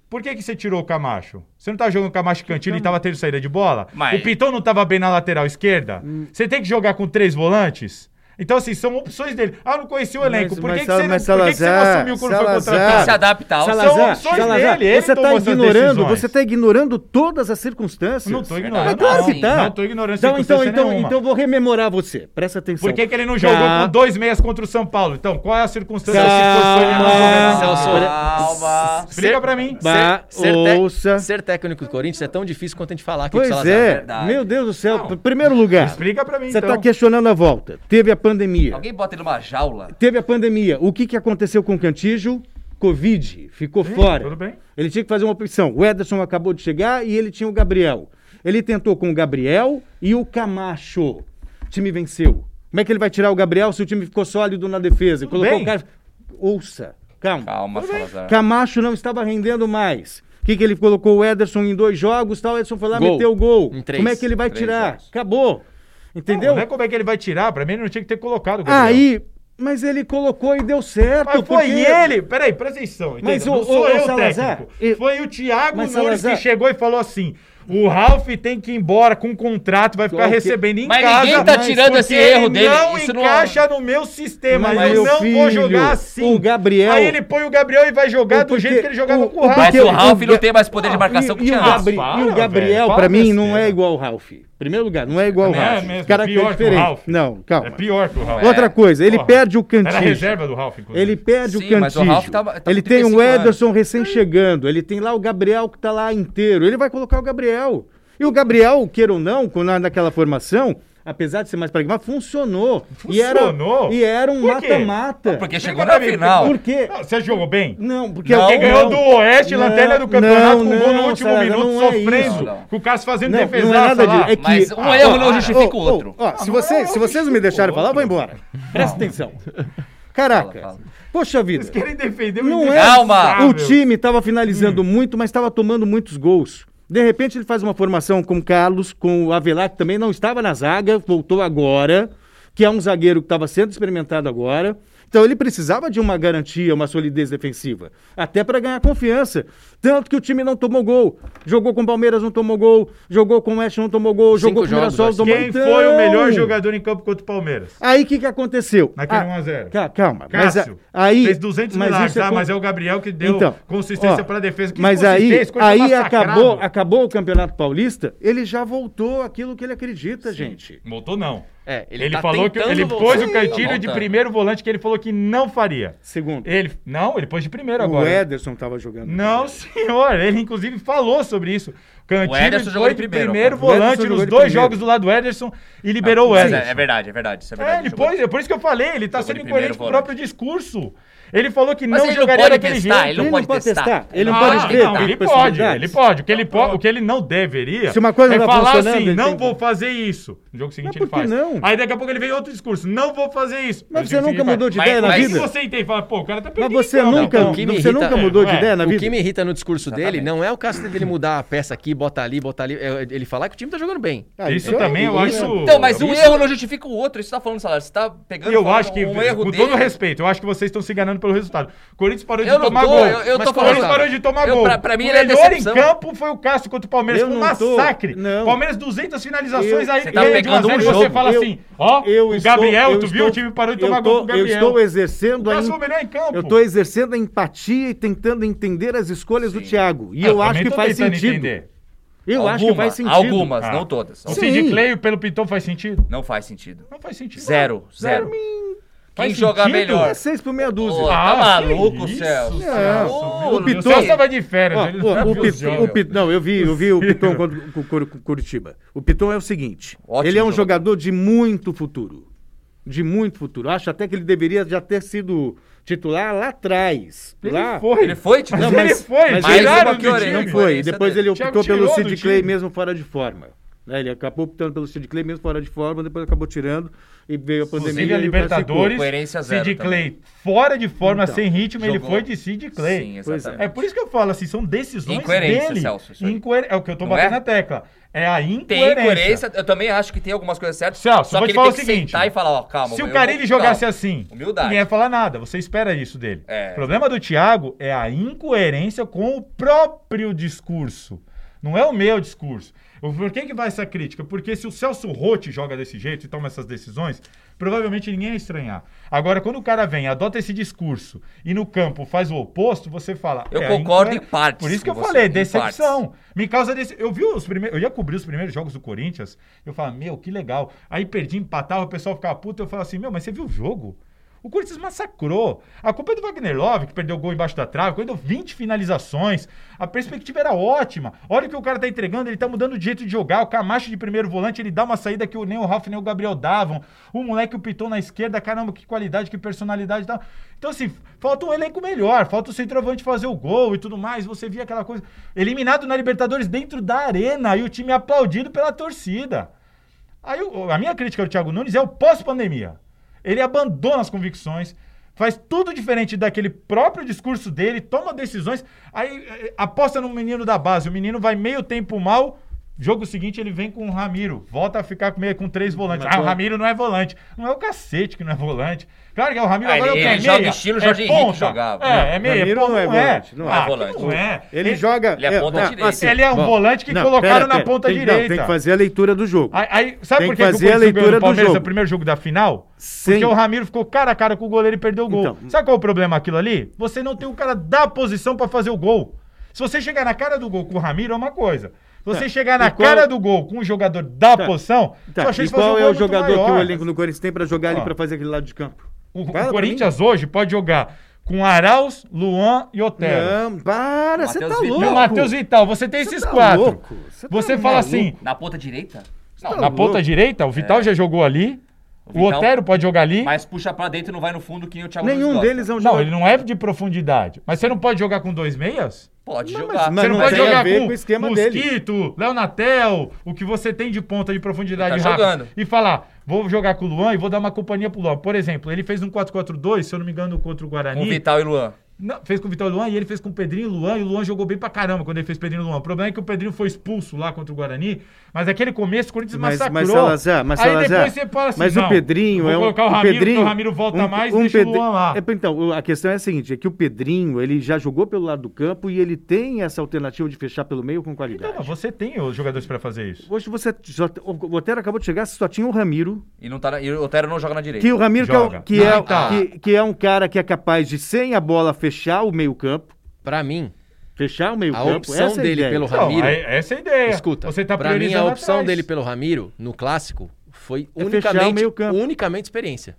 Speaker 2: Por que, que você tirou o Camacho? Você não tá jogando o Camacho e Cantilho e
Speaker 3: Então-
Speaker 2: tava tendo saída de bola?
Speaker 4: Mas-
Speaker 2: O Piton não tava bem na lateral esquerda?
Speaker 3: Hum.
Speaker 2: Você tem que jogar com três volantes? Então, assim, são opções dele. Ah, não conheci o elenco. por que, que, você, não,
Speaker 3: mas
Speaker 2: por que que você não
Speaker 3: Salazar,
Speaker 2: assumiu quando foi
Speaker 3: Salazar,
Speaker 2: contratado?
Speaker 4: Se adapta ao-
Speaker 2: São
Speaker 3: Salazar,
Speaker 2: opções
Speaker 3: Salazar,
Speaker 2: dele, ele
Speaker 3: você
Speaker 2: tomou
Speaker 3: tá
Speaker 2: essas
Speaker 3: ignorando,
Speaker 2: decisões.
Speaker 3: você tá ignorando todas as circunstâncias.
Speaker 2: Não tô ignorando.
Speaker 3: Mas claro
Speaker 4: Não,
Speaker 3: que tá.
Speaker 2: não tô ignorando
Speaker 3: Então, então,
Speaker 2: circunstância
Speaker 3: então,
Speaker 2: nenhuma.
Speaker 3: então vou rememorar você. Presta atenção.
Speaker 2: Por que, é que ele não jogou
Speaker 3: Tá.
Speaker 2: com dois meias contra o São Paulo? Então, qual é a circunstância
Speaker 3: Calma.
Speaker 2: ele não jogou?
Speaker 1: Ah, Celso,
Speaker 4: Calma.
Speaker 2: Explica pra mim.
Speaker 3: Bah,
Speaker 1: Ser, te-
Speaker 3: ouça.
Speaker 1: ser técnico do Corinthians é tão difícil quanto a gente falar aqui
Speaker 3: Pois
Speaker 1: do Salazar.
Speaker 3: é.
Speaker 4: verdade.
Speaker 3: Meu Deus do céu.
Speaker 2: Não.
Speaker 3: Em primeiro lugar,
Speaker 2: Explica pra mim,
Speaker 3: você
Speaker 2: então.
Speaker 3: tá questionando a volta. Teve a pandemia.
Speaker 4: Alguém bota ele numa jaula.
Speaker 3: Teve a pandemia. O que, que aconteceu com o Cantijo? Covid, ficou
Speaker 2: Sim,
Speaker 3: fora.
Speaker 2: tudo bem.
Speaker 3: Ele tinha que fazer uma opção. O Ederson acabou de chegar e ele tinha o Gabriel. Ele tentou com o Gabriel e o Camacho. O time venceu. Como é que ele vai tirar o Gabriel se o time ficou sólido na defesa?
Speaker 2: Tudo
Speaker 3: Colocou
Speaker 2: bem.
Speaker 3: o cara. Ouça, calma.
Speaker 4: Calma, Salazar.
Speaker 3: Camacho não estava rendendo mais. O que, que ele colocou o Ederson em dois jogos, tal, o Ederson foi lá,
Speaker 1: Gol.
Speaker 3: meteu o gol.
Speaker 1: Em três.
Speaker 3: Como é que ele vai
Speaker 4: Três
Speaker 3: tirar?
Speaker 4: jogos.
Speaker 3: Acabou. Entendeu?
Speaker 2: Não, não é como é que ele vai tirar. Pra mim, ele não tinha que ter colocado. o Gabriel.
Speaker 3: Aí, mas ele colocou e deu certo.
Speaker 2: Mas foi
Speaker 3: porque-
Speaker 2: ele! Peraí, presta atenção. entenda,
Speaker 3: Mas o-
Speaker 2: não sou
Speaker 3: o- o
Speaker 2: eu o
Speaker 3: Salazar,
Speaker 2: técnico.
Speaker 3: e-
Speaker 2: Foi o Thiago
Speaker 3: Mas,
Speaker 2: Nunes
Speaker 3: Salazar-
Speaker 2: que chegou e falou assim: o Ralf tem que ir embora com um contrato, vai ficar
Speaker 3: Ok.
Speaker 2: recebendo em
Speaker 5: Mas
Speaker 2: casa.
Speaker 5: ninguém tá tirando
Speaker 2: porque
Speaker 5: esse erro
Speaker 2: ele
Speaker 5: dele,
Speaker 2: Não
Speaker 5: isso não-
Speaker 2: encaixa no meu sistema.
Speaker 3: Mas,
Speaker 2: eu
Speaker 3: meu
Speaker 2: não vou
Speaker 3: filho,
Speaker 2: jogar assim.
Speaker 3: o Gabriel-
Speaker 2: Aí ele põe o Gabriel e vai jogar
Speaker 3: O-
Speaker 2: do jeito
Speaker 3: porque
Speaker 2: que ele jogava
Speaker 3: o-
Speaker 2: com o Ralf.
Speaker 4: Mas
Speaker 3: Porque
Speaker 4: o
Speaker 3: o-
Speaker 4: Ralf
Speaker 3: o-
Speaker 4: não tem mais poder de marcação que
Speaker 3: E, e,
Speaker 4: tinha
Speaker 3: o,
Speaker 2: Ah,
Speaker 4: antes.
Speaker 3: Gabri-
Speaker 2: para,
Speaker 3: e o
Speaker 2: velho,
Speaker 3: Gabriel,
Speaker 2: fala
Speaker 3: pra mim, não
Speaker 2: besteira.
Speaker 3: é igual o Ralf. Em primeiro lugar, não é igual o
Speaker 2: Não é
Speaker 3: Ralf.
Speaker 2: mesmo,
Speaker 3: Característica
Speaker 2: pior que o
Speaker 3: diferente.
Speaker 2: Ralf.
Speaker 3: Não, calma.
Speaker 2: É pior que o Ralf.
Speaker 3: Outra coisa, ele
Speaker 2: Porra.
Speaker 3: perde o
Speaker 2: Era a
Speaker 3: cantinho.
Speaker 2: reserva do Ralf, inclusive.
Speaker 3: Ele perde o
Speaker 4: Sim, mas o
Speaker 3: cantinho.
Speaker 4: Ralf tava- tava
Speaker 3: ele
Speaker 4: com
Speaker 3: tem
Speaker 4: 35
Speaker 3: o Ederson recém-chegando. Ele tem lá o Gabriel que tá lá inteiro. Ele vai colocar o Gabriel. E o Gabriel, queira ou não, quando na- naquela formação, apesar de ser mais pragmático, funcionou.
Speaker 2: Funcionou?
Speaker 3: E era, e era um
Speaker 2: Por quê?
Speaker 3: mata-mata.
Speaker 4: Ah, Porque
Speaker 2: Vem
Speaker 4: chegou
Speaker 2: cá,
Speaker 4: na
Speaker 2: amigo,
Speaker 4: final.
Speaker 2: por-
Speaker 3: Por quê?
Speaker 2: Não, Você jogou bem?
Speaker 3: Não, porque
Speaker 4: Não,
Speaker 2: Quem ganhou
Speaker 3: não.
Speaker 2: do Oeste,
Speaker 3: Não,
Speaker 2: lanterna do campeonato,
Speaker 3: não,
Speaker 2: com gol no
Speaker 3: não,
Speaker 2: último
Speaker 3: Salazar,
Speaker 2: minuto,
Speaker 3: não é
Speaker 2: sofrendo,
Speaker 4: isso.
Speaker 2: com o Cássio fazendo
Speaker 3: Não, não é
Speaker 2: defesaça
Speaker 3: nada
Speaker 2: lá.
Speaker 3: disso, é que-
Speaker 4: Mas um
Speaker 3: Ah,
Speaker 4: erro não
Speaker 2: para.
Speaker 4: justifica o
Speaker 3: Ô, ô,
Speaker 4: outro.
Speaker 3: ó, se,
Speaker 2: não
Speaker 3: você-
Speaker 2: é
Speaker 3: se vocês me deixarem falar, eu vou embora. Presta atenção. Caraca.
Speaker 4: Fala, fala.
Speaker 3: Poxa vida.
Speaker 2: Eles querem defender o
Speaker 3: Não é.
Speaker 2: indefensável.
Speaker 4: Calma.
Speaker 3: O time estava
Speaker 2: Hum.
Speaker 3: finalizando muito, mas estava tomando muitos gols. De repente ele faz uma formação com o Carlos, com o Avelar, que também não estava na zaga, voltou agora, que é um zagueiro que estava sendo experimentado agora. Então ele precisava de uma garantia, uma solidez defensiva, até para ganhar confiança. Tanto que o time não tomou gol. Jogou com o Palmeiras, não tomou gol. Jogou com o Oeste, não tomou gol.
Speaker 1: Cinco
Speaker 3: Jogou com o
Speaker 1: jogos,
Speaker 3: Mirassol, não
Speaker 1: Arce.
Speaker 3: tomou
Speaker 2: Quem
Speaker 3: Então,
Speaker 2: foi o melhor jogador em campo contra o Palmeiras?
Speaker 3: Aí o que, que aconteceu?
Speaker 2: Naquele
Speaker 3: Ah,
Speaker 2: 1x0.
Speaker 3: ca- Calma. mas a-
Speaker 2: Cássio.
Speaker 3: aí,
Speaker 2: fez 200
Speaker 3: mas
Speaker 2: milagres,
Speaker 3: isso é
Speaker 2: tá?
Speaker 3: com-
Speaker 2: Mas é o Gabriel que deu
Speaker 3: Então,
Speaker 2: consistência
Speaker 3: ó,
Speaker 2: pra defesa. Que
Speaker 3: mas aí,
Speaker 2: consistência, quando
Speaker 3: aí
Speaker 2: foi massacrado.
Speaker 3: acabou, acabou o Campeonato Paulista, ele já voltou aquilo que ele acredita, gente.
Speaker 2: Voltou não.
Speaker 1: É, ele,
Speaker 2: Ele,
Speaker 1: tá
Speaker 2: falou que
Speaker 1: tentando
Speaker 2: ele
Speaker 1: voltar.
Speaker 2: pôs o
Speaker 1: Sim.
Speaker 2: Cantilho
Speaker 4: Tá
Speaker 2: de
Speaker 4: voltando.
Speaker 2: primeiro volante que ele falou que não faria.
Speaker 3: Segundo,
Speaker 2: Ele não, ele pôs de primeiro
Speaker 3: o
Speaker 2: agora.
Speaker 3: Ederson estava jogando.
Speaker 2: Não, senhor. Ele, inclusive, falou sobre isso. Cantilho
Speaker 4: O Ederson
Speaker 2: foi
Speaker 4: jogou de
Speaker 2: primeiro,
Speaker 4: primeiro,
Speaker 3: cara. O Ederson
Speaker 2: volante
Speaker 3: jogou
Speaker 2: nos
Speaker 3: de
Speaker 2: dois
Speaker 3: primeiro.
Speaker 2: jogos do lado do Ederson e liberou o
Speaker 4: Mas
Speaker 2: Ederson.
Speaker 4: é, é verdade, é verdade, isso é
Speaker 2: É,
Speaker 4: verdade.
Speaker 2: ele
Speaker 4: jogou-
Speaker 2: pôs, é por isso que eu falei. Ele tá
Speaker 4: Jogou
Speaker 2: sendo
Speaker 4: de primeiro
Speaker 2: incoerente com o
Speaker 4: volante.
Speaker 2: próprio discurso. Ele falou que
Speaker 4: Mas
Speaker 2: não
Speaker 4: ele não
Speaker 2: jogaria
Speaker 4: pode
Speaker 2: daquele
Speaker 4: testar,
Speaker 2: jeito.
Speaker 4: ele não pode testar.
Speaker 3: Ele não,
Speaker 2: Ah,
Speaker 3: pode ver.
Speaker 2: não,
Speaker 4: tem
Speaker 2: ele pode,
Speaker 3: possibilidades.
Speaker 2: ele pode. O que ele, po- o que ele não deveria
Speaker 3: Se uma coisa
Speaker 2: é
Speaker 3: não tá
Speaker 2: falar
Speaker 3: funcionando,
Speaker 2: assim,
Speaker 3: ele
Speaker 2: não
Speaker 3: tem-
Speaker 2: vou fazer isso. No jogo seguinte
Speaker 3: por
Speaker 2: ele faz.
Speaker 3: que não?
Speaker 2: Aí daqui a pouco ele vem outro discurso, não vou fazer isso.
Speaker 3: Mas
Speaker 2: No
Speaker 3: você
Speaker 2: jogo
Speaker 3: nunca
Speaker 2: seguinte ele
Speaker 3: mudou de
Speaker 2: faz.
Speaker 3: ideia
Speaker 4: Mas-
Speaker 3: na
Speaker 4: mas
Speaker 2: Aí
Speaker 4: vida?
Speaker 2: se você entende, fala, pô, o cara tá
Speaker 3: Mas
Speaker 2: perdendo.
Speaker 3: você
Speaker 2: então,
Speaker 3: nunca,
Speaker 1: Não, o que me
Speaker 3: você
Speaker 1: irrita-
Speaker 3: nunca mudou de
Speaker 2: é,
Speaker 3: ideia na
Speaker 1: O
Speaker 3: vida?
Speaker 1: que me irrita no discurso dele
Speaker 4: Exatamente.
Speaker 1: não é o caso dele mudar a peça aqui, botar ali, botar ali. É, Ele falar que o time tá jogando bem.
Speaker 3: Ah,
Speaker 2: Isso
Speaker 3: é
Speaker 2: também eu
Speaker 3: horrível.
Speaker 2: acho-
Speaker 4: Então, mas um
Speaker 2: Isso-
Speaker 4: erro não justifica o outro. Isso tá falando, Salazar. Você tá pegando
Speaker 2: E eu
Speaker 4: falando
Speaker 2: acho que,
Speaker 4: um erro
Speaker 2: com
Speaker 4: dele.
Speaker 2: todo respeito, eu acho que vocês estão se enganando pelo resultado. O Corinthians parou de
Speaker 4: Eu não
Speaker 2: tomar
Speaker 4: tô,
Speaker 2: gol.
Speaker 4: eu-
Speaker 1: tô
Speaker 4: eu
Speaker 2: Mas o
Speaker 1: falando.
Speaker 2: Corinthians parou de tomar
Speaker 4: Eu-
Speaker 2: gol.
Speaker 4: pra- pra mim
Speaker 2: o
Speaker 4: ele é
Speaker 2: melhor em
Speaker 4: decepção.
Speaker 2: campo foi o Cássio contra o Palmeiras.
Speaker 3: Eu
Speaker 2: Foi um
Speaker 3: não tô,
Speaker 2: massacre.
Speaker 3: não.
Speaker 2: Palmeiras 200 finalizações
Speaker 3: Eu-
Speaker 2: aí.
Speaker 3: Você
Speaker 4: tá
Speaker 2: perde
Speaker 4: pegando
Speaker 2: um a
Speaker 4: um
Speaker 2: zero e você
Speaker 4: jogo.
Speaker 2: fala
Speaker 3: Eu-
Speaker 2: assim, ó,
Speaker 3: eu
Speaker 2: o
Speaker 3: estou-
Speaker 2: Gabriel,
Speaker 3: eu
Speaker 2: tu
Speaker 3: estou-
Speaker 2: viu? O time parou de
Speaker 3: eu
Speaker 2: tomar
Speaker 3: tô-
Speaker 2: gol com o Gabriel. Tá
Speaker 3: Eu estou exercendo
Speaker 2: Cássio foi
Speaker 3: a
Speaker 2: o melhor em campo.
Speaker 3: Eu estou exercendo a empatia e tentando entender as escolhas do Thiago. E eu
Speaker 2: Ah, também
Speaker 3: acho que
Speaker 2: tô
Speaker 3: faz
Speaker 2: tentando
Speaker 3: sentido.
Speaker 2: entender.
Speaker 3: Eu acho que
Speaker 4: Alguma-
Speaker 3: faz sentido.
Speaker 4: Algumas,
Speaker 2: Ah.
Speaker 4: não todas.
Speaker 2: O
Speaker 3: Sim.
Speaker 2: Sid Clay pelo Piton faz sentido?
Speaker 4: Não faz sentido.
Speaker 2: Não faz sentido.
Speaker 4: Zero, zero. Quem
Speaker 2: Faz
Speaker 4: jogar
Speaker 2: sentido?
Speaker 4: melhor?
Speaker 3: É seis por meia dúzia.
Speaker 4: Pô,
Speaker 2: Ah,
Speaker 4: tá maluco,
Speaker 2: que isso,
Speaker 4: Celso?
Speaker 2: Celso.
Speaker 4: Ô,
Speaker 2: O Piton
Speaker 3: Piton-
Speaker 2: estava de férias.
Speaker 3: Ó,
Speaker 2: ele
Speaker 3: ó,
Speaker 2: não
Speaker 3: o
Speaker 2: viu os
Speaker 3: Piton-
Speaker 2: jogos.
Speaker 3: o Piton- não, eu vi, eu vi o Piton contra o Cur- Cur- Curitiba. O Piton é o seguinte:
Speaker 4: Ótimo
Speaker 3: ele é um
Speaker 4: jogador.
Speaker 3: jogador de muito futuro. De muito futuro. Acho até que ele deveria já ter sido titular lá atrás. lá.
Speaker 2: Ele foi.
Speaker 4: Ele foi, Tito?
Speaker 3: Não,
Speaker 2: Mas ele foi,
Speaker 3: mas
Speaker 4: mais
Speaker 2: tiraram
Speaker 4: uma
Speaker 2: do
Speaker 4: que orelha,
Speaker 2: time.
Speaker 3: Não foi.
Speaker 4: Isso é
Speaker 3: depois
Speaker 4: dele.
Speaker 3: ele
Speaker 2: Thiago
Speaker 3: optou pelo
Speaker 2: tirou do
Speaker 3: Sid Clay
Speaker 2: time.
Speaker 3: mesmo fora de forma. né? Ele acabou optando pelo Sid Clay mesmo fora de forma, depois acabou tirando e veio a pandemia.
Speaker 2: Inclusive a
Speaker 3: e o cara
Speaker 2: Libertadores,
Speaker 4: Coerência zero
Speaker 2: Sid
Speaker 4: também.
Speaker 2: Clay fora de forma,
Speaker 3: Então,
Speaker 2: sem ritmo, ele
Speaker 4: jogou.
Speaker 2: foi de Sid Clay.
Speaker 4: Sim,
Speaker 3: Pois
Speaker 4: exatamente.
Speaker 2: É por isso que eu falo assim, são decisões
Speaker 4: Incoerência,
Speaker 2: dele.
Speaker 4: Celso, isso aí.
Speaker 2: Incoer- É o que eu tô
Speaker 4: Não
Speaker 2: batendo
Speaker 4: é?
Speaker 2: na tecla. É a
Speaker 4: Tem
Speaker 2: incoerência.
Speaker 4: incoerência, eu também acho que tem algumas coisas certas.
Speaker 2: Celso,
Speaker 4: só
Speaker 2: vou
Speaker 4: que
Speaker 2: te
Speaker 4: ele
Speaker 2: falar
Speaker 4: tem
Speaker 2: o
Speaker 4: que
Speaker 2: seguinte,
Speaker 4: sentar e falar, ó, calma.
Speaker 2: Se o
Speaker 4: eu
Speaker 2: Carilli
Speaker 4: vou-
Speaker 2: jogasse
Speaker 4: calma.
Speaker 2: assim,
Speaker 4: Humildade.
Speaker 2: ninguém ia falar nada. Você espera isso dele.
Speaker 4: É.
Speaker 2: O problema do Thiago é a incoerência com o próprio discurso. Não é o meu discurso. O- Por que, que vai essa crítica? Porque se o Celso Rotti joga desse jeito e toma essas decisões, provavelmente ninguém ia estranhar. Agora, quando o cara vem, adota esse discurso e no campo faz o oposto, você fala.
Speaker 4: Eu
Speaker 2: é,
Speaker 4: concordo
Speaker 2: incoer-
Speaker 4: em partes
Speaker 2: Por isso que eu
Speaker 4: com você,
Speaker 2: falei,
Speaker 4: em
Speaker 2: decepção. Me causa desse. Eu vi os primeiros. Eu ia cobrir os primeiros jogos do Corinthians. Eu falava, meu, que legal. Aí perdi, empatava, o pessoal ficava puto. Eu falava assim, meu, mas você viu o jogo? O Corinthians massacrou. A culpa é do Wagner Love, que perdeu o gol embaixo da trave, perdeu 20 finalizações. A perspectiva era ótima. Olha o que o cara tá entregando, ele tá mudando de jeito de jogar. O Camacho de primeiro volante, ele dá uma saída que nem o Ralf nem o Gabriel davam. O moleque, o Piton na esquerda, caramba, que qualidade, que personalidade e tal. Então, assim, falta um elenco melhor, falta o centroavante fazer o gol e tudo mais. Você via aquela coisa. Eliminado na Libertadores dentro da arena e o time aplaudido pela torcida. Aí o- a minha crítica ao Thiago Nunes é o pós-pandemia. Ele abandona as convicções, faz tudo diferente daquele próprio discurso dele, toma decisões, aí eh, aposta no menino da base. O menino vai meio tempo mal, jogo seguinte ele vem com o Ramiro, volta a ficar com, meio, com três volantes.
Speaker 3: Mas
Speaker 2: ah, o
Speaker 3: qual-
Speaker 2: Ramiro não é volante. Não é o cacete que não é volante. Claro que é o Ramiro
Speaker 4: Ah,
Speaker 2: agora
Speaker 4: ele
Speaker 2: é o que? É
Speaker 4: joga
Speaker 2: meia,
Speaker 4: estilo
Speaker 2: é
Speaker 4: Jorge Henrique
Speaker 2: ponta.
Speaker 4: jogava.
Speaker 2: É, é meia.
Speaker 3: Ramiro
Speaker 2: pô,
Speaker 3: não é volante, não é
Speaker 2: Ah, que
Speaker 4: volante.
Speaker 2: Não é.
Speaker 3: Ele, joga.
Speaker 4: ele é ponta
Speaker 3: não, assim,
Speaker 4: direita.
Speaker 2: Ele é um
Speaker 3: bom,
Speaker 2: volante que
Speaker 3: não,
Speaker 2: colocaram
Speaker 3: pera,
Speaker 2: na
Speaker 3: pera,
Speaker 2: ponta
Speaker 3: tem, não,
Speaker 2: direita. Ah,
Speaker 3: tem que fazer a leitura do jogo.
Speaker 2: Aí, aí, sabe
Speaker 3: Tem
Speaker 2: por que, que
Speaker 3: que
Speaker 2: o
Speaker 3: fazer a
Speaker 2: Corinthians ganhou
Speaker 3: leitura
Speaker 2: do
Speaker 3: do
Speaker 2: Palmeiras
Speaker 3: jogo.
Speaker 2: no primeiro jogo da final?
Speaker 3: Sem-
Speaker 2: Porque o Ramiro ficou cara a cara com o goleiro e perdeu o gol.
Speaker 3: Então-
Speaker 2: sabe qual é o problema aquilo ali? Você não tem o cara da posição pra fazer o gol. Se você chegar na cara do gol com o Ramiro é uma coisa. Se você
Speaker 3: Tá.
Speaker 2: chegar na
Speaker 3: E qual-
Speaker 2: cara do gol com um jogador da
Speaker 3: Tá.
Speaker 2: posição,
Speaker 3: Tá,
Speaker 2: sua chance
Speaker 3: e
Speaker 2: de fazer
Speaker 3: qual
Speaker 2: um
Speaker 3: é
Speaker 2: gol
Speaker 3: o
Speaker 2: muito
Speaker 3: jogador que o
Speaker 2: maior.
Speaker 3: elenco do Corinthians tem pra jogar
Speaker 2: Ó.
Speaker 3: ali pra fazer aquele lado de campo?
Speaker 2: O, o
Speaker 3: Fala pra
Speaker 2: Corinthians hoje pode jogar com Arauz, Luan e Otero.
Speaker 3: Não, para, você tá
Speaker 4: Matheus Vital.
Speaker 2: E o
Speaker 3: louco.
Speaker 2: Matheus Vital, você tem esses
Speaker 3: tá
Speaker 2: quatro.
Speaker 3: louco,
Speaker 2: Você,
Speaker 3: você tá
Speaker 2: fala
Speaker 3: maluco.
Speaker 2: assim,
Speaker 4: Na ponta direita?
Speaker 2: não,
Speaker 3: tá
Speaker 2: na ponta
Speaker 3: louco.
Speaker 2: direita, o Vital já jogou ali, o,
Speaker 4: Vital-
Speaker 2: Otero pode jogar ali.
Speaker 4: Mas puxa pra dentro e não vai no fundo que nem o Thiago Nunes
Speaker 3: Nenhum
Speaker 4: gosta.
Speaker 3: deles é um
Speaker 2: Não,
Speaker 3: jogador.
Speaker 2: ele não é de profundidade. Mas você não pode jogar com dois meias?
Speaker 4: Pode
Speaker 3: Não, mas-
Speaker 4: jogar.
Speaker 3: mas
Speaker 2: Você
Speaker 4: Você
Speaker 2: não,
Speaker 3: não
Speaker 2: pode
Speaker 3: tem a
Speaker 2: jogar
Speaker 3: ver
Speaker 2: com
Speaker 3: com o esquema
Speaker 2: Mosquito, Leonatel, o que você tem de ponta de profundidade
Speaker 4: Ele tá
Speaker 2: rápida,
Speaker 4: jogando.
Speaker 2: E falar, vou jogar com o Luan e vou dar uma companhia pro Luan. Por exemplo, ele fez um 4-4-2, se eu não me engano, contra o
Speaker 4: Com
Speaker 2: Guarani.
Speaker 4: Vital e Luan.
Speaker 2: Não, fez com o Vitor Luan e ele fez com o Pedrinho e o Luan. E o Luan jogou bem pra caramba quando ele fez Pedrinho e Luan. O problema é que o Pedrinho foi expulso lá contra o Guarani. Mas aquele começo, o Corinthians
Speaker 3: Mas,
Speaker 2: massacrou.
Speaker 3: mas Salazar, mas
Speaker 2: Aí
Speaker 3: Salazar,
Speaker 2: depois você fala assim,
Speaker 3: mas
Speaker 2: não,
Speaker 3: o Pedrinho
Speaker 2: vou
Speaker 3: é um,
Speaker 2: colocar o Ramiro, porque
Speaker 3: Pedrinho, um
Speaker 2: o Ramiro volta mais e deixa o Luan lá.
Speaker 3: É, então, o- a questão é a seguinte, é que o Pedrinho, ele já jogou pelo lado do campo e ele tem essa alternativa de fechar pelo meio com qualidade.
Speaker 2: Não, Então, mas você tem os jogadores pra fazer isso.
Speaker 3: Hoje você só, o Otero acabou de chegar, só tinha o Ramiro,
Speaker 4: E, não tá na- e o Otero não joga na direita.
Speaker 3: que o Ramiro que é,
Speaker 2: Joga.
Speaker 3: o- que, é,
Speaker 4: Ah,
Speaker 2: então.
Speaker 4: tá.
Speaker 3: que, que é um cara que é capaz de sem a bola fechar o meio-campo,
Speaker 1: Pra mim,
Speaker 3: fechar o
Speaker 1: a
Speaker 3: meio-campo.
Speaker 1: opção
Speaker 3: essa é a
Speaker 1: dele
Speaker 3: ideia.
Speaker 1: pelo
Speaker 2: Não,
Speaker 1: Ramiro...
Speaker 2: aí- essa é a ideia.
Speaker 1: Escuta,
Speaker 2: você tá
Speaker 1: pra mim a
Speaker 2: priorizando
Speaker 1: opção
Speaker 2: atrás.
Speaker 1: dele pelo Ramiro, no clássico, foi
Speaker 3: É fechar o
Speaker 1: unicamente,
Speaker 3: meio-campo.
Speaker 1: unicamente experiência.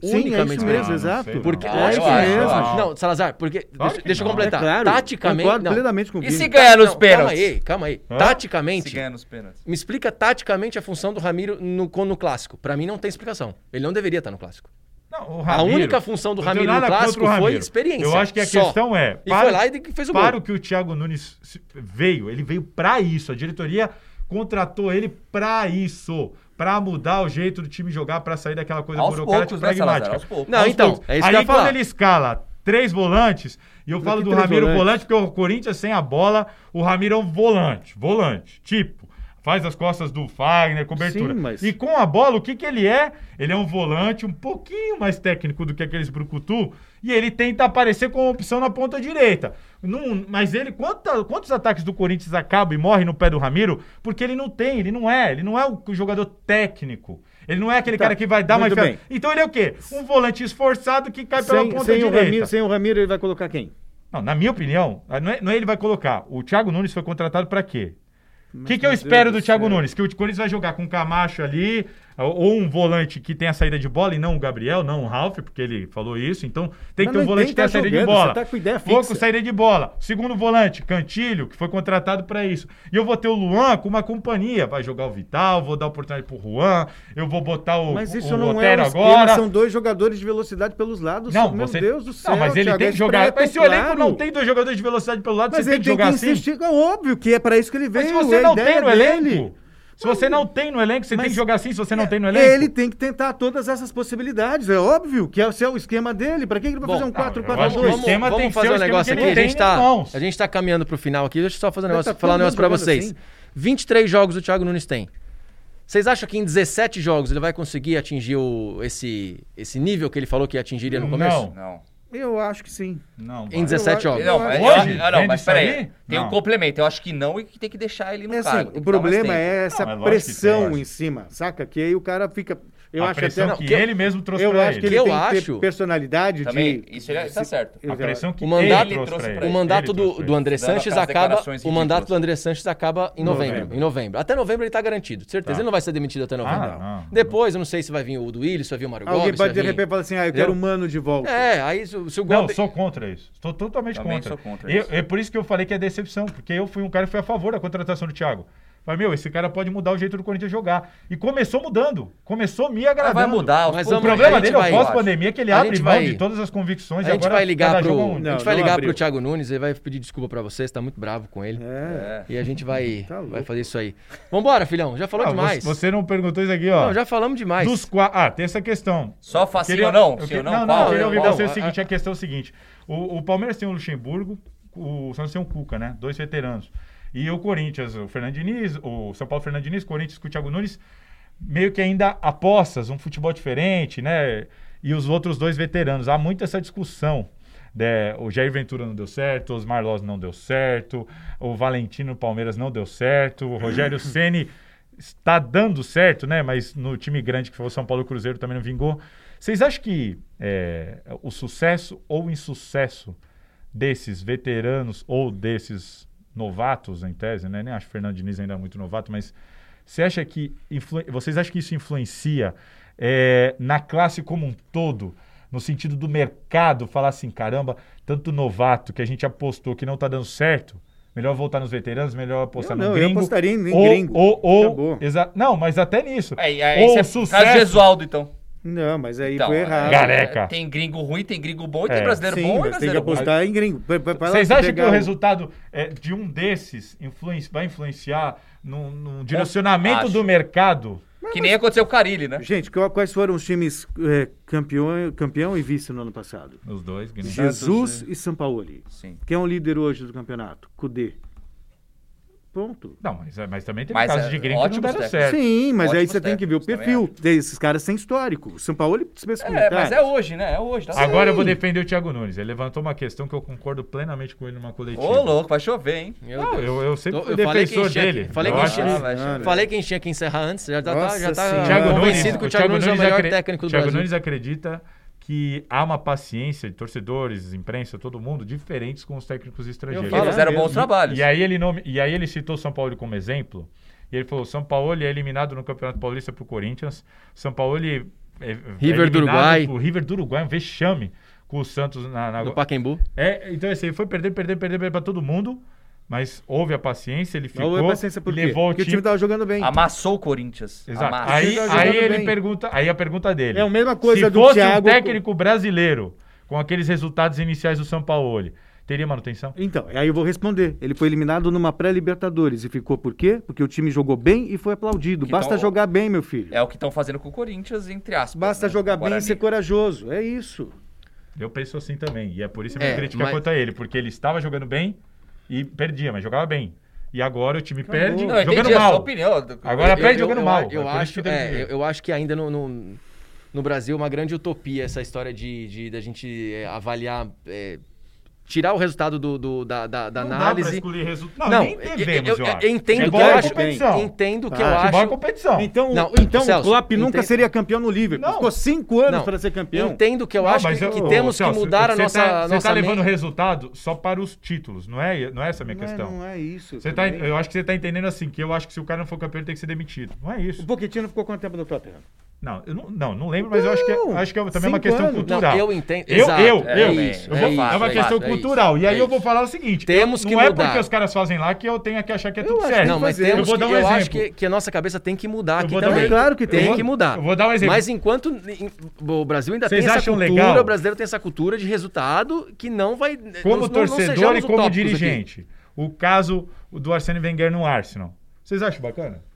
Speaker 3: Sim, é isso mesmo,
Speaker 2: não
Speaker 3: exato.
Speaker 2: sei, não.
Speaker 1: Porque,
Speaker 4: Ah,
Speaker 3: é
Speaker 4: eu
Speaker 3: isso
Speaker 4: acho, eu
Speaker 3: mesmo.
Speaker 4: acho.
Speaker 1: Não, Salazar, porque.
Speaker 2: Claro
Speaker 1: deixa
Speaker 2: que
Speaker 1: deixa eu
Speaker 2: não.
Speaker 1: completar.
Speaker 3: É claro,
Speaker 1: taticamente.
Speaker 3: concordo
Speaker 1: Não.
Speaker 3: plenamente com o
Speaker 4: E
Speaker 3: Vini.
Speaker 4: se ganhar nos
Speaker 1: Não, calma
Speaker 4: pênaltis?
Speaker 1: aí, calma aí.
Speaker 2: Hã?
Speaker 4: Se
Speaker 1: Taticamente,
Speaker 4: ganha nos pênaltis.
Speaker 1: me explica taticamente a função do Ramiro no, no clássico. Pra mim não tem explicação. Ele não deveria estar no clássico.
Speaker 2: Não, o Ramiro-
Speaker 1: única função do
Speaker 2: eu tenho
Speaker 1: Ramiro
Speaker 2: nada
Speaker 1: no
Speaker 2: contra
Speaker 1: clássico
Speaker 2: o
Speaker 1: foi
Speaker 2: Ramiro.
Speaker 1: experiência,
Speaker 2: Eu acho que a
Speaker 1: só.
Speaker 2: questão é.
Speaker 1: E foi lá e fez o
Speaker 2: Para
Speaker 1: gol.
Speaker 2: o que o Thiago Nunes se- veio, ele veio pra isso. A diretoria contratou ele pra isso. Pra mudar o jeito do time jogar, pra sair daquela coisa
Speaker 4: Aos
Speaker 2: burocrática
Speaker 4: poucos,
Speaker 2: e
Speaker 4: né, Salazar?
Speaker 2: pragmática.
Speaker 4: Aos poucos.
Speaker 1: Não, então, é isso que
Speaker 2: Aí
Speaker 1: eu ia
Speaker 2: quando
Speaker 1: falar.
Speaker 2: ele escala três volantes, e eu falo
Speaker 3: que
Speaker 2: do
Speaker 3: três
Speaker 2: Ramiro volante,
Speaker 3: volantes?
Speaker 2: porque o Corinthians sem a bola, o Ramiro é um volante. Volante. Tipo. Faz as costas do Fagner, cobertura.
Speaker 3: Sim, mas-
Speaker 2: E com a bola, o que, que ele é? Ele é um volante um pouquinho mais técnico do que aqueles brucutu e ele tenta aparecer com opção na ponta direita. Num- mas ele, quanta- quantos ataques do Corinthians acabam e morrem no pé do Ramiro? Porque ele não tem, ele não é, ele não é o jogador técnico. Ele não é aquele
Speaker 3: Tá,
Speaker 2: cara que vai dar mais.
Speaker 3: muito bem.
Speaker 2: Então ele é o quê? Um volante esforçado que cai pela
Speaker 3: Sem,
Speaker 2: ponta
Speaker 3: sem o
Speaker 2: direita.
Speaker 3: Ramiro, sem o Ramiro, ele vai colocar quem?
Speaker 2: Não, na minha opinião, não é, não é ele vai colocar. O Thiago Nunes foi contratado pra quê? O que, que eu espero do Thiago Nunes? Que o Corinthians vai jogar com o Camacho ali, ou- ou um volante que tem a saída de bola, e não o Gabriel, não o Ralf, porque ele falou isso. Então tem que
Speaker 3: Mas
Speaker 2: ter um
Speaker 3: não
Speaker 2: volante que tem a
Speaker 3: entende, tá
Speaker 2: saída de
Speaker 3: jogando,
Speaker 2: bola.
Speaker 3: você tá com ideia
Speaker 2: Vou
Speaker 3: fixa.
Speaker 2: com saída de bola. Segundo volante, Cantilho, que foi contratado pra isso. E eu vou ter o Luan com uma companhia. Vai jogar o Vital, vou dar oportunidade pro Juan, eu vou botar o,
Speaker 3: Mas isso
Speaker 2: o
Speaker 3: não é
Speaker 2: Otero
Speaker 3: um esquema,
Speaker 2: agora.
Speaker 3: são dois jogadores de velocidade pelos lados.
Speaker 2: Não,
Speaker 3: meu
Speaker 2: você...
Speaker 3: Deus do céu.
Speaker 2: Não, mas ele
Speaker 3: Thiago,
Speaker 2: tem
Speaker 3: é
Speaker 2: que jogar. Mas se o
Speaker 3: preto,
Speaker 2: elenco
Speaker 3: claro.
Speaker 2: não tem dois jogadores de velocidade pelo lado,
Speaker 3: Mas
Speaker 2: você
Speaker 3: ele
Speaker 2: tem que jogar
Speaker 3: que
Speaker 2: assim.
Speaker 3: insistir. É óbvio que é pra isso que ele
Speaker 2: Mas
Speaker 3: veio.
Speaker 2: se você
Speaker 3: é a
Speaker 2: não
Speaker 3: ideia
Speaker 2: tem no
Speaker 3: dele.
Speaker 2: elenco. Se você não tem no elenco, você tem
Speaker 3: Mas é,
Speaker 2: que jogar assim. Se você não tem no elenco.
Speaker 3: Ele tem que tentar todas essas possibilidades. É óbvio que é o seu esquema dele. Pra que que ele vai
Speaker 1: Bom,
Speaker 3: fazer um
Speaker 1: não,
Speaker 2: tá, eu acho que
Speaker 3: 4-4-2?
Speaker 2: o esquema tem que ser o esquema que ele
Speaker 1: um A gente,
Speaker 2: tem em
Speaker 1: tá,
Speaker 2: mãos.
Speaker 1: a gente tá caminhando pro final aqui. Deixa eu só fazer um
Speaker 3: Mas
Speaker 1: negócio,
Speaker 3: tá
Speaker 1: falar um
Speaker 3: todo
Speaker 1: negócio
Speaker 3: mundo
Speaker 1: pra
Speaker 3: jogando
Speaker 1: vocês.
Speaker 3: assim?
Speaker 1: 23 jogos o Thiago Nunes tem. Vocês acham que em 17 jogos ele vai conseguir atingir o- esse, esse nível que ele falou que atingiria no começo?
Speaker 2: Não.
Speaker 4: Não.
Speaker 3: Eu acho que sim.
Speaker 2: é um Não,
Speaker 1: Em
Speaker 2: vai.
Speaker 1: 17
Speaker 3: Eu-
Speaker 1: jogos.
Speaker 4: Não,
Speaker 3: Hoje?
Speaker 4: mas, eu- ah, não,
Speaker 2: Vem
Speaker 4: mas
Speaker 2: disso
Speaker 4: peraí.
Speaker 2: aí?
Speaker 4: Tem
Speaker 2: Não.
Speaker 4: um complemento. Eu acho que não e que tem que deixar ele no
Speaker 3: É assim,
Speaker 4: cargo. tem
Speaker 3: o
Speaker 4: que dar mais
Speaker 3: problema
Speaker 4: tempo.
Speaker 3: é essa
Speaker 2: Não, mas lógico que tem,
Speaker 3: pressão
Speaker 2: lógico.
Speaker 3: em cima, saca? Que aí o cara fica. Eu
Speaker 2: a
Speaker 3: acho até.
Speaker 2: pressão
Speaker 3: não,
Speaker 2: que,
Speaker 1: que eu-
Speaker 2: ele mesmo trouxe
Speaker 3: eu
Speaker 2: pra
Speaker 3: acho que
Speaker 2: ele.
Speaker 1: ele
Speaker 3: ele
Speaker 1: Eu
Speaker 3: tem que ter
Speaker 1: acho.
Speaker 3: personalidade
Speaker 4: Também,
Speaker 3: de.
Speaker 4: isso ele
Speaker 2: é- tá
Speaker 4: está certo.
Speaker 2: A pressão que
Speaker 1: O mandato-
Speaker 2: ele trouxe pra ele.
Speaker 1: O mandato
Speaker 2: Ele
Speaker 1: do,
Speaker 2: trouxe pra
Speaker 1: do
Speaker 2: ele.
Speaker 1: André
Speaker 4: Dando
Speaker 1: Sanches
Speaker 4: aquelas
Speaker 1: acaba.
Speaker 4: declarações
Speaker 1: O mandato
Speaker 4: ridículas.
Speaker 1: do André Sanches acaba em novembro,
Speaker 2: Novembro.
Speaker 1: Em novembro. Até novembro ele tá garantido, certeza.
Speaker 2: Tá.
Speaker 1: Ele não vai ser demitido até novembro.
Speaker 2: Ah, não.
Speaker 1: Depois, eu não sei se vai vir o do Willis, se vai vir o Mário
Speaker 3: Alguém
Speaker 1: Gomes. se
Speaker 3: pode de
Speaker 1: vai vir-
Speaker 3: repente falar assim, ah, eu
Speaker 1: Entendeu?
Speaker 3: quero um mano de volta.
Speaker 1: É, aí se, o- se o
Speaker 2: Não,
Speaker 1: Gomes.
Speaker 2: eu sou contra isso. Estou totalmente
Speaker 4: Também
Speaker 2: contra.
Speaker 4: sou contra
Speaker 2: Eu-
Speaker 4: isso.
Speaker 2: é por isso que eu falei que é decepção, porque eu fui um cara que foi a favor da contratação do Thiago. Falei, meu, esse cara pode mudar o jeito do Corinthians jogar. E começou mudando. Começou me
Speaker 4: Ah,
Speaker 2: agradando.
Speaker 4: vai mudar.
Speaker 1: Mas
Speaker 4: Mas
Speaker 2: O
Speaker 1: vamos-
Speaker 2: problema
Speaker 1: a gente
Speaker 2: dele é
Speaker 1: vai-
Speaker 2: o pós-pandemia, que ele
Speaker 1: a
Speaker 2: abre
Speaker 1: gente
Speaker 2: mão
Speaker 1: vai-
Speaker 2: de todas as convicções.
Speaker 1: A
Speaker 2: e
Speaker 1: gente
Speaker 2: agora
Speaker 1: vai ligar
Speaker 2: cada
Speaker 1: pro.
Speaker 2: jogo é um-
Speaker 1: a
Speaker 3: Não,
Speaker 1: gente vai ligar
Speaker 3: abriu.
Speaker 1: pro Thiago Nunes, ele vai pedir desculpa pra vocês, tá muito bravo com ele.
Speaker 3: É.
Speaker 4: É.
Speaker 1: E a gente vai,
Speaker 3: Tá louco.
Speaker 1: vai fazer isso aí. Vambora, filhão. Já falou
Speaker 2: Ah,
Speaker 1: demais.
Speaker 2: você- Você não perguntou isso aqui, ó.
Speaker 1: Não, já falamos demais.
Speaker 2: Dos qua- Ah, tem essa questão.
Speaker 4: Só facinho
Speaker 2: Queria-
Speaker 4: ou não?
Speaker 2: eu
Speaker 4: Sim
Speaker 2: que-
Speaker 4: ou não?
Speaker 2: Não,
Speaker 4: Qual?
Speaker 2: eu queria ouvir
Speaker 1: Qual?
Speaker 2: você o seguinte, a questão é o seguinte. O, o Palmeiras tem o Luxemburgo, o Santos tem o Cuca, né? Dois veteranos. E o Corinthians, o Fernando Diniz, o São Paulo Fernando Diniz, Corinthians com o Thiago Nunes, meio que ainda apostas, um futebol diferente, né? E os outros dois veteranos. Há muita essa discussão. né? o Jair Ventura não deu certo, o Osmar Loz não deu certo, o Valentino Palmeiras não deu certo, o Rogério Ceni está dando certo, né? Mas no time grande que foi o São Paulo e o Cruzeiro também não vingou. Vocês acham que é, o sucesso ou o insucesso desses veteranos ou desses novatos, em tese, né? Nem acho que o Fernando Diniz ainda é muito novato, mas você acha que influ- vocês acham que isso influencia é, na classe como um todo? No sentido do mercado, falar assim, caramba, tanto novato que a gente apostou que não tá dando certo, melhor voltar nos veteranos, melhor apostar
Speaker 3: Eu
Speaker 2: no
Speaker 3: não, eu
Speaker 2: gringo.
Speaker 3: apostaria em- em
Speaker 2: ou,
Speaker 3: gringo.
Speaker 2: Ou, ou-
Speaker 3: Acabou.
Speaker 2: exa- não, mas até nisso.
Speaker 4: Aí, aí
Speaker 2: ou
Speaker 4: você- é, Caso
Speaker 2: sucesso.
Speaker 4: Gesualdo, então.
Speaker 3: Não, mas aí
Speaker 4: então
Speaker 2: é
Speaker 3: foi errado.
Speaker 2: Gar- Careca.
Speaker 4: Tem gringo ruim, tem gringo bom e
Speaker 2: É.
Speaker 4: tem brasileiro
Speaker 3: Sim,
Speaker 4: bom e
Speaker 3: mas tem que
Speaker 4: brasileiro ruim.
Speaker 3: apostar em gringo. Vai- vai- vai lá
Speaker 2: Vocês acham que
Speaker 3: pegar um
Speaker 2: o resultado é, de um desses influenci- vai influenciar no,
Speaker 3: É.
Speaker 2: no direcionamento
Speaker 4: acho.
Speaker 2: do mercado?
Speaker 4: Que nem aconteceu com o Carilli, né?
Speaker 3: Gente, qual- quais foram os times é, campeão, campeão e vice no ano passado?
Speaker 2: Os dois,
Speaker 3: Jesus
Speaker 4: né?
Speaker 3: e São Paulo.
Speaker 4: Sim.
Speaker 3: Quem é o líder hoje do campeonato? Cudê. Ponto.
Speaker 2: Não, mas, mas também teve
Speaker 4: Mas,
Speaker 2: casos
Speaker 4: é,
Speaker 2: de gringo que não
Speaker 4: ótimos
Speaker 2: deram
Speaker 4: técnicos.
Speaker 2: certo.
Speaker 3: Sim, mas aí
Speaker 4: Ótimos
Speaker 3: você tem que ver o
Speaker 4: técnicos,
Speaker 3: perfil. Esses caras têm histórico. O São Paulo ele precisa
Speaker 4: É,
Speaker 3: comentar.
Speaker 4: mas é hoje, né? É hoje. Tá
Speaker 2: Agora eu vou
Speaker 3: Sim.
Speaker 2: defender o Thiago Nunes. Ele levantou uma questão que eu concordo plenamente com ele numa
Speaker 4: certo.
Speaker 2: coletiva.
Speaker 4: Ô, louco, vai chover, hein?
Speaker 1: Meu
Speaker 2: Não,
Speaker 1: Deus.
Speaker 2: eu, eu sempre
Speaker 1: Tô-
Speaker 2: fui
Speaker 1: Então, eu falei que
Speaker 2: defensor
Speaker 1: enchia aqui.
Speaker 2: dele.
Speaker 1: Falei
Speaker 2: Eu
Speaker 1: que
Speaker 2: acho
Speaker 1: enchia-
Speaker 4: Ah, vai
Speaker 3: Ah,
Speaker 4: chover.
Speaker 1: Falei que a gente tinha que encerrar antes, já tá,
Speaker 3: Nossa
Speaker 1: já tá
Speaker 3: Senhora.
Speaker 2: Thiago
Speaker 3: Nunes-
Speaker 1: convencido que o Thiago Nunes é o melhor
Speaker 2: acre-
Speaker 1: técnico do
Speaker 2: Thiago
Speaker 1: Brasil.
Speaker 2: Nunes é acredita que há uma paciência de torcedores, imprensa, todo mundo, diferentes com os técnicos estrangeiros.
Speaker 3: falo,
Speaker 4: Eles fizeram
Speaker 3: mesmo.
Speaker 4: bons trabalhos.
Speaker 2: E aí ele nome- e aí ele citou São Paulo como exemplo. E ele falou: São Paulo é eliminado no Campeonato Paulista pro Corinthians. São Paulo é, é
Speaker 1: River do
Speaker 2: eliminado
Speaker 1: Uruguai.
Speaker 2: pro River do Uruguai, um vexame com o Santos na, na...
Speaker 1: Do Pacaembu.
Speaker 2: É, então assim, ele foi perder, perder, perder, perder para todo mundo. Mas houve a paciência, ele
Speaker 3: Não
Speaker 2: ficou,
Speaker 3: houve paciência por quê?
Speaker 2: levou o
Speaker 3: Porque
Speaker 2: time.
Speaker 3: o time tá tava jogando bem.
Speaker 4: Amassou o Corinthians.
Speaker 2: Exato.
Speaker 4: Amassou.
Speaker 2: Aí,
Speaker 3: Ele tá
Speaker 2: aí
Speaker 3: jogando
Speaker 2: ele
Speaker 3: bem.
Speaker 2: pergunta, aí a pergunta dele.
Speaker 3: É a mesma coisa
Speaker 2: Se
Speaker 3: do
Speaker 2: fosse
Speaker 3: Thiago-
Speaker 2: um técnico brasileiro com aqueles resultados iniciais do São Paulo, teria manutenção?
Speaker 3: Então, aí eu vou responder. Ele foi eliminado numa pré-Libertadores e ficou por quê? Porque o time jogou bem e foi aplaudido.
Speaker 4: Que
Speaker 3: Basta
Speaker 4: tal-
Speaker 3: jogar bem, meu filho.
Speaker 4: É o que estão fazendo com o Corinthians, entre aspas.
Speaker 3: Basta
Speaker 4: né?
Speaker 3: jogar
Speaker 4: Com o
Speaker 3: bem e
Speaker 4: Guarani.
Speaker 3: ser corajoso. É isso.
Speaker 2: Eu penso assim também. E é por isso que minha
Speaker 1: É,
Speaker 2: crítica
Speaker 1: mas-
Speaker 2: quanto a ele, porque ele estava jogando bem e perdia, mas jogava bem. E agora o time perde
Speaker 4: Não, eu entendi
Speaker 1: é
Speaker 2: jogando
Speaker 4: a sua
Speaker 2: mal.
Speaker 4: opinião. do-
Speaker 2: Agora
Speaker 1: Eu-
Speaker 2: perde
Speaker 1: eu-
Speaker 2: jogando
Speaker 1: eu-
Speaker 2: mal.
Speaker 1: Eu,
Speaker 2: É por isso
Speaker 1: acho,
Speaker 2: que tem
Speaker 1: é,
Speaker 2: que-
Speaker 1: eu, eu acho que ainda no, no, no Brasil é uma grande utopia essa história de, de, da gente é, avaliar, é, tirar o resultado do, do- da, da, da
Speaker 2: Não dá pra
Speaker 1: análise.
Speaker 2: escolher resultado. Não, Ah, nem
Speaker 1: eu-
Speaker 2: devemos,
Speaker 1: eu,
Speaker 2: eu,
Speaker 1: eu
Speaker 2: acho.
Speaker 1: entendo que
Speaker 2: Futebol
Speaker 1: eu
Speaker 2: é
Speaker 1: acho.
Speaker 2: competição.
Speaker 1: Entendo que
Speaker 3: Tá,
Speaker 1: eu
Speaker 3: futebol
Speaker 2: Futebol é
Speaker 1: acho.
Speaker 2: competição.
Speaker 3: Então,
Speaker 1: Não,
Speaker 3: então
Speaker 1: Celso,
Speaker 3: o Klopp nunca
Speaker 1: entendo-
Speaker 3: seria campeão no Liverpool.
Speaker 2: Não.
Speaker 3: Ficou cinco anos
Speaker 1: Não.
Speaker 3: para ser campeão.
Speaker 1: Entendo que eu
Speaker 2: Não,
Speaker 1: acho
Speaker 2: mas
Speaker 1: que,
Speaker 2: eu-
Speaker 1: que temos
Speaker 2: Celso,
Speaker 1: que mudar a
Speaker 2: você
Speaker 1: nossa.
Speaker 2: tá, Você
Speaker 1: nossa
Speaker 2: está levando
Speaker 1: mente.
Speaker 2: resultado só para os títulos, não é, não é essa a minha
Speaker 3: não, é,
Speaker 2: questão.
Speaker 3: não é isso.
Speaker 2: Você tá,
Speaker 3: também.
Speaker 2: eu acho que você tá entendendo assim, que eu acho que se o cara não for campeão, ele tem que ser demitido. Não é
Speaker 3: O
Speaker 2: isso.
Speaker 3: Pochettino ficou quanto tempo no Tottenham?
Speaker 2: Não, eu não, não, não lembro, mas eu acho que, é-
Speaker 3: Não,
Speaker 2: acho que é também uma
Speaker 3: cinco
Speaker 2: questão
Speaker 3: anos.
Speaker 2: cultural.
Speaker 1: Não, eu entendo.
Speaker 2: Eu,
Speaker 1: Exato,
Speaker 2: eu,
Speaker 1: é
Speaker 2: eu.
Speaker 1: isso,
Speaker 2: eu
Speaker 1: é
Speaker 2: vou-
Speaker 1: isso,
Speaker 2: é uma
Speaker 1: é
Speaker 2: questão
Speaker 1: isso, é
Speaker 2: cultural. e aí
Speaker 1: isso.
Speaker 2: eu vou falar o seguinte:
Speaker 1: Temos
Speaker 2: eu-
Speaker 1: que
Speaker 2: não é
Speaker 1: mudar.
Speaker 2: porque os caras fazem lá que eu tenho que achar que é tudo
Speaker 3: acho que
Speaker 2: certo.
Speaker 1: Não, mas
Speaker 3: fazer.
Speaker 2: eu
Speaker 1: temos
Speaker 2: vou
Speaker 1: que,
Speaker 2: dar um
Speaker 1: eu
Speaker 2: exemplo.
Speaker 1: acho que, que a nossa cabeça tem que mudar
Speaker 2: Eu
Speaker 1: aqui
Speaker 2: vou dar um
Speaker 1: também.
Speaker 2: exemplo.
Speaker 3: Claro que tem.
Speaker 1: que mudar.
Speaker 2: Eu vou dar um exemplo.
Speaker 1: Mas enquanto em- o Brasil ainda
Speaker 2: Vocês
Speaker 1: tem essa
Speaker 2: acham
Speaker 1: cultura,
Speaker 2: legal?
Speaker 1: o brasileiro tem essa cultura de resultado que não vai...
Speaker 2: como
Speaker 1: não- não- não
Speaker 2: torcedor
Speaker 1: sejamos
Speaker 2: e como
Speaker 1: utópicos aqui.
Speaker 2: dirigente. O caso do Arsene Wenger no Arsenal. Vocês acham bacana?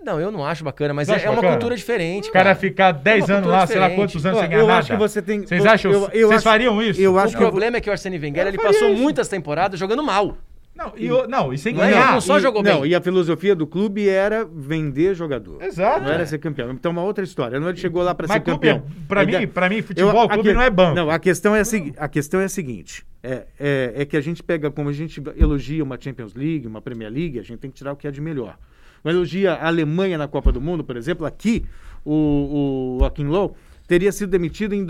Speaker 1: Não, eu não acho bacana, mas
Speaker 2: Não
Speaker 1: é,
Speaker 2: acho
Speaker 1: é uma
Speaker 2: bacana?
Speaker 1: cultura diferente,
Speaker 2: O cara
Speaker 1: cara.
Speaker 2: ficar 10
Speaker 1: É uma
Speaker 2: anos
Speaker 1: cultura
Speaker 2: lá, sei lá
Speaker 1: diferente.
Speaker 2: quantos anos
Speaker 3: Ó,
Speaker 2: sem ganhar
Speaker 3: eu
Speaker 2: nada.
Speaker 3: acho que você tem-
Speaker 2: Vocês
Speaker 3: eu-
Speaker 2: acham?
Speaker 3: eu- eu
Speaker 2: vocês
Speaker 3: acho-
Speaker 2: fariam isso?
Speaker 3: eu
Speaker 1: O
Speaker 3: acho que-
Speaker 1: problema é que o Arsene Wenger, ele passou muitas temporadas jogando mal.
Speaker 2: Não, e, o- não, e sem
Speaker 1: Não é
Speaker 2: ganhar.
Speaker 1: não só
Speaker 3: e,
Speaker 1: jogou
Speaker 3: não,
Speaker 1: bem.
Speaker 3: e a filosofia do clube era vender jogador.
Speaker 2: Exato.
Speaker 3: Não era ser campeão. Então, uma outra história. Não ele chegou lá para
Speaker 2: Mas
Speaker 3: ser
Speaker 2: clube é-
Speaker 3: campeão.
Speaker 2: pra
Speaker 3: Ele-
Speaker 2: mim- pra mim, futebol,
Speaker 3: a
Speaker 2: clube não é banco.
Speaker 3: Não, a questão é a, segui- a questão é a seguinte. É, é, é que a gente pega, como a gente elogia uma Champions League, uma Premier League, a gente tem que tirar o que é de melhor. Uma elogia a Alemanha na Copa do Mundo, por exemplo, aqui, o, o Joaquim Low teria sido demitido em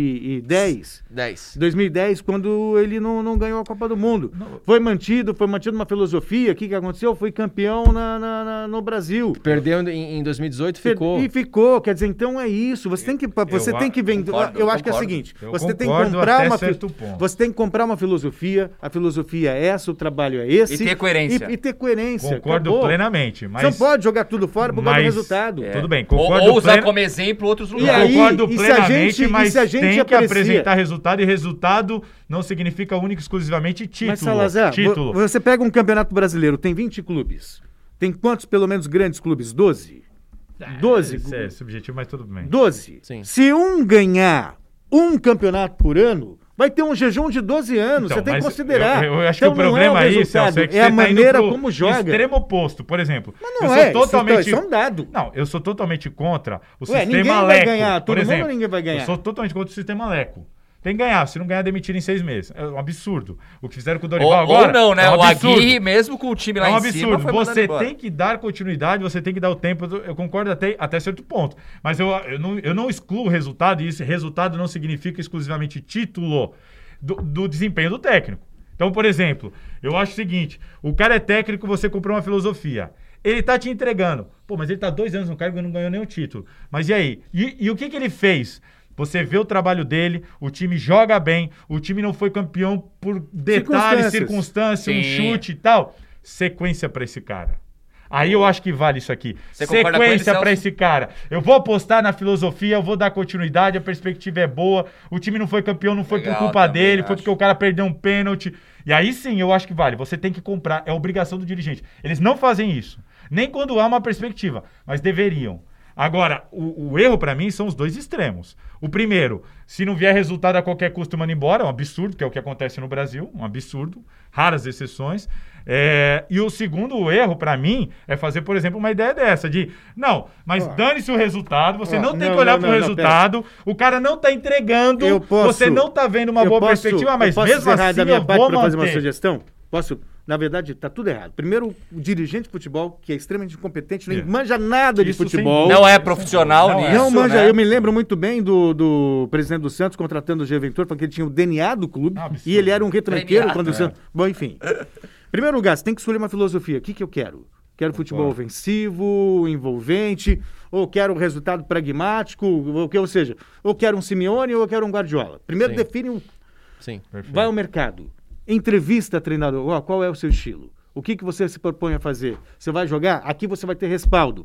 Speaker 3: 2010.
Speaker 1: 10.
Speaker 3: 2010, quando ele não, não ganhou a Copa do Mundo. Foi mantido, foi mantida uma filosofia. O que, que aconteceu? Foi campeão na, na- na- no Brasil.
Speaker 1: Perdeu em, em 2018,
Speaker 3: Fer-
Speaker 1: ficou.
Speaker 3: E ficou, quer dizer, então é isso. Você tem que, pa- você
Speaker 2: eu
Speaker 3: tem
Speaker 2: a-
Speaker 3: que vender.
Speaker 4: concordo,
Speaker 3: eu
Speaker 4: eu
Speaker 3: acho que é o
Speaker 4: concordo.
Speaker 3: seguinte:
Speaker 2: Eu
Speaker 3: você tem que
Speaker 2: concordo
Speaker 3: comprar
Speaker 2: até
Speaker 3: uma. fi-
Speaker 2: certo ponto.
Speaker 3: Você tem que comprar uma filosofia. A filosofia é essa, o trabalho é esse.
Speaker 4: E ter coerência.
Speaker 3: E, e ter coerência.
Speaker 2: Concordo
Speaker 3: acabou. é
Speaker 2: plenamente, mas.
Speaker 3: Você não pode jogar tudo fora por causa
Speaker 2: mas-
Speaker 3: do
Speaker 2: é.
Speaker 3: resultado.
Speaker 1: É.
Speaker 2: Tudo bem,
Speaker 4: Ou,
Speaker 2: concordo
Speaker 4: ou usar
Speaker 2: plena-
Speaker 4: como exemplo outros
Speaker 3: E
Speaker 2: Eu
Speaker 4: lugares.
Speaker 3: aí,
Speaker 2: concordo
Speaker 3: e se a
Speaker 2: plenamente,
Speaker 3: gente- e
Speaker 2: mas
Speaker 3: se a gente
Speaker 2: tem que
Speaker 3: aprecia?
Speaker 2: apresentar resultado e resultado não significa único e exclusivamente título.
Speaker 3: Mas, Salazar, vo-
Speaker 2: título.
Speaker 3: você pega um campeonato brasileiro, tem 20 clubes. Tem quantos, pelo menos, grandes clubes? 12? 12.
Speaker 2: Isso é subjetivo, mas tudo bem.
Speaker 3: 12.
Speaker 1: Sim.
Speaker 3: Se um ganhar um campeonato por ano, vai ter um jejum de 12 anos.
Speaker 2: Então,
Speaker 3: você tem
Speaker 2: mas
Speaker 3: que considerar.
Speaker 2: Eu, eu acho
Speaker 3: Então,
Speaker 2: que o
Speaker 3: não
Speaker 2: problema
Speaker 3: é, o
Speaker 2: aí,
Speaker 3: resultado,
Speaker 2: Celso, é que
Speaker 3: é a
Speaker 2: você tá indo
Speaker 3: maneira
Speaker 2: pro
Speaker 3: como joga.
Speaker 2: extremo oposto, por exemplo. Mas
Speaker 3: não
Speaker 2: eu
Speaker 3: é, isso-
Speaker 2: sou totalmente.
Speaker 3: então, isso é um dado.
Speaker 2: Não, eu sou totalmente contra o
Speaker 3: Ué,
Speaker 2: sistema
Speaker 3: ninguém vai
Speaker 2: Leco.
Speaker 3: ganhar,
Speaker 2: por
Speaker 3: todo mundo
Speaker 2: exemplo.
Speaker 3: ninguém vai ganhar.
Speaker 2: Eu sou totalmente contra o sistema Leco. Tem que ganhar, se não ganhar, demitir em seis meses. É um absurdo. O que fizeram com o
Speaker 4: Ou,
Speaker 2: Dorival
Speaker 4: ou
Speaker 2: agora.
Speaker 4: não, né?
Speaker 2: É um
Speaker 4: o
Speaker 2: absurdo.
Speaker 4: Aguirre, mesmo com o time lá
Speaker 2: É um
Speaker 4: em cima,
Speaker 2: absurdo.
Speaker 4: foi mandado
Speaker 2: você
Speaker 4: embora.
Speaker 2: tem que dar continuidade, você tem que dar o tempo. Eu- Eu concordo até, até certo ponto. Mas eu, eu, não, eu não excluo o resultado, e esse resultado não significa exclusivamente título do, do desempenho do técnico. Então, por exemplo, eu acho o seguinte: o cara é técnico, você comprou uma filosofia. Ele tá te entregando. Pô, mas ele tá dois anos no cargo e não ganhou nenhum título. Mas e aí? E, e o que, que ele fez? Você vê o trabalho dele, o time joga bem, o time não foi campeão por detalhes,
Speaker 3: Circunstâncias.
Speaker 2: circunstâncias, um
Speaker 4: Sim.
Speaker 2: chute e tal. Sequência pra esse cara. Aí eu acho que vale isso aqui.
Speaker 4: Você concorda com ele,
Speaker 2: Sequência
Speaker 4: Celso?
Speaker 2: pra esse cara. Eu vou apostar na filosofia, eu vou dar continuidade, a perspectiva é boa. O time não foi campeão, não foi por
Speaker 4: Legal,
Speaker 2: culpa
Speaker 4: também
Speaker 2: dele, foi
Speaker 4: acho.
Speaker 2: porque o cara perdeu um pênalti. E aí sim, eu acho que vale. Você tem que comprar, é obrigação do dirigente. Eles não fazem isso, nem quando há uma perspectiva, mas deveriam. Agora, o, o erro pra mim são os dois extremos. O primeiro, se não vier resultado a qualquer custo, manda embora, é um absurdo, que é o que acontece no Brasil, um absurdo, raras exceções. É, e o segundo erro pra mim é fazer, por exemplo, uma ideia dessa de não, mas dane-se o resultado, você
Speaker 3: Ó,
Speaker 2: não tem
Speaker 3: não,
Speaker 2: que olhar
Speaker 3: não,
Speaker 2: pro
Speaker 3: não, não, pera.
Speaker 2: resultado, o cara não tá entregando,
Speaker 3: Eu posso-
Speaker 2: você não tá vendo uma
Speaker 3: eu
Speaker 2: boa
Speaker 3: posso-
Speaker 2: perspectiva,
Speaker 3: eu
Speaker 2: mas
Speaker 3: posso
Speaker 2: mesmo
Speaker 3: encerrar
Speaker 2: assim
Speaker 3: da minha
Speaker 2: eu
Speaker 3: parte
Speaker 2: vou
Speaker 3: pra fazer uma
Speaker 2: manter.
Speaker 3: sugestão? Posso? Na verdade, tá tudo errado. Primeiro, o dirigente de futebol, que é extremamente incompetente, não
Speaker 2: É.
Speaker 3: manja nada de
Speaker 2: Isso sem
Speaker 3: futebol.
Speaker 2: dúvida.
Speaker 4: Não é profissional
Speaker 2: Não é.
Speaker 4: nisso.
Speaker 3: Não, manja,
Speaker 4: né?
Speaker 3: eu me lembro muito bem do, do presidente do Santos contratando o Geventor, porque ele tinha o DNA do clube
Speaker 2: Ah, absurdo.
Speaker 3: e ele era um retranqueiro
Speaker 4: DNA,
Speaker 3: quando o Santos. Bom, enfim. Primeiro lugar, você tem que escolher uma filosofia. O que, que eu quero? Quero futebol ofensivo, envolvente, ou quero um resultado pragmático, ou, que, ou seja, ou quero um Simeone ou eu quero um Guardiola. Primeiro
Speaker 1: Sim.
Speaker 3: define um
Speaker 1: Sim.
Speaker 2: Perfeito.
Speaker 3: Vai ao mercado. Entrevista treinador. Ó, qual é o seu estilo? O que, que você se propõe a fazer? Você vai jogar? Aqui você vai ter respaldo.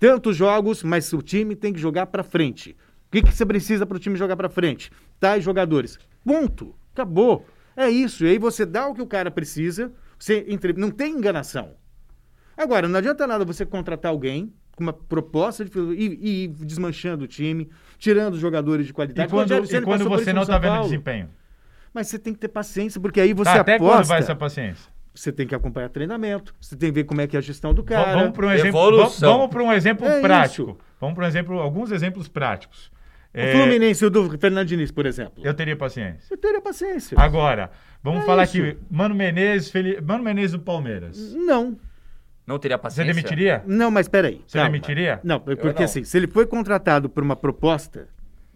Speaker 3: Tantos jogos, mas o time tem que jogar pra frente. O que, que você precisa para o time jogar pra frente? Tais jogadores. Ponto. Acabou. É isso. E aí você dá o que o cara precisa. Você entre... Não tem enganação. Agora, não adianta nada você contratar alguém com uma proposta de filo- e, e ir desmanchando o time, tirando os jogadores de
Speaker 2: E
Speaker 3: qualidade. é- O
Speaker 2: quando,
Speaker 3: Rogério
Speaker 2: e
Speaker 3: Ceni
Speaker 2: quando
Speaker 3: passou por
Speaker 2: você
Speaker 3: isso
Speaker 2: não
Speaker 3: no
Speaker 2: tá
Speaker 3: São
Speaker 2: vendo
Speaker 3: Paulo.
Speaker 2: desempenho?
Speaker 3: Mas você tem que ter paciência, porque aí você
Speaker 2: Tá, até
Speaker 3: aposta.
Speaker 2: quando vai essa paciência?
Speaker 3: Você tem que acompanhar treinamento, você tem que ver como é que é a gestão do
Speaker 2: V-
Speaker 3: cara.
Speaker 2: vamos para um exemplo, vamos,
Speaker 4: evolução.
Speaker 2: vamos pra um exemplo
Speaker 3: É
Speaker 2: prático.
Speaker 3: isso.
Speaker 2: Vamos para um exemplo, alguns exemplos práticos.
Speaker 3: O
Speaker 2: É,
Speaker 3: Fluminense e o do Fernando Diniz, por exemplo.
Speaker 2: eu teria paciência.
Speaker 3: Você teria paciência.
Speaker 2: Agora, vamos
Speaker 3: É
Speaker 2: falar
Speaker 3: isso.
Speaker 2: aqui, Mano Menezes, Feli- Mano Menezes do Palmeiras.
Speaker 3: Não,
Speaker 4: Não teria
Speaker 2: Você é
Speaker 4: paciência.
Speaker 2: demitiria?
Speaker 3: não, mas peraí.
Speaker 2: Você
Speaker 3: calma.
Speaker 2: demitiria?
Speaker 3: Não, porque
Speaker 4: não.
Speaker 3: assim, se ele foi contratado por uma proposta,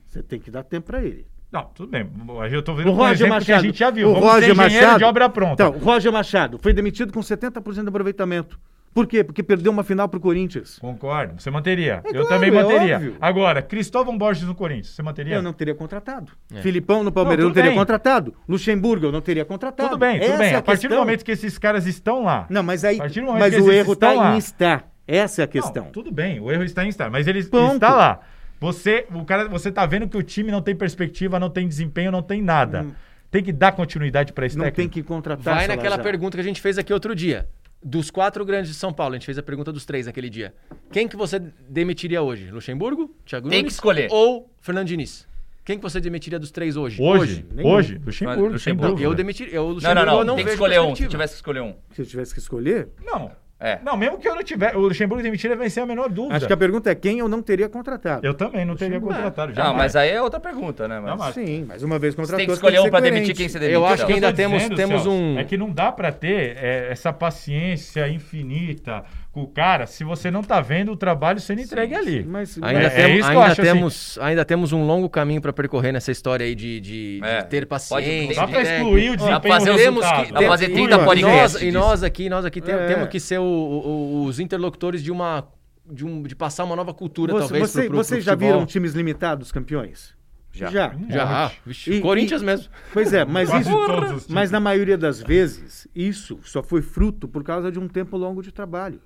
Speaker 3: você tem que dar tempo para ele.
Speaker 2: Não, tudo bem. Aí Eu tô vendo
Speaker 3: O
Speaker 2: um
Speaker 3: Roger
Speaker 2: exemplo que
Speaker 3: Machado.
Speaker 2: a gente já viu.
Speaker 3: O
Speaker 2: Vamos ser
Speaker 3: Roger
Speaker 2: engenheiro
Speaker 3: Machado.
Speaker 2: de obra pronta.
Speaker 3: Então, o Roger Machado foi demitido com 70% de aproveitamento. Por quê? Porque perdeu uma final pro Corinthians.
Speaker 2: Concordo, você manteria. eu
Speaker 3: claro,
Speaker 2: também
Speaker 3: é
Speaker 2: manteria.
Speaker 3: óbvio.
Speaker 2: Agora, Cristóvão Borges no Corinthians, você manteria?
Speaker 3: Eu não teria contratado. Filipão no Palmeiras eu
Speaker 2: É. Não, tudo
Speaker 3: não teria
Speaker 2: bem.
Speaker 3: contratado. Luxemburgo eu não teria contratado.
Speaker 2: Tudo bem, tudo
Speaker 3: Essa
Speaker 2: bem.
Speaker 3: é
Speaker 2: a partir do
Speaker 3: questão.
Speaker 2: momento que esses caras estão lá.
Speaker 3: Não, mas aí.
Speaker 2: A partir do momento
Speaker 3: Mas
Speaker 2: que
Speaker 3: o
Speaker 2: eles
Speaker 3: erro
Speaker 2: estão
Speaker 3: tá
Speaker 2: lá.
Speaker 3: em estar. Essa é a questão.
Speaker 2: Não, tudo bem, o erro está em estar, mas ele
Speaker 3: Ponto.
Speaker 2: está lá. Você, o cara, você tá vendo que o time não tem perspectiva, não tem desempenho, não tem nada. Tem que dar continuidade para esse
Speaker 3: Hum. Não tem
Speaker 2: técnico.
Speaker 3: que contratar.
Speaker 1: Vai naquela
Speaker 3: Salazar.
Speaker 1: pergunta que a gente fez aqui outro dia. Dos quatro grandes de São Paulo, a gente fez a pergunta dos três naquele dia. Quem que você demitiria hoje? Luxemburgo? Thiago
Speaker 4: Tem
Speaker 1: Nunes
Speaker 4: que escolher.
Speaker 1: Ou Fernando Diniz? Quem que você demitiria dos três hoje?
Speaker 2: Hoje, hoje,
Speaker 3: Nenhum.
Speaker 2: Luxemburgo, né? sem
Speaker 4: Luxemburgo.
Speaker 1: Não,
Speaker 2: dúvida.
Speaker 1: eu demitiria. Eu,
Speaker 4: Não,
Speaker 1: Luxemburgo,
Speaker 4: não, não.
Speaker 1: eu não
Speaker 4: Tem que
Speaker 1: vejo
Speaker 4: escolher um. Se
Speaker 1: perspectiva.
Speaker 4: tivesse que escolher um.
Speaker 3: Se eu tivesse que escolher,
Speaker 2: Não.
Speaker 4: É.
Speaker 2: Não, mesmo que eu não tiver. O Luxemburgo demitiria vai ser a menor dúvida.
Speaker 3: acho que a pergunta é quem eu não teria contratado.
Speaker 2: Eu também não teria contratado.
Speaker 4: Não,
Speaker 2: jamais.
Speaker 4: mas aí é outra pergunta, né?
Speaker 2: Não, mas-
Speaker 4: Mas...
Speaker 3: Sim, mas uma vez
Speaker 4: Você
Speaker 3: contratou.
Speaker 4: tem que
Speaker 3: você tem
Speaker 4: escolher um pra
Speaker 3: ser
Speaker 4: demitir
Speaker 3: coerente.
Speaker 4: quem você demite.
Speaker 1: é Eu acho
Speaker 2: O
Speaker 4: então.
Speaker 2: que eu
Speaker 1: ainda
Speaker 2: tô
Speaker 1: temos- temos
Speaker 2: tá Celso,
Speaker 1: um-
Speaker 2: É que não dá pra ter é, essa paciência infinita com o cara se você não tá vendo o trabalho sendo entregue ali.
Speaker 3: Mas,
Speaker 1: Ainda,
Speaker 2: É- é
Speaker 1: temos-
Speaker 2: isso que eu
Speaker 1: ainda
Speaker 2: acho, assim.
Speaker 1: temos, ainda temos um longo caminho para percorrer nessa história aí de, de- de
Speaker 4: É.
Speaker 1: ter paciência.
Speaker 4: Pode-
Speaker 2: Dá
Speaker 1: de
Speaker 2: pra
Speaker 1: técnica.
Speaker 2: excluir o desempenho
Speaker 4: Dá pra fazer
Speaker 2: do
Speaker 4: os-
Speaker 1: temos
Speaker 2: resultado.
Speaker 1: que
Speaker 4: Dá pra fazer
Speaker 1: tem-
Speaker 4: 30
Speaker 1: e
Speaker 4: podcasts
Speaker 1: nós- E
Speaker 4: disso.
Speaker 1: nós aqui, nós aqui tem-
Speaker 3: É.
Speaker 1: temos que ser o- o- o- os interlocutores de uma de, um- de passar uma nova cultura
Speaker 3: você,
Speaker 1: talvez
Speaker 3: você-
Speaker 1: pro, pro, pro
Speaker 3: vocês já
Speaker 1: futebol.
Speaker 3: viram times limitados campeões?
Speaker 4: Já.
Speaker 3: Já.
Speaker 2: Hum.
Speaker 1: Já,
Speaker 2: Monte.
Speaker 1: Vixe,
Speaker 3: E-
Speaker 1: Corinthians mesmo.
Speaker 3: Pois é, mas
Speaker 2: Quase
Speaker 3: isso.
Speaker 2: todos os times.
Speaker 3: Mas na maioria das vezes, isso só foi fruto por causa de um tempo longo de trabalho.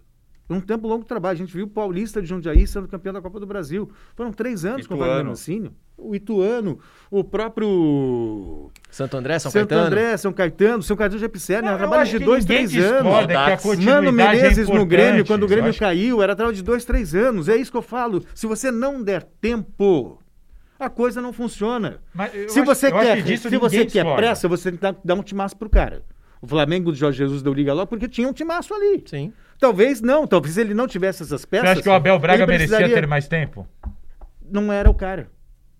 Speaker 3: Um tempo longo de trabalho. A gente viu o Paulista de Jundiaí sendo campeão da Copa do Brasil. Foram três anos com o Wagner
Speaker 4: Ituano.
Speaker 3: Mancini. O Ituano, o próprio
Speaker 1: Santo André, São
Speaker 3: Santo
Speaker 1: Caetano.
Speaker 3: André, São Caetano, São Caetano já Piscina,
Speaker 2: Não,
Speaker 3: era
Speaker 2: eu
Speaker 3: trabalho
Speaker 2: acho
Speaker 3: de
Speaker 2: que
Speaker 3: dois,
Speaker 2: ninguém
Speaker 3: três anos.
Speaker 2: discorda que a
Speaker 4: Mano
Speaker 2: continuidade
Speaker 3: Mano
Speaker 2: é
Speaker 3: Menezes no
Speaker 2: importante.
Speaker 3: Grêmio, quando o
Speaker 2: Eu
Speaker 3: Grêmio
Speaker 2: acho que-
Speaker 3: caiu, era trabalho de dois, três anos. É isso que eu falo. Se você não der tempo, a coisa não funciona.
Speaker 2: Mas eu
Speaker 3: se
Speaker 2: acho-
Speaker 3: você
Speaker 2: eu acho que
Speaker 3: quer,
Speaker 2: disso
Speaker 3: se você
Speaker 2: ninguém
Speaker 3: quer
Speaker 2: discorda.
Speaker 3: pressa, você tem que dar um timaço pro cara. O Flamengo de Jorge Jesus deu liga logo porque tinha um timaço ali.
Speaker 1: Sim.
Speaker 3: Talvez não, talvez ele não tivesse essas peças.
Speaker 2: Você acha que o Abel Braga
Speaker 3: ele
Speaker 2: merecia
Speaker 3: precisaria-
Speaker 2: ter mais tempo?
Speaker 3: Não era o cara.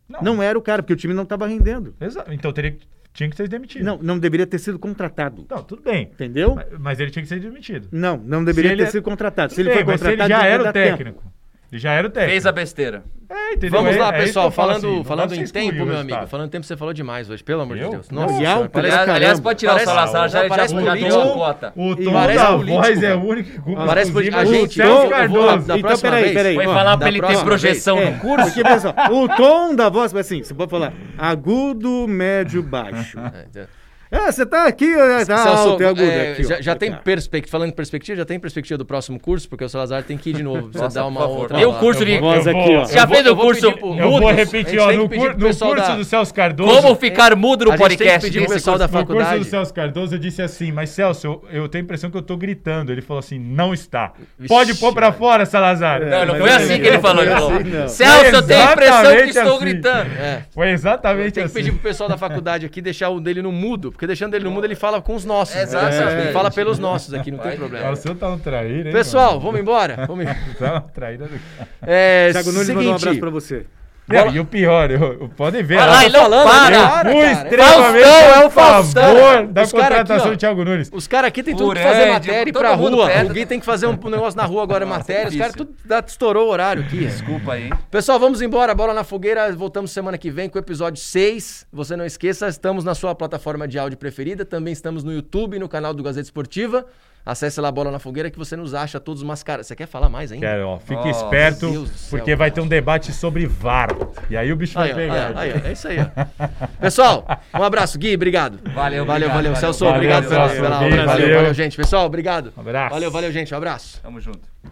Speaker 2: Não.
Speaker 3: Não era o cara, porque o time não estava rendendo.
Speaker 2: Exa- Então teria... que- tinha que ser demitido.
Speaker 3: Não, não deveria ter sido contratado.
Speaker 2: Não, tudo bem.
Speaker 3: Entendeu?
Speaker 2: Mas- Mas ele tinha que ser demitido.
Speaker 3: Não, não deveria
Speaker 2: Se
Speaker 3: ter
Speaker 2: ele é-
Speaker 3: sido contratado. Se
Speaker 2: Tudo
Speaker 3: ele
Speaker 2: bem,
Speaker 3: foi
Speaker 2: mas se
Speaker 3: contratado,
Speaker 2: ele já
Speaker 3: devia
Speaker 2: era
Speaker 3: dar
Speaker 2: o
Speaker 3: tempo.
Speaker 2: técnico. Ele já era o técnico.
Speaker 4: Fez a besteira.
Speaker 2: É, entendeu?
Speaker 1: Vamos
Speaker 2: É-
Speaker 1: lá,
Speaker 2: é isso
Speaker 1: pessoal.
Speaker 2: que eu falo
Speaker 1: Falando,
Speaker 2: assim, não dá
Speaker 1: falando
Speaker 2: pra
Speaker 1: em
Speaker 2: você excluir
Speaker 1: tempo,
Speaker 2: o
Speaker 1: meu
Speaker 2: resultado.
Speaker 1: amigo. Falando em tempo, você falou demais hoje, pelo amor de
Speaker 2: Eu?
Speaker 1: Deus.
Speaker 2: Não,
Speaker 1: Nossa,
Speaker 3: e
Speaker 1: senhora,
Speaker 3: alto,
Speaker 1: parece-
Speaker 4: Aliás, aliás,
Speaker 3: caramba.
Speaker 4: pode tirar
Speaker 1: Parece-
Speaker 4: o Salazar, já, já,
Speaker 1: parece
Speaker 4: já deu
Speaker 1: político.
Speaker 4: a cota.
Speaker 2: O
Speaker 3: E
Speaker 2: tom
Speaker 1: parece
Speaker 2: da
Speaker 1: político,
Speaker 2: voz é
Speaker 1: cara.
Speaker 2: o único que culpa
Speaker 1: Parece
Speaker 2: exclusiva
Speaker 1: político. A
Speaker 2: do
Speaker 1: gente-
Speaker 2: Celso
Speaker 1: eu vou- eu vou-
Speaker 2: Cardoso.
Speaker 1: da
Speaker 3: Então,
Speaker 1: próxima
Speaker 3: peraí,
Speaker 1: vez. então
Speaker 3: peraí.
Speaker 4: Foi
Speaker 3: Ó,
Speaker 4: falar
Speaker 1: da
Speaker 4: pra ele ter
Speaker 1: próxima
Speaker 4: projeção É. no curso.
Speaker 3: Porque, pessoal, o tom da voz, assim, você pode falar agudo, médio, baixo.
Speaker 1: É,
Speaker 3: É, você tá aqui, é, tá
Speaker 1: Celso,
Speaker 3: alto, é agudo.
Speaker 1: é,
Speaker 3: aqui, ó.
Speaker 1: já, já tem
Speaker 3: Tá.
Speaker 1: perspectiva, falando em perspectiva, já tem perspectiva do próximo curso, porque o Salazar tem que ir de novo. Precisa
Speaker 4: Nossa,
Speaker 1: dar
Speaker 4: por
Speaker 1: uma
Speaker 4: favor.
Speaker 1: outra.
Speaker 4: Dê o
Speaker 1: aula.
Speaker 4: curso de-
Speaker 2: Eu vou-
Speaker 3: Voz
Speaker 2: eu
Speaker 3: aqui,
Speaker 2: vou-
Speaker 3: ó.
Speaker 4: Já
Speaker 1: Eu vou-
Speaker 4: fez
Speaker 1: eu
Speaker 4: o
Speaker 1: vou
Speaker 4: curso
Speaker 1: pedir pro-
Speaker 2: Eu vou
Speaker 4: mudo?
Speaker 2: repetir,
Speaker 1: A gente
Speaker 2: ó,
Speaker 1: tem
Speaker 2: no,
Speaker 1: que pedir
Speaker 2: cur-
Speaker 1: pro
Speaker 2: no
Speaker 1: pessoal
Speaker 2: curso
Speaker 1: da-
Speaker 2: do Celso Cardoso.
Speaker 4: Como ficar mudo
Speaker 1: A
Speaker 4: no
Speaker 1: gente tem que
Speaker 4: podcast?
Speaker 1: pedir pro
Speaker 4: Esse
Speaker 1: pessoal
Speaker 4: curso-
Speaker 1: da
Speaker 2: No curso do
Speaker 1: faculdade.
Speaker 2: Celso Cardoso, eu disse assim, mas Celso, eu, eu tenho a impressão que eu tô gritando. Ele falou assim, não está. Pode
Speaker 1: Vixe,
Speaker 2: pôr pra
Speaker 1: mano.
Speaker 2: fora, Salazar.
Speaker 4: Não, não
Speaker 3: Mas
Speaker 4: foi
Speaker 3: eu-
Speaker 4: assim que ele
Speaker 3: eu-
Speaker 4: falou.
Speaker 3: eu-
Speaker 4: Ele
Speaker 3: eu-
Speaker 4: falou:
Speaker 3: não.
Speaker 4: Celso, eu tenho a impressão que
Speaker 2: Exatamente
Speaker 4: estou
Speaker 2: assim.
Speaker 4: gritando.
Speaker 1: É.
Speaker 2: Foi
Speaker 1: Tem
Speaker 2: exatamente
Speaker 1: que
Speaker 2: assim.
Speaker 1: pedir pro pessoal da faculdade aqui deixar o dele no mudo, porque deixando ele no mudo ele fala com os nossos.
Speaker 4: Exato,
Speaker 1: entendeu?
Speaker 4: é.
Speaker 1: Ele fala pelos nossos aqui, não tem
Speaker 4: Vai,
Speaker 2: Ah,
Speaker 1: problema.
Speaker 2: O senhor tá um traíra, hein?
Speaker 1: Pessoal,
Speaker 2: mano?
Speaker 1: vamos embora? Vamos embora.
Speaker 2: Tá uma traíra do
Speaker 1: É,
Speaker 3: Thiago Nunes mandou um
Speaker 1: seguinte,
Speaker 3: abraço pra você.
Speaker 2: Não, E o pior, eu, eu- podem ver.
Speaker 4: Olha
Speaker 2: lá,
Speaker 4: lá, ele não
Speaker 1: Tá falando,
Speaker 4: para.
Speaker 1: né?
Speaker 2: O
Speaker 1: cara.
Speaker 2: extremamente
Speaker 4: Faustão, é o
Speaker 2: a favor
Speaker 4: Faustão.
Speaker 2: da
Speaker 1: Os cara aqui,
Speaker 2: contratação
Speaker 1: ó.
Speaker 2: do Thiago Nunes.
Speaker 1: Os caras aqui tem tudo que
Speaker 4: Furand,
Speaker 1: fazer matéria e ir
Speaker 4: todo
Speaker 1: pra
Speaker 4: mundo
Speaker 1: rua.
Speaker 4: perto.
Speaker 1: O Gui tem que fazer um negócio na rua agora, matéria. Os caras
Speaker 4: difícil.
Speaker 1: tudo dá- estourou o horário aqui.
Speaker 4: Desculpa aí.
Speaker 1: Pessoal, vamos embora. Bola na fogueira. Voltamos semana que vem com o episódio 6. Você não esqueça, estamos na sua plataforma de áudio preferida. Também estamos no YouTube, no canal do Gazeta Esportiva. Acesse lá Bola na Fogueira que você nos acha todos mascarados. Você quer falar mais ainda?
Speaker 2: Quero, ó, fique
Speaker 4: Nossa,
Speaker 2: esperto,
Speaker 1: meu Deus do céu,
Speaker 2: porque vai ter um debate sobre VAR. E aí o bicho vai
Speaker 1: Aí, ó,
Speaker 2: pegar.
Speaker 1: aí, ó, aí, ó, é isso aí. ó. Pessoal, um abraço. Gui, obrigado. valeu.
Speaker 4: Valeu, obrigado,
Speaker 1: Valeu,
Speaker 4: valeu.
Speaker 1: Celso.
Speaker 2: Valeu,
Speaker 1: Obrigado pela,
Speaker 2: Celso,
Speaker 1: pela
Speaker 2: Gui,
Speaker 1: aula. Valeu,
Speaker 2: valeu.
Speaker 1: valeu, gente. Pessoal, obrigado.
Speaker 2: Abraço.
Speaker 1: Valeu, valeu, gente. Um abraço.
Speaker 4: Tamo junto.